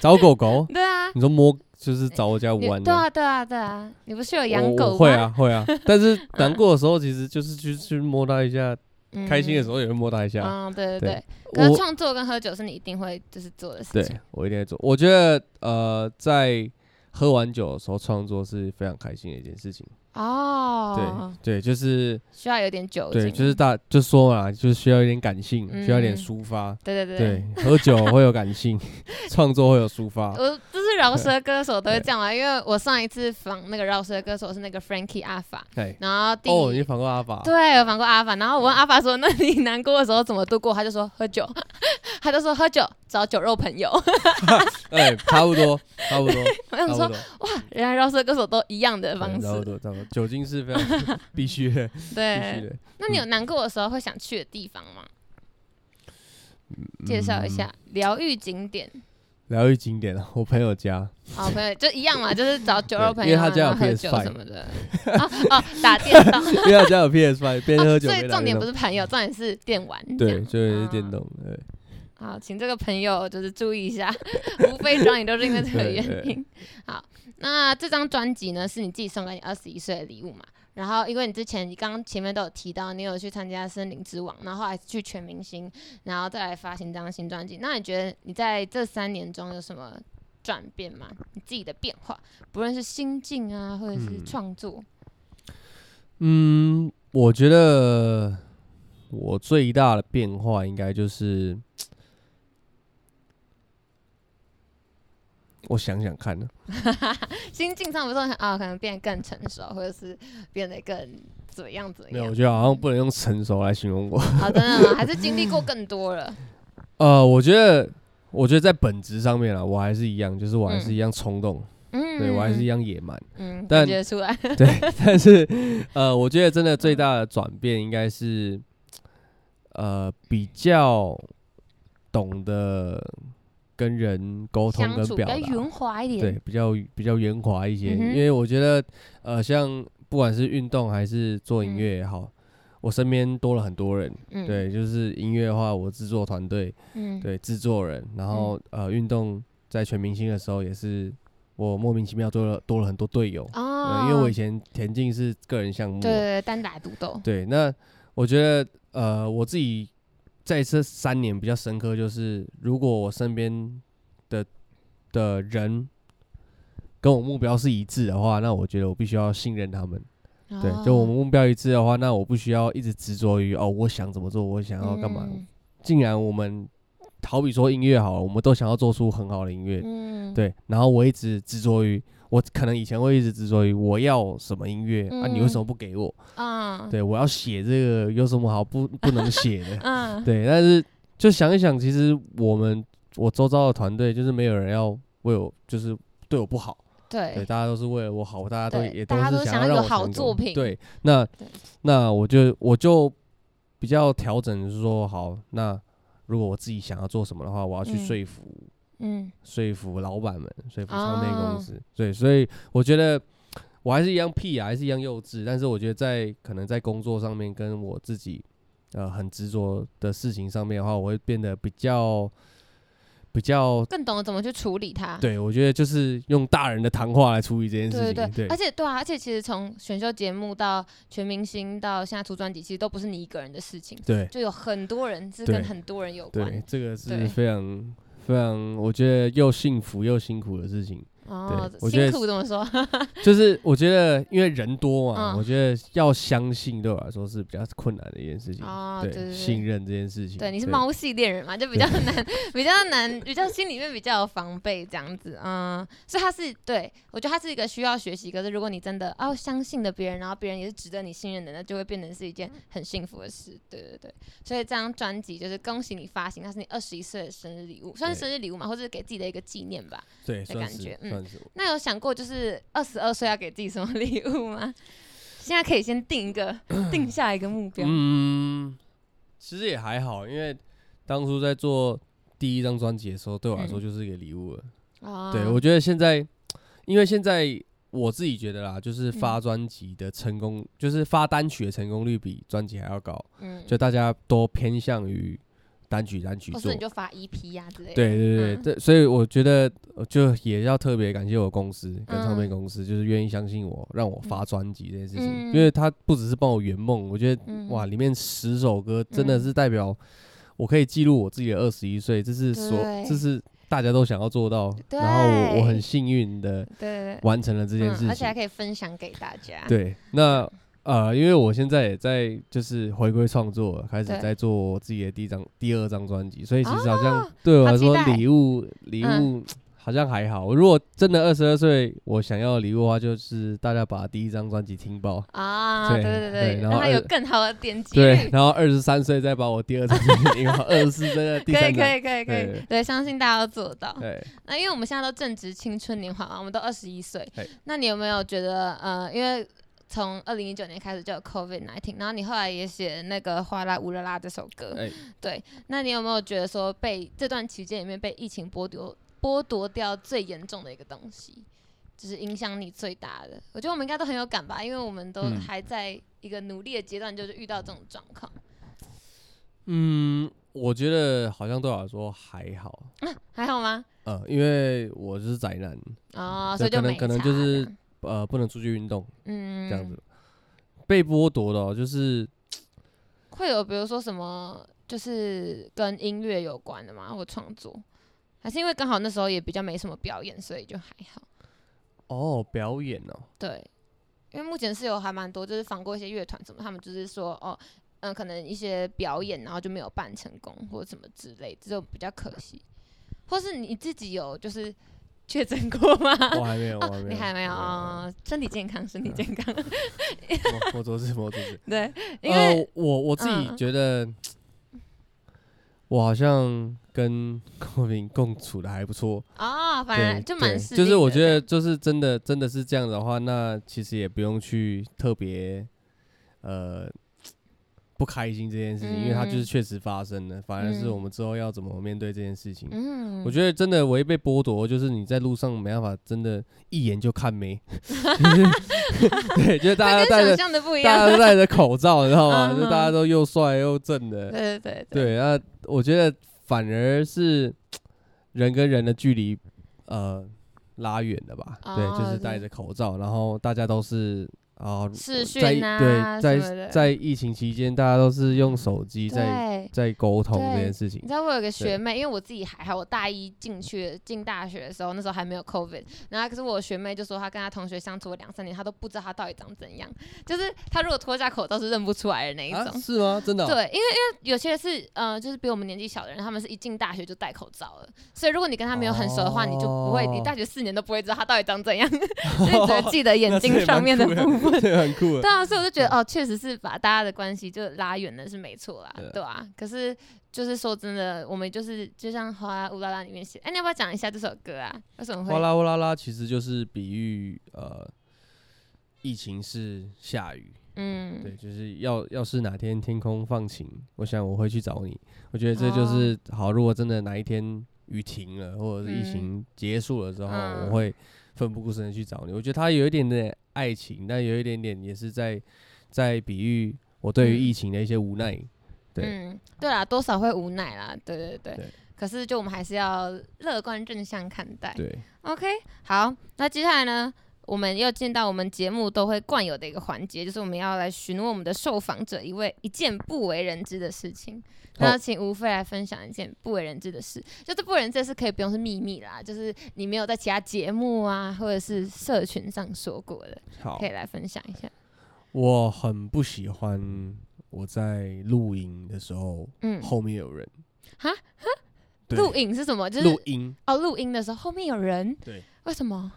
[SPEAKER 3] 找狗狗
[SPEAKER 2] 对啊，
[SPEAKER 3] 你说摸 就是找我家
[SPEAKER 2] 你
[SPEAKER 3] 玩
[SPEAKER 2] 对
[SPEAKER 3] 的。
[SPEAKER 2] 啊，对啊，对啊，你不是有养
[SPEAKER 3] 我
[SPEAKER 2] 狗
[SPEAKER 3] 我
[SPEAKER 2] 吗？
[SPEAKER 3] 会啊，会 啊，但是难过的时候，其实就是去去摸它一下，
[SPEAKER 2] 嗯，
[SPEAKER 3] 开心的时
[SPEAKER 2] 候。
[SPEAKER 3] 候也会摸它一下。
[SPEAKER 2] 嗯，对对
[SPEAKER 3] 对
[SPEAKER 2] 对。可是
[SPEAKER 3] 我
[SPEAKER 2] 创作跟喝酒是你一定会就是做的事情。
[SPEAKER 3] 对我一定会做。我觉得呃，在喝完酒的时候创作是非常开心的一件事情。
[SPEAKER 2] 哦，
[SPEAKER 3] 对对，就是
[SPEAKER 2] 需要有点酒精。
[SPEAKER 3] 对，就是大就说嘛，就是需要一点感性，需要一点
[SPEAKER 2] 嗯
[SPEAKER 3] 抒发。
[SPEAKER 2] 对对
[SPEAKER 3] 对，喝酒会有感 性，创作会有抒发。
[SPEAKER 2] 我这是饶舌歌手都会
[SPEAKER 3] 对
[SPEAKER 2] 这样嘛，因为我上一次访那个饶舌歌手是那个 Frankie 阿法，
[SPEAKER 3] 对，
[SPEAKER 2] 然后第、
[SPEAKER 3] 哦，你访嗯过阿法？
[SPEAKER 2] 对我访过阿法，然后我问阿法说：“那你难过的时候怎么度过？”他就说：“喝酒。”他就说：“喝酒，找酒肉朋友。
[SPEAKER 3] 对，哎差不多，差不多，”
[SPEAKER 2] 我
[SPEAKER 3] 差
[SPEAKER 2] 想
[SPEAKER 3] 不
[SPEAKER 2] 说
[SPEAKER 3] 多，，
[SPEAKER 2] 原来饶舌歌手都一样的
[SPEAKER 3] 啊对
[SPEAKER 2] 方
[SPEAKER 3] 差不
[SPEAKER 2] 式。
[SPEAKER 3] 多，差不多。酒精是 非常必须的，必须
[SPEAKER 2] 对，
[SPEAKER 3] 的。嗯
[SPEAKER 2] 那你有难过的时候会想去的地方吗？介绍一
[SPEAKER 3] 嗯
[SPEAKER 2] 下疗愈景点。
[SPEAKER 3] 疗愈景点啊，我朋友家。
[SPEAKER 2] 好哦朋友就一样嘛，就是找酒肉朋友，啊
[SPEAKER 3] 对因为他家有
[SPEAKER 2] 然后喝酒
[SPEAKER 3] PS5
[SPEAKER 2] 什么的。哦哦，打电 动。
[SPEAKER 3] 因为他家有 PS 5边喝酒
[SPEAKER 2] 啊所
[SPEAKER 3] 边
[SPEAKER 2] 以
[SPEAKER 3] 打
[SPEAKER 2] 重
[SPEAKER 3] 电
[SPEAKER 2] 点
[SPEAKER 3] 动
[SPEAKER 2] 不是朋友，重点是电玩。这
[SPEAKER 3] 对，
[SPEAKER 2] 样
[SPEAKER 3] 就是电
[SPEAKER 2] 嗯
[SPEAKER 3] 动。对，
[SPEAKER 2] 好，请这个朋友就是注意一下， 无非找你都是因为这个原因。好，那这张专辑呢，是你自己送给你二十一岁的礼物嘛？然后，因为你之前你刚刚前面都有提到，你有去参加《森林之王》，然后后来去全明星，然后再来发行这张新专辑。那你觉得你在这三年中有什么转变吗？你自己的变化，不论是心境啊，或者是
[SPEAKER 3] 嗯
[SPEAKER 2] 创作，
[SPEAKER 3] 嗯，我觉得我最大的变化应该就是，我想想看呢，
[SPEAKER 2] 心境上不是很啊，可能变得更成熟，或者是变得更怎么样怎么
[SPEAKER 3] 没有，我
[SPEAKER 2] 样？
[SPEAKER 3] 觉得好像不能用成熟来形容我。
[SPEAKER 2] 好，真的吗？还是经历过更多了？
[SPEAKER 3] 呃，我觉得，我觉得在本质上面啊，我还是一样，就是我还是
[SPEAKER 2] 嗯
[SPEAKER 3] 一样冲动，
[SPEAKER 2] 嗯，
[SPEAKER 3] 对我还是一样野蛮。
[SPEAKER 2] 嗯，
[SPEAKER 3] 但
[SPEAKER 2] 感觉得出来，
[SPEAKER 3] 但是，呃，我觉得真的最大的转变应该是，呃，比较懂得跟人 沟通
[SPEAKER 2] 相
[SPEAKER 3] 跟
[SPEAKER 2] 处比
[SPEAKER 3] 表
[SPEAKER 2] 较
[SPEAKER 3] 达，
[SPEAKER 2] 圆滑一
[SPEAKER 3] 对
[SPEAKER 2] 点。，
[SPEAKER 3] 比较比较圆滑一些。
[SPEAKER 2] 嗯哼
[SPEAKER 3] 因为我觉得，呃，像不管是运动还是做音
[SPEAKER 2] 嗯
[SPEAKER 3] 乐也好，我身边多了很多人。
[SPEAKER 2] 嗯，
[SPEAKER 3] 对，就是音乐的话，我制作团队，
[SPEAKER 2] 嗯，
[SPEAKER 3] 对制作人，然后、呃，运动在全明星的时候也是我莫名其妙多了多了很多队友。
[SPEAKER 2] 哦
[SPEAKER 3] 呃，因为我以前田径是个人项目嘛，
[SPEAKER 2] 对对对单打独斗，
[SPEAKER 3] 对，那我觉得呃，我自己在这三年比较深刻，就是如果我身边的的人跟我目标是一致的话，那我觉得我必须要信任他们。对，
[SPEAKER 2] 哦
[SPEAKER 3] 就我们目标一致的话，那我不需要一直执着于哦，我想怎么做，我想要干嘛。
[SPEAKER 2] 嗯
[SPEAKER 3] 竟然我们好比说音乐好了，我们都想要做出很好的音乐，
[SPEAKER 2] 嗯，
[SPEAKER 3] 对，然后我一直执着于，我可能以前会一直执着于我要什么音乐、啊，你为
[SPEAKER 2] 嗯
[SPEAKER 3] 什么不给我？
[SPEAKER 2] 嗯，
[SPEAKER 3] 对我要写这个有什么好不不能写的？
[SPEAKER 2] 嗯，
[SPEAKER 3] 对，但是就想一想，其实我们我周遭的团队就是没有人要为我就是对我不好，对，
[SPEAKER 2] 对，
[SPEAKER 3] 大家都是为了我好，大家都
[SPEAKER 2] 对
[SPEAKER 3] 也
[SPEAKER 2] 大家
[SPEAKER 3] 是
[SPEAKER 2] 都
[SPEAKER 3] 想
[SPEAKER 2] 想要
[SPEAKER 3] 要让
[SPEAKER 2] 有
[SPEAKER 3] 我
[SPEAKER 2] 好
[SPEAKER 3] 成
[SPEAKER 2] 作
[SPEAKER 3] 功
[SPEAKER 2] 品
[SPEAKER 3] 对，那
[SPEAKER 2] 对
[SPEAKER 3] 那我就我就比较调整是说，好，那如果我自己想要做什么的话，我要去
[SPEAKER 2] 嗯
[SPEAKER 3] 说服
[SPEAKER 2] 嗯
[SPEAKER 3] 说服老板们，说服唱片
[SPEAKER 2] 哦
[SPEAKER 3] 公司。对，所以我觉得我还是一样屁啊，还是一样幼稚，但是我觉得在可能在工作上面跟我自己呃很执着的事情上面的话，我会变得比较比较。
[SPEAKER 2] 更懂得怎么去处理它。
[SPEAKER 3] 对，我觉得就是用大人的谈话来处理这件事
[SPEAKER 2] 对
[SPEAKER 3] 情。
[SPEAKER 2] 对
[SPEAKER 3] 对
[SPEAKER 2] 而且对啊，而且其实从选秀节目到全明星到现在出专辑，其实都不是你一个人的事情，
[SPEAKER 3] 对
[SPEAKER 2] 就有很多人是跟
[SPEAKER 3] 对
[SPEAKER 2] 很多人有关。
[SPEAKER 3] 对，这个是
[SPEAKER 2] 对
[SPEAKER 3] 非常非常，我觉得又幸福又辛苦的事情。
[SPEAKER 2] 哦，
[SPEAKER 3] 我
[SPEAKER 2] 辛
[SPEAKER 3] 觉得
[SPEAKER 2] 苦怎么说？
[SPEAKER 3] 就是我觉得，因为人多嘛，
[SPEAKER 2] 嗯
[SPEAKER 3] 我觉得要相信对我来说是比较困难的一件事情。
[SPEAKER 2] 哦
[SPEAKER 3] 对，
[SPEAKER 2] 对对对
[SPEAKER 3] 信任这件事情。
[SPEAKER 2] 对，你是猫系恋人嘛，就比较难，比较难，比较心里面比较有防备这样子，嗯，所以他是对我觉得他是一个需要学习，可是如果你真的哦相信了别人，然后别人也是值得你信任的，那就会变成是一件很幸福的事，对对对，所以这张专辑就是恭喜你发行，它是你二十一岁的生日礼物，算是
[SPEAKER 3] 对
[SPEAKER 2] 生日礼物嘛，或者是给自己的一个纪念吧。
[SPEAKER 3] 对，
[SPEAKER 2] 的
[SPEAKER 3] 算
[SPEAKER 2] 感
[SPEAKER 3] 是
[SPEAKER 2] 觉嗯
[SPEAKER 3] 算是。
[SPEAKER 2] 那有想过就是二十二岁要给自己什么礼物吗？现在可以先定一个， 定下一个目标。
[SPEAKER 3] 嗯，其实也还好，因为当初在做第一张专辑的时候，对我来说
[SPEAKER 2] 嗯
[SPEAKER 3] 就是一个礼物了。
[SPEAKER 2] 啊
[SPEAKER 3] 对，我觉得现在，因为现在我自己觉得啦，就是发
[SPEAKER 2] 嗯
[SPEAKER 3] 专辑的成功，就是发单曲的成功率比专辑还要高，
[SPEAKER 2] 嗯
[SPEAKER 3] 就大家都偏向于单曲单曲
[SPEAKER 2] 或
[SPEAKER 3] 做。
[SPEAKER 2] 是你就发 EP 呀、之类的。
[SPEAKER 3] 对对对，
[SPEAKER 2] 嗯
[SPEAKER 3] 这、所以我觉得呃就也要特别感谢我公司跟唱片
[SPEAKER 2] 嗯
[SPEAKER 3] 公司，就是愿意相信我，让我发专辑这件事情，
[SPEAKER 2] 嗯
[SPEAKER 3] 因为他不只是帮我圆梦，我觉得、
[SPEAKER 2] 嗯
[SPEAKER 3] 哇，里面十首歌真的是代表我可以记录我自己的二十一岁，这是所
[SPEAKER 2] 对
[SPEAKER 3] 这是大家都想要做到，
[SPEAKER 2] 对
[SPEAKER 3] 然后我我很幸运的
[SPEAKER 2] 对对对，
[SPEAKER 3] 完成了这件事
[SPEAKER 2] 嗯，而且
[SPEAKER 3] 情
[SPEAKER 2] 还，可以分享给大家。
[SPEAKER 3] 对，那。呃，因为我现在也在就是回归创作了，开始
[SPEAKER 2] 对
[SPEAKER 3] 在做我自己的第一张、第二张专辑，所以其实
[SPEAKER 2] 哦
[SPEAKER 3] 好像对我
[SPEAKER 2] 好
[SPEAKER 3] 来
[SPEAKER 2] 期
[SPEAKER 3] 说
[SPEAKER 2] 待
[SPEAKER 3] 礼物礼
[SPEAKER 2] 嗯
[SPEAKER 3] 物好像还好。如果真的二十二岁，我想要的礼物的话，就是大家把第一张专辑听爆，
[SPEAKER 2] 啊，对
[SPEAKER 3] 对
[SPEAKER 2] 对
[SPEAKER 3] 对然
[SPEAKER 2] 让
[SPEAKER 3] 后
[SPEAKER 2] 它有
[SPEAKER 3] 二
[SPEAKER 2] 更好的点击
[SPEAKER 3] 对，
[SPEAKER 2] 率。
[SPEAKER 3] 然后二十三岁再把我第二张专辑听爆，二十四岁的第
[SPEAKER 2] 可
[SPEAKER 3] 三
[SPEAKER 2] 以可
[SPEAKER 3] 张，
[SPEAKER 2] 以可以可以
[SPEAKER 3] 对，
[SPEAKER 2] 对，相信大家都做到。
[SPEAKER 3] 对，
[SPEAKER 2] 那因为我们现在都正值青春年华嘛，我们都二十一岁
[SPEAKER 3] 嘿，
[SPEAKER 2] 那你有没有觉得呃，因为从二零一九年开始就有 COVID nineteen，然后你后来也写那个《哗啦乌啦啦》这首歌，
[SPEAKER 3] 哎，
[SPEAKER 2] 对，那你有没有觉得说被这段期间里面被疫情剥夺剥夺掉最严重的一个东西，就是影响你最大的？我觉得我们应该都很有感吧，因为我们都
[SPEAKER 3] 嗯
[SPEAKER 2] 还在一个努力的阶段，就是遇到这种状况。
[SPEAKER 3] 嗯，我觉得好像对我来说还好，
[SPEAKER 2] 还好吗？
[SPEAKER 3] 呃，因为我是宅男，
[SPEAKER 2] 哦，
[SPEAKER 3] 对
[SPEAKER 2] 所以就
[SPEAKER 3] 可能
[SPEAKER 2] 没
[SPEAKER 3] 可能
[SPEAKER 2] 差
[SPEAKER 3] 就是
[SPEAKER 2] 这样
[SPEAKER 3] 呃，不能出去运动
[SPEAKER 2] 嗯
[SPEAKER 3] 这样子，被剥夺的哦、就是
[SPEAKER 2] 会有比如说什么就是跟音乐有关的吗？或创作，还是因为刚好那时候也比较没什么表演，所以就还好。
[SPEAKER 3] 哦，表演哦、
[SPEAKER 2] 对，因为目前是有还蛮多，就是访过一些乐团什么，他们就是说哦，嗯、可能一些表演然后就没有办成功或什么之类，这种比较可惜。或是你自己有就是确诊过吗？哦
[SPEAKER 3] 我还 没有，我
[SPEAKER 2] 啊
[SPEAKER 3] 还没有，嗯
[SPEAKER 2] 你还没有
[SPEAKER 3] 我
[SPEAKER 2] 啊、哦身体健康，身体健康。
[SPEAKER 3] 我我昨日我昨日，
[SPEAKER 2] 对，哦因为、
[SPEAKER 3] 呃，我我自己
[SPEAKER 2] 嗯
[SPEAKER 3] 觉得，我好像跟郭平共处的还不错，
[SPEAKER 2] 哦，反
[SPEAKER 3] 对，
[SPEAKER 2] 正就
[SPEAKER 3] 对
[SPEAKER 2] 蛮适
[SPEAKER 3] 就是
[SPEAKER 2] 应
[SPEAKER 3] 我
[SPEAKER 2] 的
[SPEAKER 3] 觉
[SPEAKER 2] 这
[SPEAKER 3] 得
[SPEAKER 2] 样
[SPEAKER 3] 就是真的真的是这样的话，那其实也不用去特别呃不开心这件事情，因为它就是
[SPEAKER 2] 嗯
[SPEAKER 3] 确实发生了，反而是
[SPEAKER 2] 嗯
[SPEAKER 3] 我们之后要怎么面对这件事情。
[SPEAKER 2] 嗯，
[SPEAKER 3] 我觉得真的唯一被剥夺，就是你在路上没办法真的一眼就看没， 对，就是大家
[SPEAKER 2] 跟
[SPEAKER 3] 戴
[SPEAKER 2] 想
[SPEAKER 3] 着
[SPEAKER 2] 象的不一
[SPEAKER 3] 大
[SPEAKER 2] 样。
[SPEAKER 3] 家都戴着口罩，你知道吗？
[SPEAKER 2] 嗯
[SPEAKER 3] 就大家都又帅又正的，
[SPEAKER 2] 对对对
[SPEAKER 3] 对，那我觉得反而是人跟人的距离，呃，拉远了吧？对，
[SPEAKER 2] 哦
[SPEAKER 3] 就是戴着口罩，然后大家都是啊，
[SPEAKER 2] 视
[SPEAKER 3] 在
[SPEAKER 2] 讯啊
[SPEAKER 3] 对，
[SPEAKER 2] 什么
[SPEAKER 3] 在
[SPEAKER 2] 的
[SPEAKER 3] 在疫情期间，大家都是用手机在
[SPEAKER 2] 对。
[SPEAKER 3] 在沟通
[SPEAKER 2] 对
[SPEAKER 3] 这件事情
[SPEAKER 2] 你知。道我有个学妹，因为我自己还好，我大一进去进大学的时候，那时候还没有 COVID，然后可是我学妹就说她跟她同学相处了两三年，她都不知道她到底长怎样，就是她如果脱下口罩是认不出来的那一种。
[SPEAKER 3] 啊，是吗？真的哦、
[SPEAKER 2] 对，因为因为有些是呃，就是比我们年纪小的人，他们是一进大学就戴口罩了，所以如果你跟他没有很熟的话，你就不会，
[SPEAKER 3] 哦
[SPEAKER 2] 你大学四年都不会知道他到底长怎样， 所以 只能记得眼睛上面的部分。
[SPEAKER 3] 分， 这很酷的。
[SPEAKER 2] 对啊，所以我就觉得哦，确实是把大家的关系就拉远了，是没错啦
[SPEAKER 3] 对，
[SPEAKER 2] 对啊。可是就是说真的，我们就是就像《哗啦乌啦啦》里面写，哎，你要不要讲一下这首歌啊？为什么
[SPEAKER 3] 哗
[SPEAKER 2] 会？
[SPEAKER 3] 啦哗啦啦，其实就是比喻呃，疫情是下雨，
[SPEAKER 2] 嗯，
[SPEAKER 3] 对，就是要要是哪天天空放晴，我想我会去找你。我觉得这
[SPEAKER 2] 哦
[SPEAKER 3] 就是、好，如果真的哪一天雨停了，或者是疫
[SPEAKER 2] 嗯
[SPEAKER 3] 情结束了之后，
[SPEAKER 2] 嗯
[SPEAKER 3] 我会奋不顾身的去找你。我觉得它有一点点爱情，但有一点点也是在在比喻我对于
[SPEAKER 2] 嗯
[SPEAKER 3] 疫情的一些无奈。对
[SPEAKER 2] 嗯，对啦，多少会无奈啦，对对对。
[SPEAKER 3] 对
[SPEAKER 2] 可是就我们还是要乐观正向看待。
[SPEAKER 3] 对，
[SPEAKER 2] OK，好，那接下来呢，我们又进到我们节目都会惯有的一个环节，就是我们要来询问我们的受访者一位一件不为人知的事情。那
[SPEAKER 3] 好
[SPEAKER 2] 请吴飞来分享一件不为人知的事，就是不为人知的事可以不用是秘密啦，就是你没有在其他节目啊或者是社群上说过的，
[SPEAKER 3] 好
[SPEAKER 2] 可，以来分享一下。
[SPEAKER 3] 我很不喜欢我在露营的时候、
[SPEAKER 2] 嗯，
[SPEAKER 3] 后面有人。
[SPEAKER 2] 哈
[SPEAKER 3] 对
[SPEAKER 2] 录影是什么？就是
[SPEAKER 3] 录音，
[SPEAKER 2] 哦，录音的时候后面有人，
[SPEAKER 3] 对，
[SPEAKER 2] 为什么？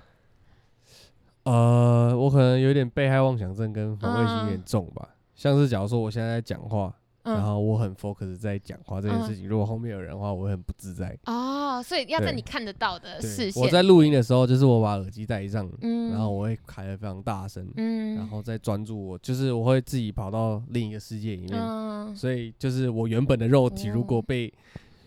[SPEAKER 3] 呃，我可能有点被害妄想症跟防卫心有
[SPEAKER 2] 嗯
[SPEAKER 3] 点重吧。像是假如说我现在在讲话，然
[SPEAKER 2] 嗯，
[SPEAKER 3] 后我很 focus 在讲话这件
[SPEAKER 2] 嗯
[SPEAKER 3] 事情，如果后面有人的话，我会很不自在。
[SPEAKER 2] 哦，所以要在
[SPEAKER 3] 对
[SPEAKER 2] 你看得到的呃视
[SPEAKER 3] 对，
[SPEAKER 2] 线。
[SPEAKER 3] 我在录音的时候，就是我把耳机戴上，
[SPEAKER 2] 嗯，
[SPEAKER 3] 然后我会开的非常大声，
[SPEAKER 2] 嗯，
[SPEAKER 3] 然后再专注我，就是我会自己跑到另一个世界里面。
[SPEAKER 2] 嗯，
[SPEAKER 3] 所以就是我原本的肉体如果
[SPEAKER 2] 哦
[SPEAKER 3] 被，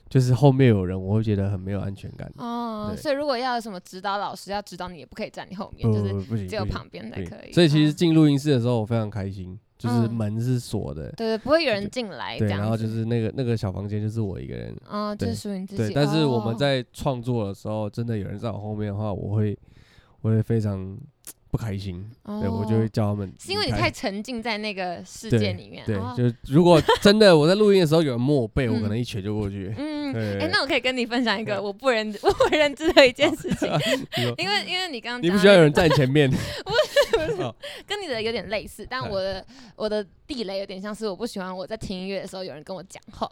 [SPEAKER 3] 就是后面有人，我会觉得很没有安全感。
[SPEAKER 2] 哦，
[SPEAKER 3] 对
[SPEAKER 2] 所以如果要有什么指导老师要指导你，也不可以站你后面，
[SPEAKER 3] 不
[SPEAKER 2] 就
[SPEAKER 3] 不
[SPEAKER 2] 是
[SPEAKER 3] 不不行，
[SPEAKER 2] 只有
[SPEAKER 3] 不行
[SPEAKER 2] 旁边才
[SPEAKER 3] 对
[SPEAKER 2] 可以。
[SPEAKER 3] 所以其实
[SPEAKER 2] 哦
[SPEAKER 3] 进录音室的时候，我非常开心，就是
[SPEAKER 2] 嗯
[SPEAKER 3] 门是锁的，
[SPEAKER 2] 对对，不会有人进来这
[SPEAKER 3] 对，
[SPEAKER 2] 样子。
[SPEAKER 3] 然后就是那个那个小房间就是我一个人，
[SPEAKER 2] 嗯，就是
[SPEAKER 3] 对
[SPEAKER 2] 属于你自己。
[SPEAKER 3] 对。但是我们
[SPEAKER 2] 哦
[SPEAKER 3] 在创作的时候，真的有人在我后面的话，我会我会非常不开心，对我就会
[SPEAKER 2] 哦
[SPEAKER 3] 叫他们离开。
[SPEAKER 2] 是因为你太沉浸在那个世界里面。
[SPEAKER 3] 对
[SPEAKER 2] 哦，
[SPEAKER 3] 就如果真的我在录音的时候有人摸我背，我
[SPEAKER 2] 嗯
[SPEAKER 3] 可能一拳就过 去。
[SPEAKER 2] 嗯，
[SPEAKER 3] 对
[SPEAKER 2] 哎，那我可以跟你分享一个我不认 我不认知的一件事情，
[SPEAKER 3] 你说
[SPEAKER 2] 因为因为你刚刚
[SPEAKER 3] 你不
[SPEAKER 2] 讲
[SPEAKER 3] 需要
[SPEAKER 2] 到
[SPEAKER 3] 有人站 前面，
[SPEAKER 2] 跟你的有点类似，但
[SPEAKER 3] 嗯
[SPEAKER 2] 我的我的地雷有点像是我不喜欢我在听音乐的时候有人跟我讲话，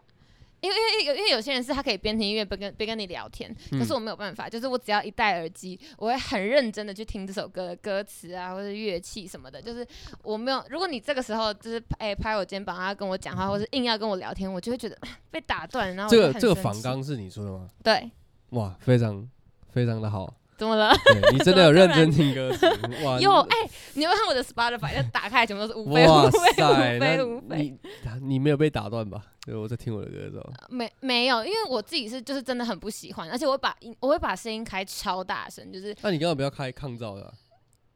[SPEAKER 2] 因为因为有因为有些人是他可以边听音乐边跟边跟你聊天，
[SPEAKER 3] 嗯
[SPEAKER 2] 可是我没有办法，就是我只要一戴耳机，我会很认真的去听这首歌的歌词啊，或者乐器什么的，就是我没有，如果你这个时候就是哎、拍我肩膀啊跟我讲话，或是硬要跟我聊天，我就会觉得啊被打断，然后
[SPEAKER 3] 这
[SPEAKER 2] 我就
[SPEAKER 3] 个
[SPEAKER 2] 很
[SPEAKER 3] 这个
[SPEAKER 2] 生
[SPEAKER 3] 仿
[SPEAKER 2] 气
[SPEAKER 3] 纲是你说的吗？
[SPEAKER 2] 对，
[SPEAKER 3] 哇，非常非常的好，
[SPEAKER 2] 怎么了？
[SPEAKER 3] 对你
[SPEAKER 2] 怎
[SPEAKER 3] 真
[SPEAKER 2] 么
[SPEAKER 3] 的有
[SPEAKER 2] 突
[SPEAKER 3] 认
[SPEAKER 2] 然
[SPEAKER 3] 真听 歌词，哇，
[SPEAKER 2] 有哎、你有没有看我的 Spotify，就打开全部都是五倍
[SPEAKER 3] 哇
[SPEAKER 2] 五倍
[SPEAKER 3] 塞，
[SPEAKER 2] 五
[SPEAKER 3] 那
[SPEAKER 2] 倍五倍。
[SPEAKER 3] 你你没有被打断吧？对，我在听我的歌的时候，
[SPEAKER 2] 没没有，因为我自己是就是真的很不喜欢，而且我会把音我会把声音开超大声，就是
[SPEAKER 3] 那你刚刚不要开抗噪的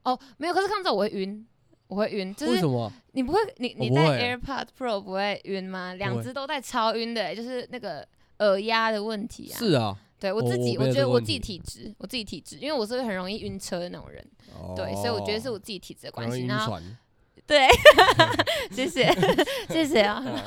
[SPEAKER 3] 啊、
[SPEAKER 2] 哦没有，可是看着我会晕，我会晕，就
[SPEAKER 3] 为
[SPEAKER 2] 是
[SPEAKER 3] 什么？啊
[SPEAKER 2] 你不会，你你
[SPEAKER 3] 我不
[SPEAKER 2] 戴
[SPEAKER 3] 会
[SPEAKER 2] AirPod Pro 不会晕吗？两
[SPEAKER 3] 会
[SPEAKER 2] 只都戴超晕的欸、就是那个耳压的问题啊。
[SPEAKER 3] 是啊，
[SPEAKER 2] 对我
[SPEAKER 3] 我
[SPEAKER 2] 自己，
[SPEAKER 3] 我没有
[SPEAKER 2] 我觉
[SPEAKER 3] 这
[SPEAKER 2] 得
[SPEAKER 3] 个
[SPEAKER 2] 我
[SPEAKER 3] 问
[SPEAKER 2] 自己
[SPEAKER 3] 题
[SPEAKER 2] 体质，我自己体质，因为我是个很容易晕车的那种人，对，所以我觉
[SPEAKER 3] 哦
[SPEAKER 2] 得是我自己体质的关系。
[SPEAKER 3] 晕
[SPEAKER 2] 然后
[SPEAKER 3] 船，
[SPEAKER 2] 对，谢 谢谢谢啊。
[SPEAKER 3] 嗯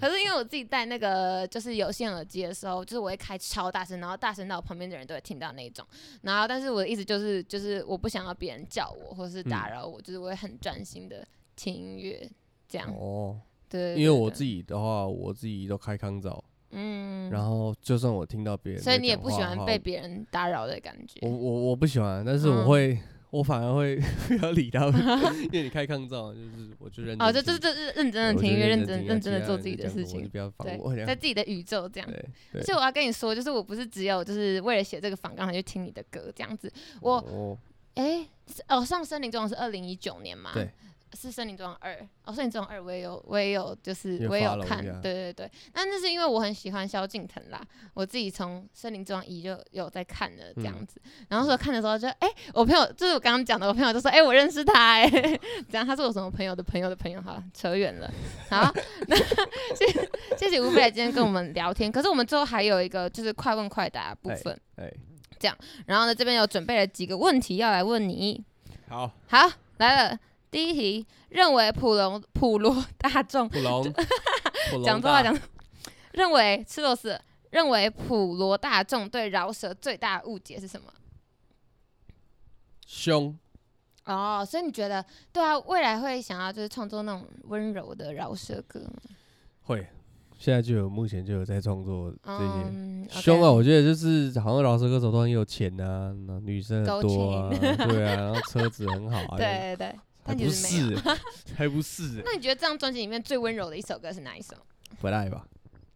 [SPEAKER 2] 可是因为我自己戴那个就是有线耳机的时候，就是我会开超大声，然后大声到旁边的人都会听到那一种。然后，但是我的意思就是，就是我不想要别人叫我或是
[SPEAKER 3] 嗯
[SPEAKER 2] 打扰我，就是我会很专心的听音乐这样。
[SPEAKER 3] 哦，
[SPEAKER 2] 对，对
[SPEAKER 3] 因为我自
[SPEAKER 2] 己，
[SPEAKER 3] 己的话，我自己都开康罩，
[SPEAKER 2] 嗯，
[SPEAKER 3] 然后就算我听到别人，
[SPEAKER 2] 所以你也不喜欢被，别人打扰的感觉
[SPEAKER 3] 我。我我不喜欢，但是我
[SPEAKER 2] 嗯
[SPEAKER 3] 会，我反而会 不要理 他们，因为你开康罩就是我就认真听，
[SPEAKER 2] 哦，就就是就是认真
[SPEAKER 3] 对
[SPEAKER 2] 的
[SPEAKER 3] 我就
[SPEAKER 2] 听音乐，认真
[SPEAKER 3] 真
[SPEAKER 2] 认真的
[SPEAKER 3] 其他
[SPEAKER 2] 做
[SPEAKER 3] 人
[SPEAKER 2] 自己
[SPEAKER 3] 就
[SPEAKER 2] 的
[SPEAKER 3] 讲什
[SPEAKER 2] 事
[SPEAKER 3] 么我
[SPEAKER 2] 情
[SPEAKER 3] 就，不要烦我，
[SPEAKER 2] 对，在自己的宇宙这样。
[SPEAKER 3] 对对，
[SPEAKER 2] 而且我要跟你说，就是我不是只有就是为了写这个访纲才去听你的歌这样子。我
[SPEAKER 3] 哦
[SPEAKER 2] 哎、是哦，上森林之王是二零一九年嘛？
[SPEAKER 3] 对，
[SPEAKER 2] 是森林之王二。哦，森林之王二我也有，我也有，就是
[SPEAKER 3] 也
[SPEAKER 2] 我也有
[SPEAKER 3] follow
[SPEAKER 2] 看
[SPEAKER 3] 一下。
[SPEAKER 2] 对对对，那那是因为我很喜欢萧敬腾啦，我自己从森林之王一就有在看了这
[SPEAKER 3] 嗯
[SPEAKER 2] 样子。然后说看的时候就哎、我朋友就是我刚刚讲的，我朋友就说哎、我认识他哎、 这样他是我什么朋友的朋友的朋友，好了，扯远了。好，那谢谢谢吴飞来今天跟我们聊天。可是我们最后还有一个就是快问快答的部
[SPEAKER 3] 哎
[SPEAKER 2] 分，
[SPEAKER 3] 哎，
[SPEAKER 2] 然后呢这边有准备了几个问题要来问你。
[SPEAKER 3] 好，
[SPEAKER 2] 好，来了，第一题，认为普罗普罗大众
[SPEAKER 3] 普 龙，普龙
[SPEAKER 2] 讲错话
[SPEAKER 3] 大
[SPEAKER 2] 讲，认为吃螺丝，认为普罗大众对饶舌最大的误解是什么？
[SPEAKER 3] 凶，
[SPEAKER 2] 哦，所以你觉得，对啊，未来会想要就是创作那种温柔的饶舌歌吗？
[SPEAKER 3] 会，现在就有目前就有在创作这些。
[SPEAKER 2] 嗯，
[SPEAKER 3] 凶啊！，我觉得就是好像饶舌歌手都很有钱啊，那女生很
[SPEAKER 2] 勾
[SPEAKER 3] 多啊，对啊，然后车子很好 啊，
[SPEAKER 2] 对对对，
[SPEAKER 3] 还
[SPEAKER 2] 但其
[SPEAKER 3] 不
[SPEAKER 2] 实没有。
[SPEAKER 3] 是，欸 还不是欸，
[SPEAKER 2] 那你觉得这张专辑里面最温柔的一首歌是哪一首？
[SPEAKER 3] 不赖吧？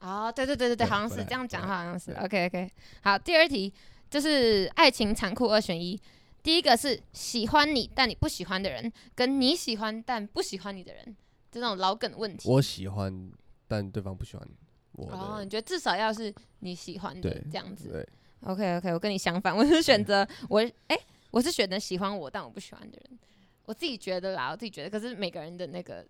[SPEAKER 2] 哦，对对对对对，
[SPEAKER 3] 对
[SPEAKER 2] 好像
[SPEAKER 3] 不
[SPEAKER 2] 是
[SPEAKER 3] 赖
[SPEAKER 2] 这样
[SPEAKER 3] 不
[SPEAKER 2] 讲，
[SPEAKER 3] 赖
[SPEAKER 2] 好像是。
[SPEAKER 3] 对
[SPEAKER 2] OK OK，好，第二题就是爱情残酷二选一，第一个是喜欢你但你不喜欢的人，跟你喜欢但不喜欢你的人，这种老梗问题。
[SPEAKER 3] 我喜欢，但对方不喜欢我
[SPEAKER 2] 哦，
[SPEAKER 3] 的
[SPEAKER 2] 你觉得至少要是你喜欢的
[SPEAKER 3] 对
[SPEAKER 2] 这样子。
[SPEAKER 3] 对，
[SPEAKER 2] OK OK，我跟你相反，我是选择我哎、我是选择喜欢我但我不喜欢的人。我自己觉得啦，我自己觉得，可是每个人的那个解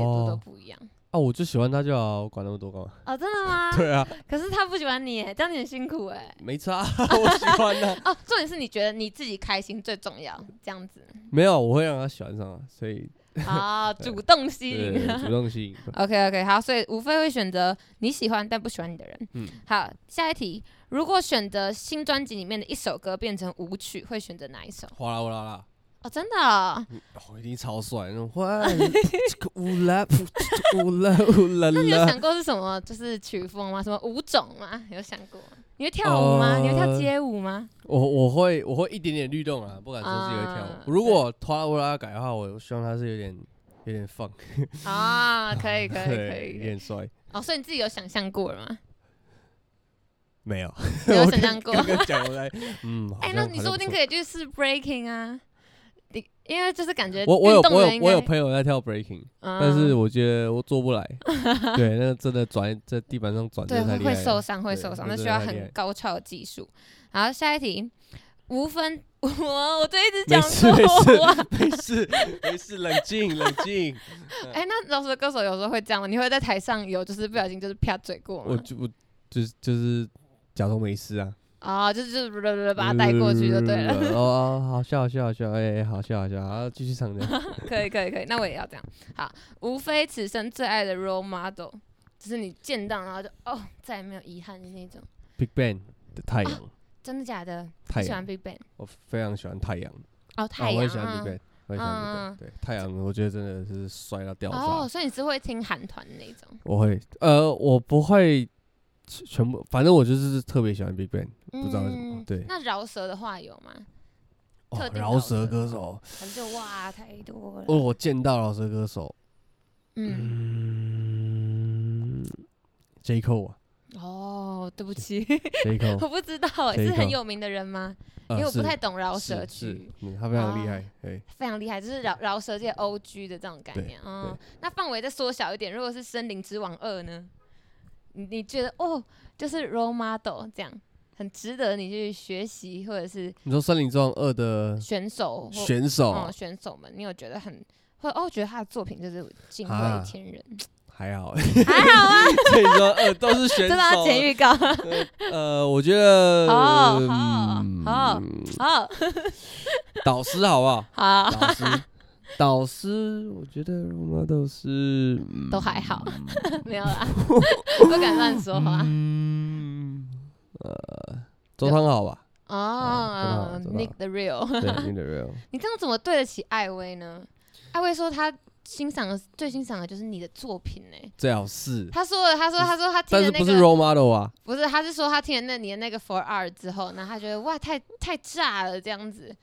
[SPEAKER 2] 读都
[SPEAKER 3] 哦，
[SPEAKER 2] 不一样。
[SPEAKER 3] 啊，我就喜欢他就好，我管那么多干嘛？
[SPEAKER 2] 哦，真的吗？
[SPEAKER 3] 对啊，
[SPEAKER 2] 可是他不喜欢你耶，这样你很辛苦哎。
[SPEAKER 3] 没差，啊我喜欢啊他，
[SPEAKER 2] 哦，重点是你觉得你自己开心最重要，这样 子
[SPEAKER 3] 没有，我会让他喜欢上啊，所以
[SPEAKER 2] 啊、主动吸
[SPEAKER 3] 对
[SPEAKER 2] 引。
[SPEAKER 3] 主动吸引，
[SPEAKER 2] OK OK，好，所以无非会选择你喜欢但不喜欢你的人。
[SPEAKER 3] 嗯
[SPEAKER 2] 好，下一题，如果选择新专辑里面的一首歌变成舞曲，会选择哪一首？
[SPEAKER 3] 哗啦哗啦啦。
[SPEAKER 2] 哦，真的哦、
[SPEAKER 3] 哦，一定超帅！那种哇，这个乌拉，这个乌拉乌啦
[SPEAKER 2] 那你有
[SPEAKER 3] 啦，
[SPEAKER 2] 想过是什么？就是曲风吗？什么舞种吗？有想过吗？你会跳舞吗？你会跳
[SPEAKER 3] 呃
[SPEAKER 2] 街舞吗？
[SPEAKER 3] 我我会我会一点点律动啊，不敢说自己会跳
[SPEAKER 2] 啊
[SPEAKER 3] 舞。如果哗啦哗啦改的话，我希望他是有点有点放，
[SPEAKER 2] 啊，可以可以可
[SPEAKER 3] 对，有
[SPEAKER 2] 以。
[SPEAKER 3] 点帅。
[SPEAKER 2] 哦，所以你自己有想象过了 吗？
[SPEAKER 3] 没有，
[SPEAKER 2] 你有
[SPEAKER 3] 我
[SPEAKER 2] 想象过？
[SPEAKER 3] 刚刚讲 来，嗯，
[SPEAKER 2] 哎、那你说不定
[SPEAKER 3] 以。
[SPEAKER 2] 可以去试 breaking 啊，你因为就是感觉
[SPEAKER 3] 我我有
[SPEAKER 2] 运动
[SPEAKER 3] 我
[SPEAKER 2] 人
[SPEAKER 3] 有
[SPEAKER 2] 应
[SPEAKER 3] 我有
[SPEAKER 2] 该
[SPEAKER 3] 朋友在跳 breaking，
[SPEAKER 2] 嗯
[SPEAKER 3] 但是我觉得我做不来。对，那个真的转在地板上转，
[SPEAKER 2] 对
[SPEAKER 3] 太
[SPEAKER 2] 会
[SPEAKER 3] 厉
[SPEAKER 2] 会
[SPEAKER 3] 害了
[SPEAKER 2] 受伤，会
[SPEAKER 3] 对
[SPEAKER 2] 受伤，那
[SPEAKER 3] 那
[SPEAKER 2] 需
[SPEAKER 3] 真的
[SPEAKER 2] 要
[SPEAKER 3] 太厉
[SPEAKER 2] 很
[SPEAKER 3] 害
[SPEAKER 2] 高超的技术。好，下一题，无分我我就一直
[SPEAKER 3] 没
[SPEAKER 2] 讲
[SPEAKER 3] 事没
[SPEAKER 2] 错话。
[SPEAKER 3] 事没事没事，冷静冷静。
[SPEAKER 2] 哎、那老师歌手有时候会这样吗？你会在台上有就是不小心就是啪嘴过
[SPEAKER 3] 我
[SPEAKER 2] 吗？
[SPEAKER 3] 就我就是就是假装没事啊，
[SPEAKER 2] 啊、就是就是把他带过去就对了。。
[SPEAKER 3] 哦，好笑好笑好笑，哎，好笑好笑，然后继续唱的。
[SPEAKER 2] 可以可以可以，那我也要这样。好，无非此生最爱的 role model，就是你见到然后就哦再也没有遗憾的那种。
[SPEAKER 3] Big Bang 的太阳，
[SPEAKER 2] 真的假的？
[SPEAKER 3] 太
[SPEAKER 2] 你喜欢
[SPEAKER 3] 阳，
[SPEAKER 2] Big Bang？
[SPEAKER 3] 我非常喜欢太阳，
[SPEAKER 2] 哦，
[SPEAKER 3] 啊
[SPEAKER 2] 太
[SPEAKER 3] 我
[SPEAKER 2] 阳啊。
[SPEAKER 3] 很喜欢 Big Bang，我很喜欢
[SPEAKER 2] 嗯
[SPEAKER 3] Big Bang。对，太阳，我觉得真的是帅到掉
[SPEAKER 2] 哦，
[SPEAKER 3] 渣。
[SPEAKER 2] 所以你是会听韩团那种？
[SPEAKER 3] 我会，呃，我不会全部，反正我就是特别喜欢 Big Bang，不知道为什么。
[SPEAKER 2] 嗯
[SPEAKER 3] 对，
[SPEAKER 2] 那饶舌的话有吗？
[SPEAKER 3] 哦
[SPEAKER 2] 特，定
[SPEAKER 3] 饶
[SPEAKER 2] 饶
[SPEAKER 3] 舌
[SPEAKER 2] 舌
[SPEAKER 3] 歌手，
[SPEAKER 2] 反正就哇，太多了。
[SPEAKER 3] 哦，我见到饶舌歌手，
[SPEAKER 2] 嗯，
[SPEAKER 3] 嗯，J Cole 啊
[SPEAKER 2] 哦，对不起，
[SPEAKER 3] ，J Cole
[SPEAKER 2] 我。不知道欸，
[SPEAKER 3] 谁
[SPEAKER 2] 是很
[SPEAKER 3] 搞
[SPEAKER 2] 有名的人吗？
[SPEAKER 3] 呃
[SPEAKER 2] 因为我不
[SPEAKER 3] 是
[SPEAKER 2] 太懂饶舌
[SPEAKER 3] 是是
[SPEAKER 2] 区，，
[SPEAKER 3] 嗯，他非常厉
[SPEAKER 2] 哦
[SPEAKER 3] 害，哎，
[SPEAKER 2] 非常厉害，就是饶饶舌界 O G 的这种概
[SPEAKER 3] 对
[SPEAKER 2] 念。嗯，那范围再缩小一点，如果是《森林之王二》呢？你你觉得哦，就是 role model 这样，很值得你去学习，或者是
[SPEAKER 3] 你说《森林之王二》的
[SPEAKER 2] 选手或
[SPEAKER 3] 选手
[SPEAKER 2] 哦
[SPEAKER 3] 啊，
[SPEAKER 2] 选手们，你有觉得很或者哦觉得他的作品就是敬畏
[SPEAKER 3] 啊
[SPEAKER 2] 天 人，
[SPEAKER 3] 还好，
[SPEAKER 2] 还好 啊，
[SPEAKER 3] 所以说呃都是选
[SPEAKER 2] 真的要剪
[SPEAKER 3] 手。
[SPEAKER 2] 预告，
[SPEAKER 3] 呃，我觉
[SPEAKER 2] 哦
[SPEAKER 3] 得
[SPEAKER 2] 好好
[SPEAKER 3] 嗯
[SPEAKER 2] 好好
[SPEAKER 3] 导师好不好？
[SPEAKER 2] 好，
[SPEAKER 3] 导师，导师，我觉得容妈导师、嗯
[SPEAKER 2] 都还好，啊没有啦，不敢乱说话。
[SPEAKER 3] 嗯，呃，周汤好吧？
[SPEAKER 2] 哦
[SPEAKER 3] 嗯知道知道
[SPEAKER 2] ，Nick the Real，
[SPEAKER 3] 对，你的 real，
[SPEAKER 2] 你刚刚怎么对得起艾薇呢？艾薇说她欣赏的最欣赏的就是你的作品呢、
[SPEAKER 3] 最好是，
[SPEAKER 2] 她说了，她说，她说她听
[SPEAKER 3] 但
[SPEAKER 2] 的
[SPEAKER 3] 是
[SPEAKER 2] 那
[SPEAKER 3] 不
[SPEAKER 2] 个
[SPEAKER 3] 是 role model 啊？
[SPEAKER 2] 不是，她是说她听了那你的那个 For Art 之后，然后她觉得哇，太太炸了这样子。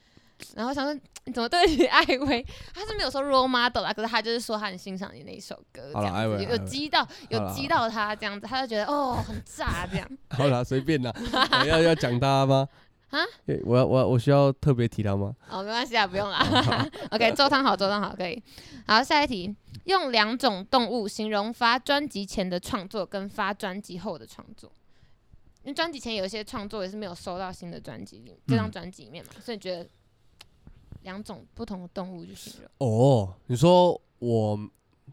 [SPEAKER 2] 然后我想说你怎么对得起艾薇？她是没有说 role model 啊，可是她就是说她很欣赏你那一首歌，这
[SPEAKER 3] 好啦艾
[SPEAKER 2] 样
[SPEAKER 3] 薇
[SPEAKER 2] 子有有
[SPEAKER 3] 艾薇
[SPEAKER 2] 激到
[SPEAKER 3] 好
[SPEAKER 2] 有
[SPEAKER 3] 啦
[SPEAKER 2] 激到她这样子，她就觉得哦很炸这样。
[SPEAKER 3] 好啦，随便啦，我要要讲他吗？
[SPEAKER 2] 啊
[SPEAKER 3] 诶，我要我要我需要特别提他吗？
[SPEAKER 2] 哦，没关系啊，不用啦。OK，周 汤好，周汤好，可以。好，下一题，用两种动物形容发专辑前的创作跟发专辑后的创作。因为专辑前有一些创作也是没有收到新的专辑里，这张专辑里面嘛，所以你觉得两种不同的动物去形容，
[SPEAKER 3] 哦，你说我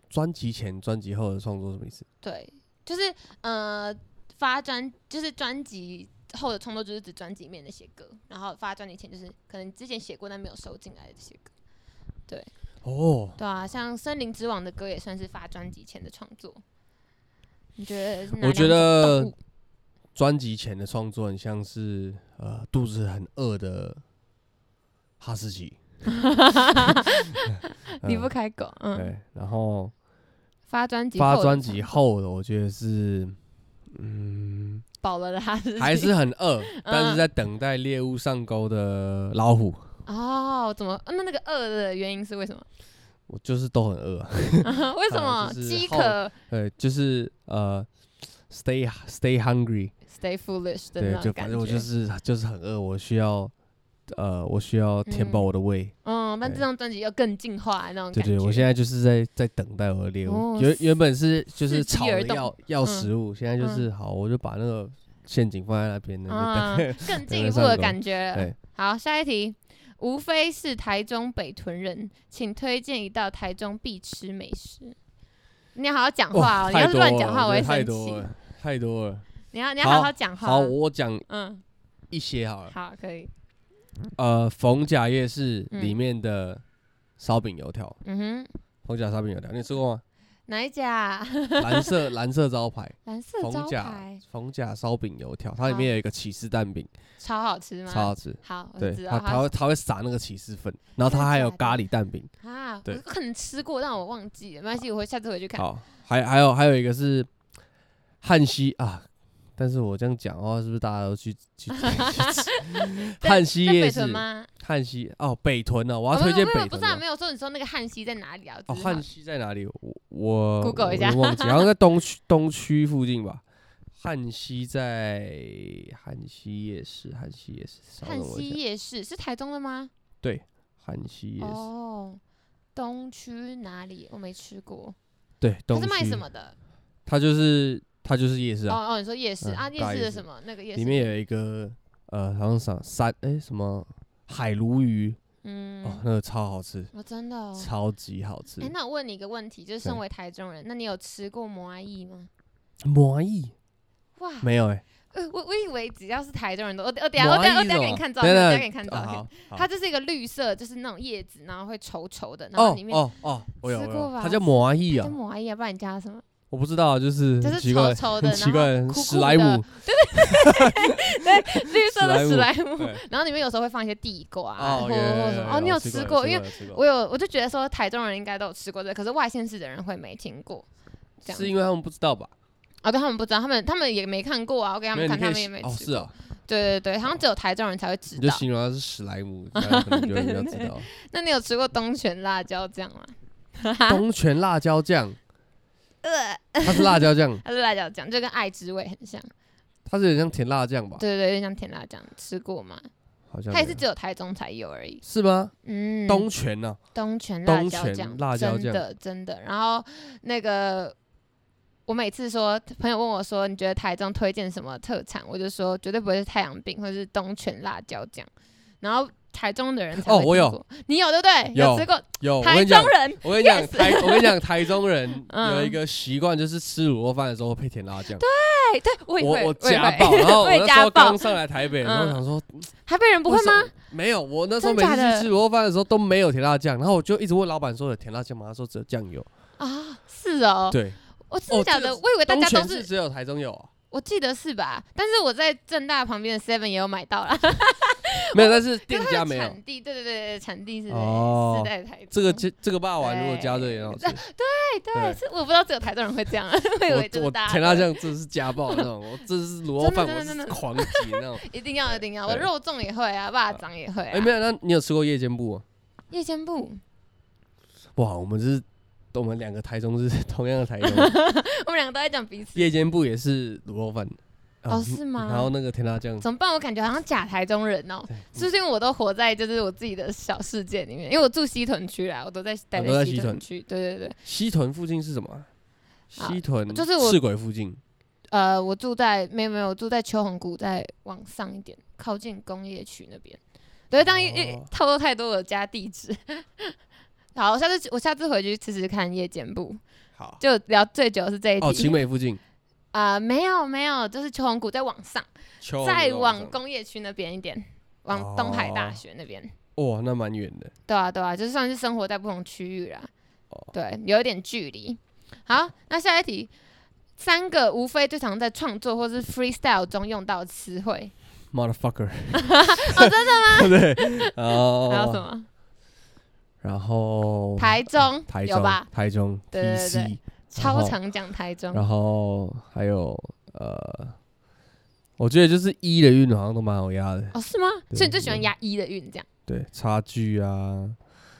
[SPEAKER 3] 专辑前、专辑后的创作什么意思？
[SPEAKER 2] 对，就是呃，发专就是专辑后的创作就是指专辑里面那些歌，然后发专辑前就是可能你之前写过但没有收进来的这些歌。
[SPEAKER 3] 哦，
[SPEAKER 2] 对啊，像《森林之王》的歌也算是发专辑前的创作。你觉得是哪
[SPEAKER 3] 我觉
[SPEAKER 2] 两种
[SPEAKER 3] 得
[SPEAKER 2] 动物
[SPEAKER 3] 专辑前的创作很像是呃肚子很饿的哈士奇，
[SPEAKER 2] 离不开狗，嗯，
[SPEAKER 3] 对，然后
[SPEAKER 2] 发专辑
[SPEAKER 3] 发
[SPEAKER 2] 后的
[SPEAKER 3] 专
[SPEAKER 2] 创
[SPEAKER 3] 辑后的，我觉得是，嗯，
[SPEAKER 2] 饱了啦，是不
[SPEAKER 3] 还是很 饿，
[SPEAKER 2] 嗯
[SPEAKER 3] 但是在等待猎物上钩的老虎，
[SPEAKER 2] 哦？怎么？呃那那个饿的原因是为什 么？
[SPEAKER 3] 我就是都很饿啊，
[SPEAKER 2] 为什
[SPEAKER 3] 啊
[SPEAKER 2] 么
[SPEAKER 3] 就是
[SPEAKER 2] 饥
[SPEAKER 3] 后
[SPEAKER 2] 渴
[SPEAKER 3] 对，就是呃，stay stay hungry，
[SPEAKER 2] stay foolish 的
[SPEAKER 3] 对
[SPEAKER 2] 那，种
[SPEAKER 3] 就反
[SPEAKER 2] 感
[SPEAKER 3] 正我
[SPEAKER 2] 觉？
[SPEAKER 3] 就是就是很饿，我需要呃，我需要填饱
[SPEAKER 2] 嗯
[SPEAKER 3] 我的胃，
[SPEAKER 2] 嗯，但
[SPEAKER 3] 对
[SPEAKER 2] 这张专辑要更进化那种
[SPEAKER 3] 对
[SPEAKER 2] 感觉。
[SPEAKER 3] 对，我现在就是在在等待我的猎
[SPEAKER 2] 哦
[SPEAKER 3] 物。原原本是就
[SPEAKER 2] 伺
[SPEAKER 3] 是
[SPEAKER 2] 机
[SPEAKER 3] 吵
[SPEAKER 2] 而
[SPEAKER 3] 着
[SPEAKER 2] 动
[SPEAKER 3] 要要食物，现在就
[SPEAKER 2] 嗯
[SPEAKER 3] 是好，我就把那个陷阱放在那边，那
[SPEAKER 2] 啊
[SPEAKER 3] 就等。，
[SPEAKER 2] 更进一步的感觉了
[SPEAKER 3] 对。
[SPEAKER 2] 好，下一题，无非是台中北屯人，请推荐一道台中必吃美食。你要好好讲话哦，你
[SPEAKER 3] 太
[SPEAKER 2] 要是
[SPEAKER 3] 多
[SPEAKER 2] 乱
[SPEAKER 3] 了
[SPEAKER 2] 讲话，我
[SPEAKER 3] 觉
[SPEAKER 2] 会
[SPEAKER 3] 得太
[SPEAKER 2] 生
[SPEAKER 3] 多
[SPEAKER 2] 气。
[SPEAKER 3] 了，太 多了。
[SPEAKER 2] 你要你要好
[SPEAKER 3] 好
[SPEAKER 2] 讲话。哦
[SPEAKER 3] 好，我讲
[SPEAKER 2] 嗯，
[SPEAKER 3] 一些好了。
[SPEAKER 2] 好，可以。
[SPEAKER 3] 呃，逢甲夜市里
[SPEAKER 2] 嗯
[SPEAKER 3] 面的烧饼油条，
[SPEAKER 2] 嗯哼，
[SPEAKER 3] 逢甲烧饼油条，你吃过吗？
[SPEAKER 2] 哪一家？
[SPEAKER 3] 蓝 色蓝色招牌，
[SPEAKER 2] 蓝色
[SPEAKER 3] 逢
[SPEAKER 2] 招
[SPEAKER 3] 甲
[SPEAKER 2] 牌，啊
[SPEAKER 3] 逢甲烧饼油条，它里面
[SPEAKER 2] 好
[SPEAKER 3] 有一个起司蛋饼，
[SPEAKER 2] 超好吃吗？
[SPEAKER 3] 超好吃。
[SPEAKER 2] 好，我
[SPEAKER 3] 对，
[SPEAKER 2] 知
[SPEAKER 3] 它
[SPEAKER 2] 道
[SPEAKER 3] 它会
[SPEAKER 2] 它
[SPEAKER 3] 它会撒那个起司粉，然后
[SPEAKER 2] 真的
[SPEAKER 3] 它还有
[SPEAKER 2] 假的
[SPEAKER 3] 咖喱蛋饼。
[SPEAKER 2] 啊，我
[SPEAKER 3] 对
[SPEAKER 2] 可能吃过，但我忘记了，没关系，我会下次回去看。
[SPEAKER 3] 好，还还有还有一个是汉西啊，但是我这样讲的话，是不是大家都去去去 吃？汉西
[SPEAKER 2] 在北
[SPEAKER 3] 夜市
[SPEAKER 2] 屯，吗？
[SPEAKER 3] 汉西哦，北屯呢、我
[SPEAKER 2] 我
[SPEAKER 3] 要推荐北
[SPEAKER 2] 不
[SPEAKER 3] 屯
[SPEAKER 2] 是啊，
[SPEAKER 3] 啊、
[SPEAKER 2] 没有说你说那个汉西在哪里啊？
[SPEAKER 3] 哦，
[SPEAKER 2] 只是好
[SPEAKER 3] 汉西在哪里？我我
[SPEAKER 2] Google
[SPEAKER 3] 我
[SPEAKER 2] 一下
[SPEAKER 3] 我忘记，好 像在东区东区附近吧。汉西在汉西夜市，汉西夜市，稍
[SPEAKER 2] 汉
[SPEAKER 3] 等我一
[SPEAKER 2] 西
[SPEAKER 3] 下
[SPEAKER 2] 夜市是台中的吗？
[SPEAKER 3] 汉西夜市，
[SPEAKER 2] 哦，东区哪里？我没吃过。
[SPEAKER 3] 对，
[SPEAKER 2] 它
[SPEAKER 3] 东
[SPEAKER 2] 是
[SPEAKER 3] 区
[SPEAKER 2] 卖什？么的？
[SPEAKER 3] 它就是它就是夜市啊，
[SPEAKER 2] 哦哦，你说夜市
[SPEAKER 3] 嗯
[SPEAKER 2] 啊？夜
[SPEAKER 3] 大
[SPEAKER 2] 市
[SPEAKER 3] 夜
[SPEAKER 2] 的
[SPEAKER 3] 市
[SPEAKER 2] 什么？那个夜市
[SPEAKER 3] 里面有一个呃，好像啥三哎、什么海鲈鱼，哦，
[SPEAKER 2] 嗯，
[SPEAKER 3] 那个超好吃，
[SPEAKER 2] 哦，真的哦。
[SPEAKER 3] 超级好吃
[SPEAKER 2] 哎，。那我问你一个问题，就是身
[SPEAKER 3] 对
[SPEAKER 2] 为台中人，那你有吃过摩阿意吗？
[SPEAKER 3] 魔芋
[SPEAKER 2] 哇，
[SPEAKER 3] 没有哎，
[SPEAKER 2] 呃我我以为只要是台中人都，我等我等一下我
[SPEAKER 3] 摩阿
[SPEAKER 2] 等一下我等一下给
[SPEAKER 3] 姨是什
[SPEAKER 2] 你
[SPEAKER 3] 么
[SPEAKER 2] 看照
[SPEAKER 3] 等
[SPEAKER 2] 片，
[SPEAKER 3] 一下
[SPEAKER 2] 我等一下给 你看照片
[SPEAKER 3] 哦。好，
[SPEAKER 2] 它
[SPEAKER 3] 好
[SPEAKER 2] 就是一个绿色，就是那种叶子，然后会稠稠的，然后
[SPEAKER 3] 哦
[SPEAKER 2] 里面
[SPEAKER 3] 哦哦，我有
[SPEAKER 2] 吃
[SPEAKER 3] 我
[SPEAKER 2] 过
[SPEAKER 3] 有，
[SPEAKER 2] 吧
[SPEAKER 3] 它叫魔芋
[SPEAKER 2] 叫
[SPEAKER 3] 啊，
[SPEAKER 2] 摩阿意啊，不然你叫它什 么？
[SPEAKER 3] 我不知道，就是
[SPEAKER 2] 就
[SPEAKER 3] 很
[SPEAKER 2] 是
[SPEAKER 3] 奇
[SPEAKER 2] 稠
[SPEAKER 3] 怪，
[SPEAKER 2] 稠的，
[SPEAKER 3] 很
[SPEAKER 2] 然
[SPEAKER 3] 奇
[SPEAKER 2] 后
[SPEAKER 3] 怪，
[SPEAKER 2] 酷
[SPEAKER 3] 史
[SPEAKER 2] 酷
[SPEAKER 3] 莱
[SPEAKER 2] 的
[SPEAKER 3] 姆，
[SPEAKER 2] 绿色的史
[SPEAKER 3] 史
[SPEAKER 2] 莱
[SPEAKER 3] 莱
[SPEAKER 2] 姆
[SPEAKER 3] 对，
[SPEAKER 2] 然后里面有时候会放一些地瓜啊，
[SPEAKER 3] 哦
[SPEAKER 2] 或或
[SPEAKER 3] 有
[SPEAKER 2] 或什么。哦，你
[SPEAKER 3] 有
[SPEAKER 2] 吃
[SPEAKER 3] 过？
[SPEAKER 2] 过？因为
[SPEAKER 3] 为
[SPEAKER 2] 我有，我就觉得说台中人应该都有吃过这个，可是外县市的人会没听过。这样
[SPEAKER 3] 是因为他们不知道吧？
[SPEAKER 2] 哦，对他们不知道，他们他们也没看过啊，我给他
[SPEAKER 3] 没
[SPEAKER 2] 们
[SPEAKER 3] 有，你
[SPEAKER 2] 看，
[SPEAKER 3] 可
[SPEAKER 2] 他
[SPEAKER 3] 以
[SPEAKER 2] 们也没
[SPEAKER 3] 形哦，
[SPEAKER 2] 吃
[SPEAKER 3] 是
[SPEAKER 2] 过。
[SPEAKER 3] 啊，
[SPEAKER 2] 对对对，好像只有台中人才会知
[SPEAKER 3] 你就
[SPEAKER 2] 道。
[SPEAKER 3] 形容它是史莱姆，这样可能就会比较 知道。
[SPEAKER 2] 那你有吃过东泉辣椒酱吗？啊
[SPEAKER 3] 东泉辣椒酱，
[SPEAKER 2] 呃，
[SPEAKER 3] 它是辣 椒酱，
[SPEAKER 2] 它是辣椒酱，就跟爱之味很像。
[SPEAKER 3] 哦它是有点像甜辣酱吧？
[SPEAKER 2] 对对对，有点像甜辣酱，吃过吗？
[SPEAKER 3] 好像
[SPEAKER 2] 它也是
[SPEAKER 3] 没有
[SPEAKER 2] 只有台中才有而已。
[SPEAKER 3] 是吗？
[SPEAKER 2] 嗯，
[SPEAKER 3] 东泉啊呢？
[SPEAKER 2] 东泉辣
[SPEAKER 3] 东
[SPEAKER 2] 椒
[SPEAKER 3] 泉
[SPEAKER 2] 酱，
[SPEAKER 3] 辣椒
[SPEAKER 2] 真
[SPEAKER 3] 酱
[SPEAKER 2] 的真的。然后那个，我每次说朋友问我说你觉得台中推荐什么特产，我就说绝对不会是太阳饼或者是东泉辣椒酱。然后台中的人才会
[SPEAKER 3] 哦我
[SPEAKER 2] 听
[SPEAKER 3] 有
[SPEAKER 2] 过，你有对不对？
[SPEAKER 3] 有
[SPEAKER 2] 吃过
[SPEAKER 3] 有，我跟
[SPEAKER 2] 台
[SPEAKER 3] 你讲
[SPEAKER 2] 中，人
[SPEAKER 3] 我跟你讲，
[SPEAKER 2] ，yes
[SPEAKER 3] 台我跟你讲，台中人
[SPEAKER 2] 嗯
[SPEAKER 3] 有一个习惯，就是吃卤肉饭的时候会配甜辣酱。
[SPEAKER 2] 哎，对我也会，
[SPEAKER 3] 我我
[SPEAKER 2] 也
[SPEAKER 3] 家
[SPEAKER 2] 会
[SPEAKER 3] 暴，然 后
[SPEAKER 2] 我
[SPEAKER 3] 我
[SPEAKER 2] 也
[SPEAKER 3] 那时
[SPEAKER 2] 家
[SPEAKER 3] 候
[SPEAKER 2] 暴
[SPEAKER 3] 刚上来台北，然后
[SPEAKER 2] 嗯
[SPEAKER 3] 想说
[SPEAKER 2] 台北人不会
[SPEAKER 3] 为什
[SPEAKER 2] 吗
[SPEAKER 3] 么？没有，我那时候
[SPEAKER 2] 真
[SPEAKER 3] 每
[SPEAKER 2] 假
[SPEAKER 3] 次
[SPEAKER 2] 的
[SPEAKER 3] 去吃卤肉饭的时候都没有甜辣酱，然后我就一直问老板说有甜辣酱吗？他说只有酱油。
[SPEAKER 2] 啊，是哦，
[SPEAKER 3] 对，
[SPEAKER 2] 我真的
[SPEAKER 3] 哦
[SPEAKER 2] 假
[SPEAKER 3] 这
[SPEAKER 2] 的？
[SPEAKER 3] 个
[SPEAKER 2] 我以为大
[SPEAKER 3] 东
[SPEAKER 2] 家都
[SPEAKER 3] 泉是只有台中有哦，
[SPEAKER 2] 我记得是吧？但是我在正大旁边的 Seven 也有买到啦，
[SPEAKER 3] 没有，但是
[SPEAKER 2] 因
[SPEAKER 3] 店
[SPEAKER 2] 为它
[SPEAKER 3] 家
[SPEAKER 2] 的
[SPEAKER 3] 没有。
[SPEAKER 2] 产地，对对对对，产地是在
[SPEAKER 3] 哦
[SPEAKER 2] 是在台中。
[SPEAKER 3] 这个这这个霸王如果加热也很好吃，
[SPEAKER 2] 对对，
[SPEAKER 3] 对
[SPEAKER 2] 是我不知道只有台中人 会这样，我以为就
[SPEAKER 3] 我
[SPEAKER 2] 是
[SPEAKER 3] 我
[SPEAKER 2] 大家
[SPEAKER 3] 甜辣
[SPEAKER 2] 都
[SPEAKER 3] 酱真的是家暴那种，我这是卤肉
[SPEAKER 2] 真
[SPEAKER 3] 饭
[SPEAKER 2] 的真
[SPEAKER 3] 我
[SPEAKER 2] 的真
[SPEAKER 3] 是
[SPEAKER 2] 的
[SPEAKER 3] 狂挤那种。
[SPEAKER 2] 一定要一定要，我
[SPEAKER 3] 对
[SPEAKER 2] 肉粽也会啊，霸掌也会
[SPEAKER 3] 哎，
[SPEAKER 2] 啊
[SPEAKER 3] 没。有，那你有吃过夜间部吗？
[SPEAKER 2] 夜间 部，
[SPEAKER 3] 哇，我们是，我们两个台中是 同样的台中，
[SPEAKER 2] 我们两个都在讲彼此。
[SPEAKER 3] 夜间部也是卤肉饭。啊
[SPEAKER 2] 哦是吗
[SPEAKER 3] 然后那个甜辣酱，
[SPEAKER 2] 怎么办？我感觉好像假台中人哦，
[SPEAKER 3] 对
[SPEAKER 2] 是不是因为我都活在就是我自己的小世界里面？因为我住西屯区啦，我都在待
[SPEAKER 3] 我都在
[SPEAKER 2] 西
[SPEAKER 3] 西
[SPEAKER 2] 屯
[SPEAKER 3] 屯
[SPEAKER 2] 区。对对对，
[SPEAKER 3] 西屯附近是什么啊？
[SPEAKER 2] 啊
[SPEAKER 3] 西屯
[SPEAKER 2] 就是我
[SPEAKER 3] 赤鬼附近。
[SPEAKER 2] 呃，我住在没有没有，我住在秋红谷，再往上一点，靠近工业区那边。对，当一、
[SPEAKER 3] 哦
[SPEAKER 2] 透露太多我家地址。 好，我下次我下次回去吃吃看夜间部，
[SPEAKER 3] 好。
[SPEAKER 2] 就聊最久的是这一
[SPEAKER 3] 哦，
[SPEAKER 2] 题
[SPEAKER 3] 晴。美附近。
[SPEAKER 2] 啊、没有没有，就是秋红谷再往上，
[SPEAKER 3] 秋
[SPEAKER 2] 再
[SPEAKER 3] 红
[SPEAKER 2] 往
[SPEAKER 3] 上
[SPEAKER 2] 工业区那边一点，往东海大
[SPEAKER 3] 哦
[SPEAKER 2] 学那边。
[SPEAKER 3] 哇，那蛮远的。
[SPEAKER 2] 对啊，对啊，就是算是生活在不同区域啦。
[SPEAKER 3] 哦
[SPEAKER 2] 对，有一点距离。好，那下一题，三个无非最常在创作或是 freestyle 中用到的词汇，
[SPEAKER 3] Motherfucker。哦，真的吗？ 对。哦。
[SPEAKER 2] 还有什？么？
[SPEAKER 3] 然后
[SPEAKER 2] 台中，
[SPEAKER 3] 台
[SPEAKER 2] 有
[SPEAKER 3] 中
[SPEAKER 2] 吧？
[SPEAKER 3] 台中
[SPEAKER 2] 对对
[SPEAKER 3] TC，
[SPEAKER 2] 超常讲台中。
[SPEAKER 3] 然后还有呃，我觉得就是一的运好像都蛮有压的，
[SPEAKER 2] 哦，是吗？
[SPEAKER 3] 对
[SPEAKER 2] 所以你最喜欢
[SPEAKER 3] 对
[SPEAKER 2] 押一的韵这样
[SPEAKER 3] 对，差距啊，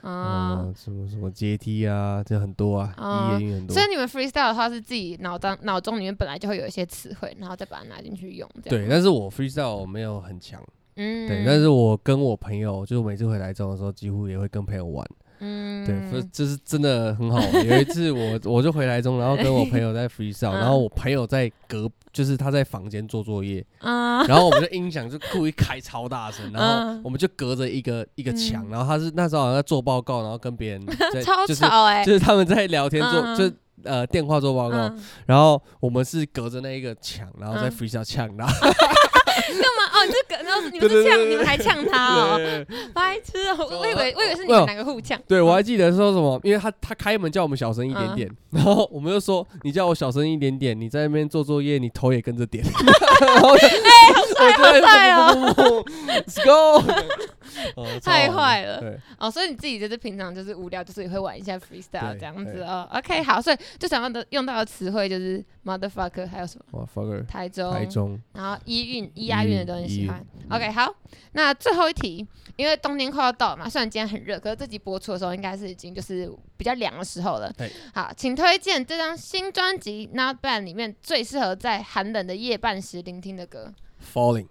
[SPEAKER 2] 啊？
[SPEAKER 3] 嗯，什么什么阶梯啊，这很多啊，
[SPEAKER 2] 哦
[SPEAKER 3] 一的运很多
[SPEAKER 2] 所。以你们 freestyle 的话是自己脑当脑中里面本来就会有一些词汇，然后再把它拿进去用，这样
[SPEAKER 3] 对，但是我 freestyle 我没有很强，
[SPEAKER 2] 嗯
[SPEAKER 3] 对，但是我跟我朋友，就是每次回台中的时候，几乎也会跟朋友玩，
[SPEAKER 2] 嗯
[SPEAKER 3] 对，不是就是真的很好玩。有一次我 我就回台中，然后跟我朋友在
[SPEAKER 2] 嗯
[SPEAKER 3] freestyle，然后我朋友在隔，就是他在房间做作业，
[SPEAKER 2] 啊，
[SPEAKER 3] 然后我们的音响就故意开超大声，然后
[SPEAKER 2] 嗯
[SPEAKER 3] 我们就隔着一个一个墙，
[SPEAKER 2] 嗯
[SPEAKER 3] 然后他是那时候好像在做报告，然后跟 别人在
[SPEAKER 2] 超
[SPEAKER 3] 就是
[SPEAKER 2] 吵哎，
[SPEAKER 3] 就是他们在聊天做
[SPEAKER 2] 嗯
[SPEAKER 3] 就。呃，电话做报告，
[SPEAKER 2] 嗯
[SPEAKER 3] 然后我们是隔着那一个墙，然后在
[SPEAKER 2] 嗯
[SPEAKER 3] freestyle 呛
[SPEAKER 2] 干
[SPEAKER 3] 他，
[SPEAKER 2] 嘛？哦，你这个，然后你们
[SPEAKER 3] 对
[SPEAKER 2] 是
[SPEAKER 3] 对对
[SPEAKER 2] 呛，
[SPEAKER 3] 对
[SPEAKER 2] 你们还呛他哦，
[SPEAKER 3] 对
[SPEAKER 2] 白痴哦！我我以为我以为是你
[SPEAKER 3] 没
[SPEAKER 2] 们
[SPEAKER 3] 有
[SPEAKER 2] 两个互呛，
[SPEAKER 3] 呃哦对，我还记得说什么，因为他他开门叫我们小声一
[SPEAKER 2] 嗯
[SPEAKER 3] 点点，然后我们就说你叫我小声一点点，你在那边做作业，你头也跟 着点。然后我就我就在
[SPEAKER 2] 哎帅 哦
[SPEAKER 3] 不 不不不不，Let's go！哦超好 玩
[SPEAKER 2] 太
[SPEAKER 3] 的
[SPEAKER 2] 坏了
[SPEAKER 3] 对，
[SPEAKER 2] 哦，所以你自己就是平常就是无聊，就是也会玩一下 freestyle
[SPEAKER 3] 对
[SPEAKER 2] 这样子
[SPEAKER 3] 对
[SPEAKER 2] 哦。OK，好，所以最常用的用到的词汇就是 motherfucker，还有什么
[SPEAKER 3] 哇，fucker，
[SPEAKER 2] 台中，
[SPEAKER 3] 台中
[SPEAKER 2] 然后一韵、一押韵的都很喜欢。
[SPEAKER 3] 一韵
[SPEAKER 2] OK，好，那最后一题，因为冬天快要到了嘛，虽然今天很热，可是这集播出的时候应该是已经就是比较凉的时候了
[SPEAKER 3] 对。
[SPEAKER 2] 好，请推荐这张新专辑《Not Bad》里面最适合在寒冷的夜半时聆听的歌。
[SPEAKER 3] falling，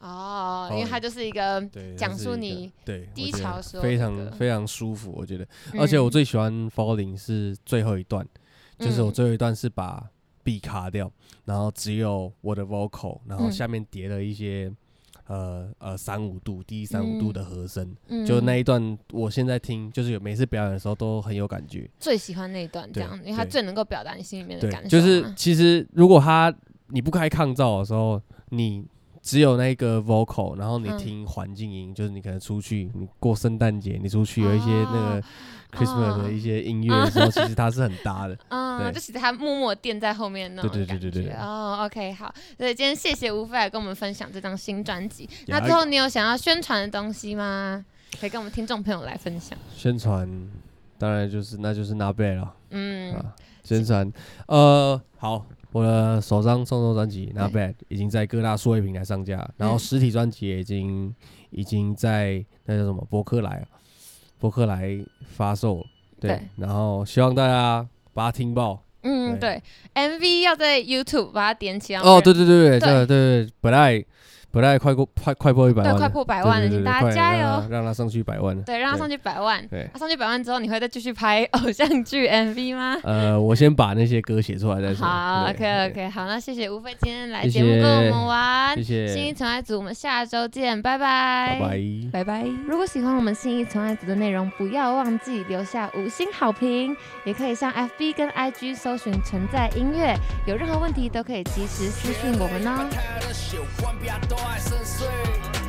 [SPEAKER 2] 哦，因为
[SPEAKER 3] 哦
[SPEAKER 2] 它就是一个，
[SPEAKER 3] 对，
[SPEAKER 2] 讲
[SPEAKER 3] 它是
[SPEAKER 2] 述
[SPEAKER 3] 一个
[SPEAKER 2] 你
[SPEAKER 3] 对我
[SPEAKER 2] 低
[SPEAKER 3] 觉得
[SPEAKER 2] 潮时候嗯
[SPEAKER 3] 非
[SPEAKER 2] 的歌
[SPEAKER 3] 常非常舒服，我觉得。而且我最喜欢 falling 是最后一段，就是我
[SPEAKER 2] 嗯
[SPEAKER 3] 最后一段是把 B 卡掉，然后只有我的 vocal，然后
[SPEAKER 2] 嗯
[SPEAKER 3] 下面叠了一些呃呃三五度低三五度的和声，
[SPEAKER 2] 嗯
[SPEAKER 3] 就那一段我现在听，就是有每次表演的时候都很有感觉。
[SPEAKER 2] 最喜欢那一段，这
[SPEAKER 3] 对
[SPEAKER 2] 样，因为它
[SPEAKER 3] 对
[SPEAKER 2] 最能够表达你心里面的
[SPEAKER 3] 对
[SPEAKER 2] 感受嘛。，
[SPEAKER 3] 就是其实如果他你不开抗噪的时候，你只有那个 vocal，然后你
[SPEAKER 2] 嗯
[SPEAKER 3] 听环境音，就是你可能出去，你过圣诞节，你出去有一些那
[SPEAKER 2] 哦
[SPEAKER 3] 个 Christmas 的一些音乐的时候，其实它是很 搭的。
[SPEAKER 2] 嗯，
[SPEAKER 3] 对
[SPEAKER 2] 就是它默默地垫在后面那种
[SPEAKER 3] 对对
[SPEAKER 2] 感
[SPEAKER 3] 对
[SPEAKER 2] 觉。
[SPEAKER 3] 对对对
[SPEAKER 2] 哦，OK，好，所以今天谢谢吴飞来跟我们分享这张新专辑。那
[SPEAKER 3] 呀
[SPEAKER 2] 最后你有想要宣传的东西吗？可以跟我们听众朋友来分享。
[SPEAKER 3] 宣传当然就是那就是拿贝了
[SPEAKER 2] 嗯，
[SPEAKER 3] 啊，宣传呃好。我的首张创作专辑《Not
[SPEAKER 2] 对
[SPEAKER 3] Bad》已经在各大数位平台上架，然后
[SPEAKER 2] 嗯
[SPEAKER 3] 实体专辑也已经已经在那叫什么博客来啊，博客来发售了对，
[SPEAKER 2] 对
[SPEAKER 3] 然后希望大家把它听爆
[SPEAKER 2] 嗯，对
[SPEAKER 3] 对
[SPEAKER 2] ，MV 要在 YouTube 把它点起来。
[SPEAKER 3] 哦，对对对对
[SPEAKER 2] 对
[SPEAKER 3] 对对，本来不赖，快过快快破一百
[SPEAKER 2] 对，
[SPEAKER 3] 万了，
[SPEAKER 2] 快破百万了，
[SPEAKER 3] 对对
[SPEAKER 2] 请
[SPEAKER 3] 对
[SPEAKER 2] 大家
[SPEAKER 3] 快
[SPEAKER 2] 加
[SPEAKER 3] 让
[SPEAKER 2] 油
[SPEAKER 3] 它！让它上去百万了。
[SPEAKER 2] 对，让他上去百万。
[SPEAKER 3] 对
[SPEAKER 2] 他上去百万之后，你会再继续拍偶像剧 MV 吗？
[SPEAKER 3] 呃，我先把那些歌写出来再说。
[SPEAKER 2] 好
[SPEAKER 3] 对
[SPEAKER 2] ，OK OK，好，那谢谢吴飞今天来
[SPEAKER 3] 谢
[SPEAKER 2] 节目跟我
[SPEAKER 3] 谢
[SPEAKER 2] 们玩
[SPEAKER 3] 谢。谢，
[SPEAKER 2] 新一宠爱组，我们下周见，拜拜，
[SPEAKER 3] 拜
[SPEAKER 2] 拜
[SPEAKER 3] 拜。
[SPEAKER 2] 拜。如果喜欢我们新一宠爱组的内容，不要忘记留下五星好评，也可以上 FB 跟 IG 搜寻“存在音乐”，有任何问题都可以及时私讯我们哦。
[SPEAKER 4] 他的喜欢比都爱深邃，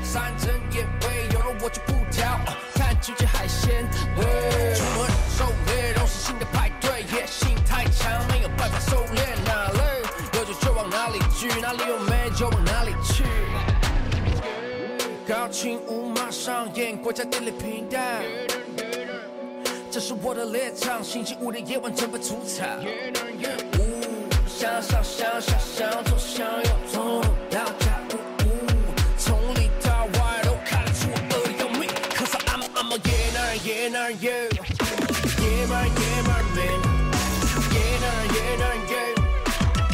[SPEAKER 4] 山珍野味，有肉我就不挑。呃看新鲜海鲜，喂，出门狩猎，都是新的派对，野性太强，没有办法收敛，哪累，有酒就往哪里去，哪里有美就往哪里去。高清无码上演，国家地理频道。这是我的猎场，星期五的夜晚准备出场。呜，想想想想想，左想右，从头到脚，呜呜，从里到外都看得出我饿得要命。Cause I'm I'm a yeah nah yeah nah yeah yeah man yeah man man yeah nah yeah nah yeah。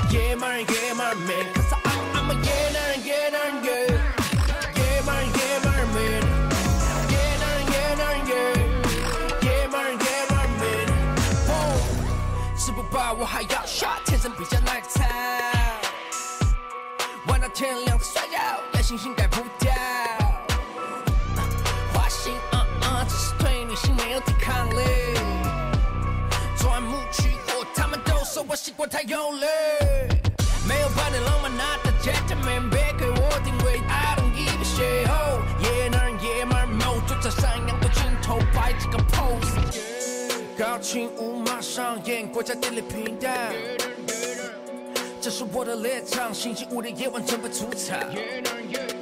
[SPEAKER 4] Yeah man, yeah man, man. Cause I'm, I'm a yeah man, yeah man, yeah. Yeah man, yeah man, man. Yeah man, yeah man, yeah. Yeah man, yeah man, man. Whoa，吃不饱我还要笑，天生比较耐操。玩到天亮才睡觉，要星星改不掉。花心啊啊，只是对女性没有抵抗力。钻木取火，他们都说我习惯太用力。没有半点浪漫，那的 gentleman 别给我定位，I don't give a shit。哦，野男野蛮某就在上扬的镜头摆几个 pose。高清无码上演，国家地理频道。这是我的猎场，星期五的夜晚准备出场。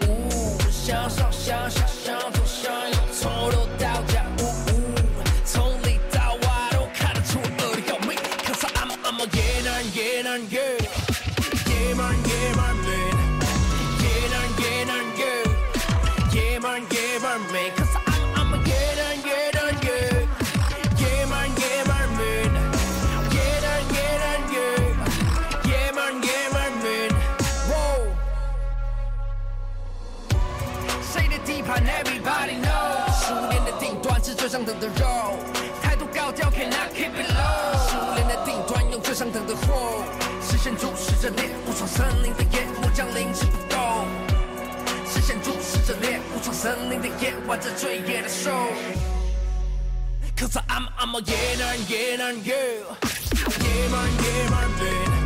[SPEAKER 4] 呜，向上向下向左向右，从头到脚，呜呜，从里到外都看得出我饿得要命。Cause I'm I'm a yeah man yeah man yeah yeah man yeah man man yeah man yeah man yeah yeah man yeah man man. Cause I'm I'm a yeah man yeah man yeah yeah man yeah man man yeah man yeah man yeah yeah man yeah man man. Whoa. 谁的地盘？Everybody knows。熟练的顶端是最上等的肉，态度高调，cannot keep it low。熟练的顶端用最上等的货，实现主食者猎，无创森林的夜，我降临是不够。实现主食者猎，无创森林的夜，玩着最野的兽。Cause I'm I'm a yeah man yeah man yeah yeah man yeah man man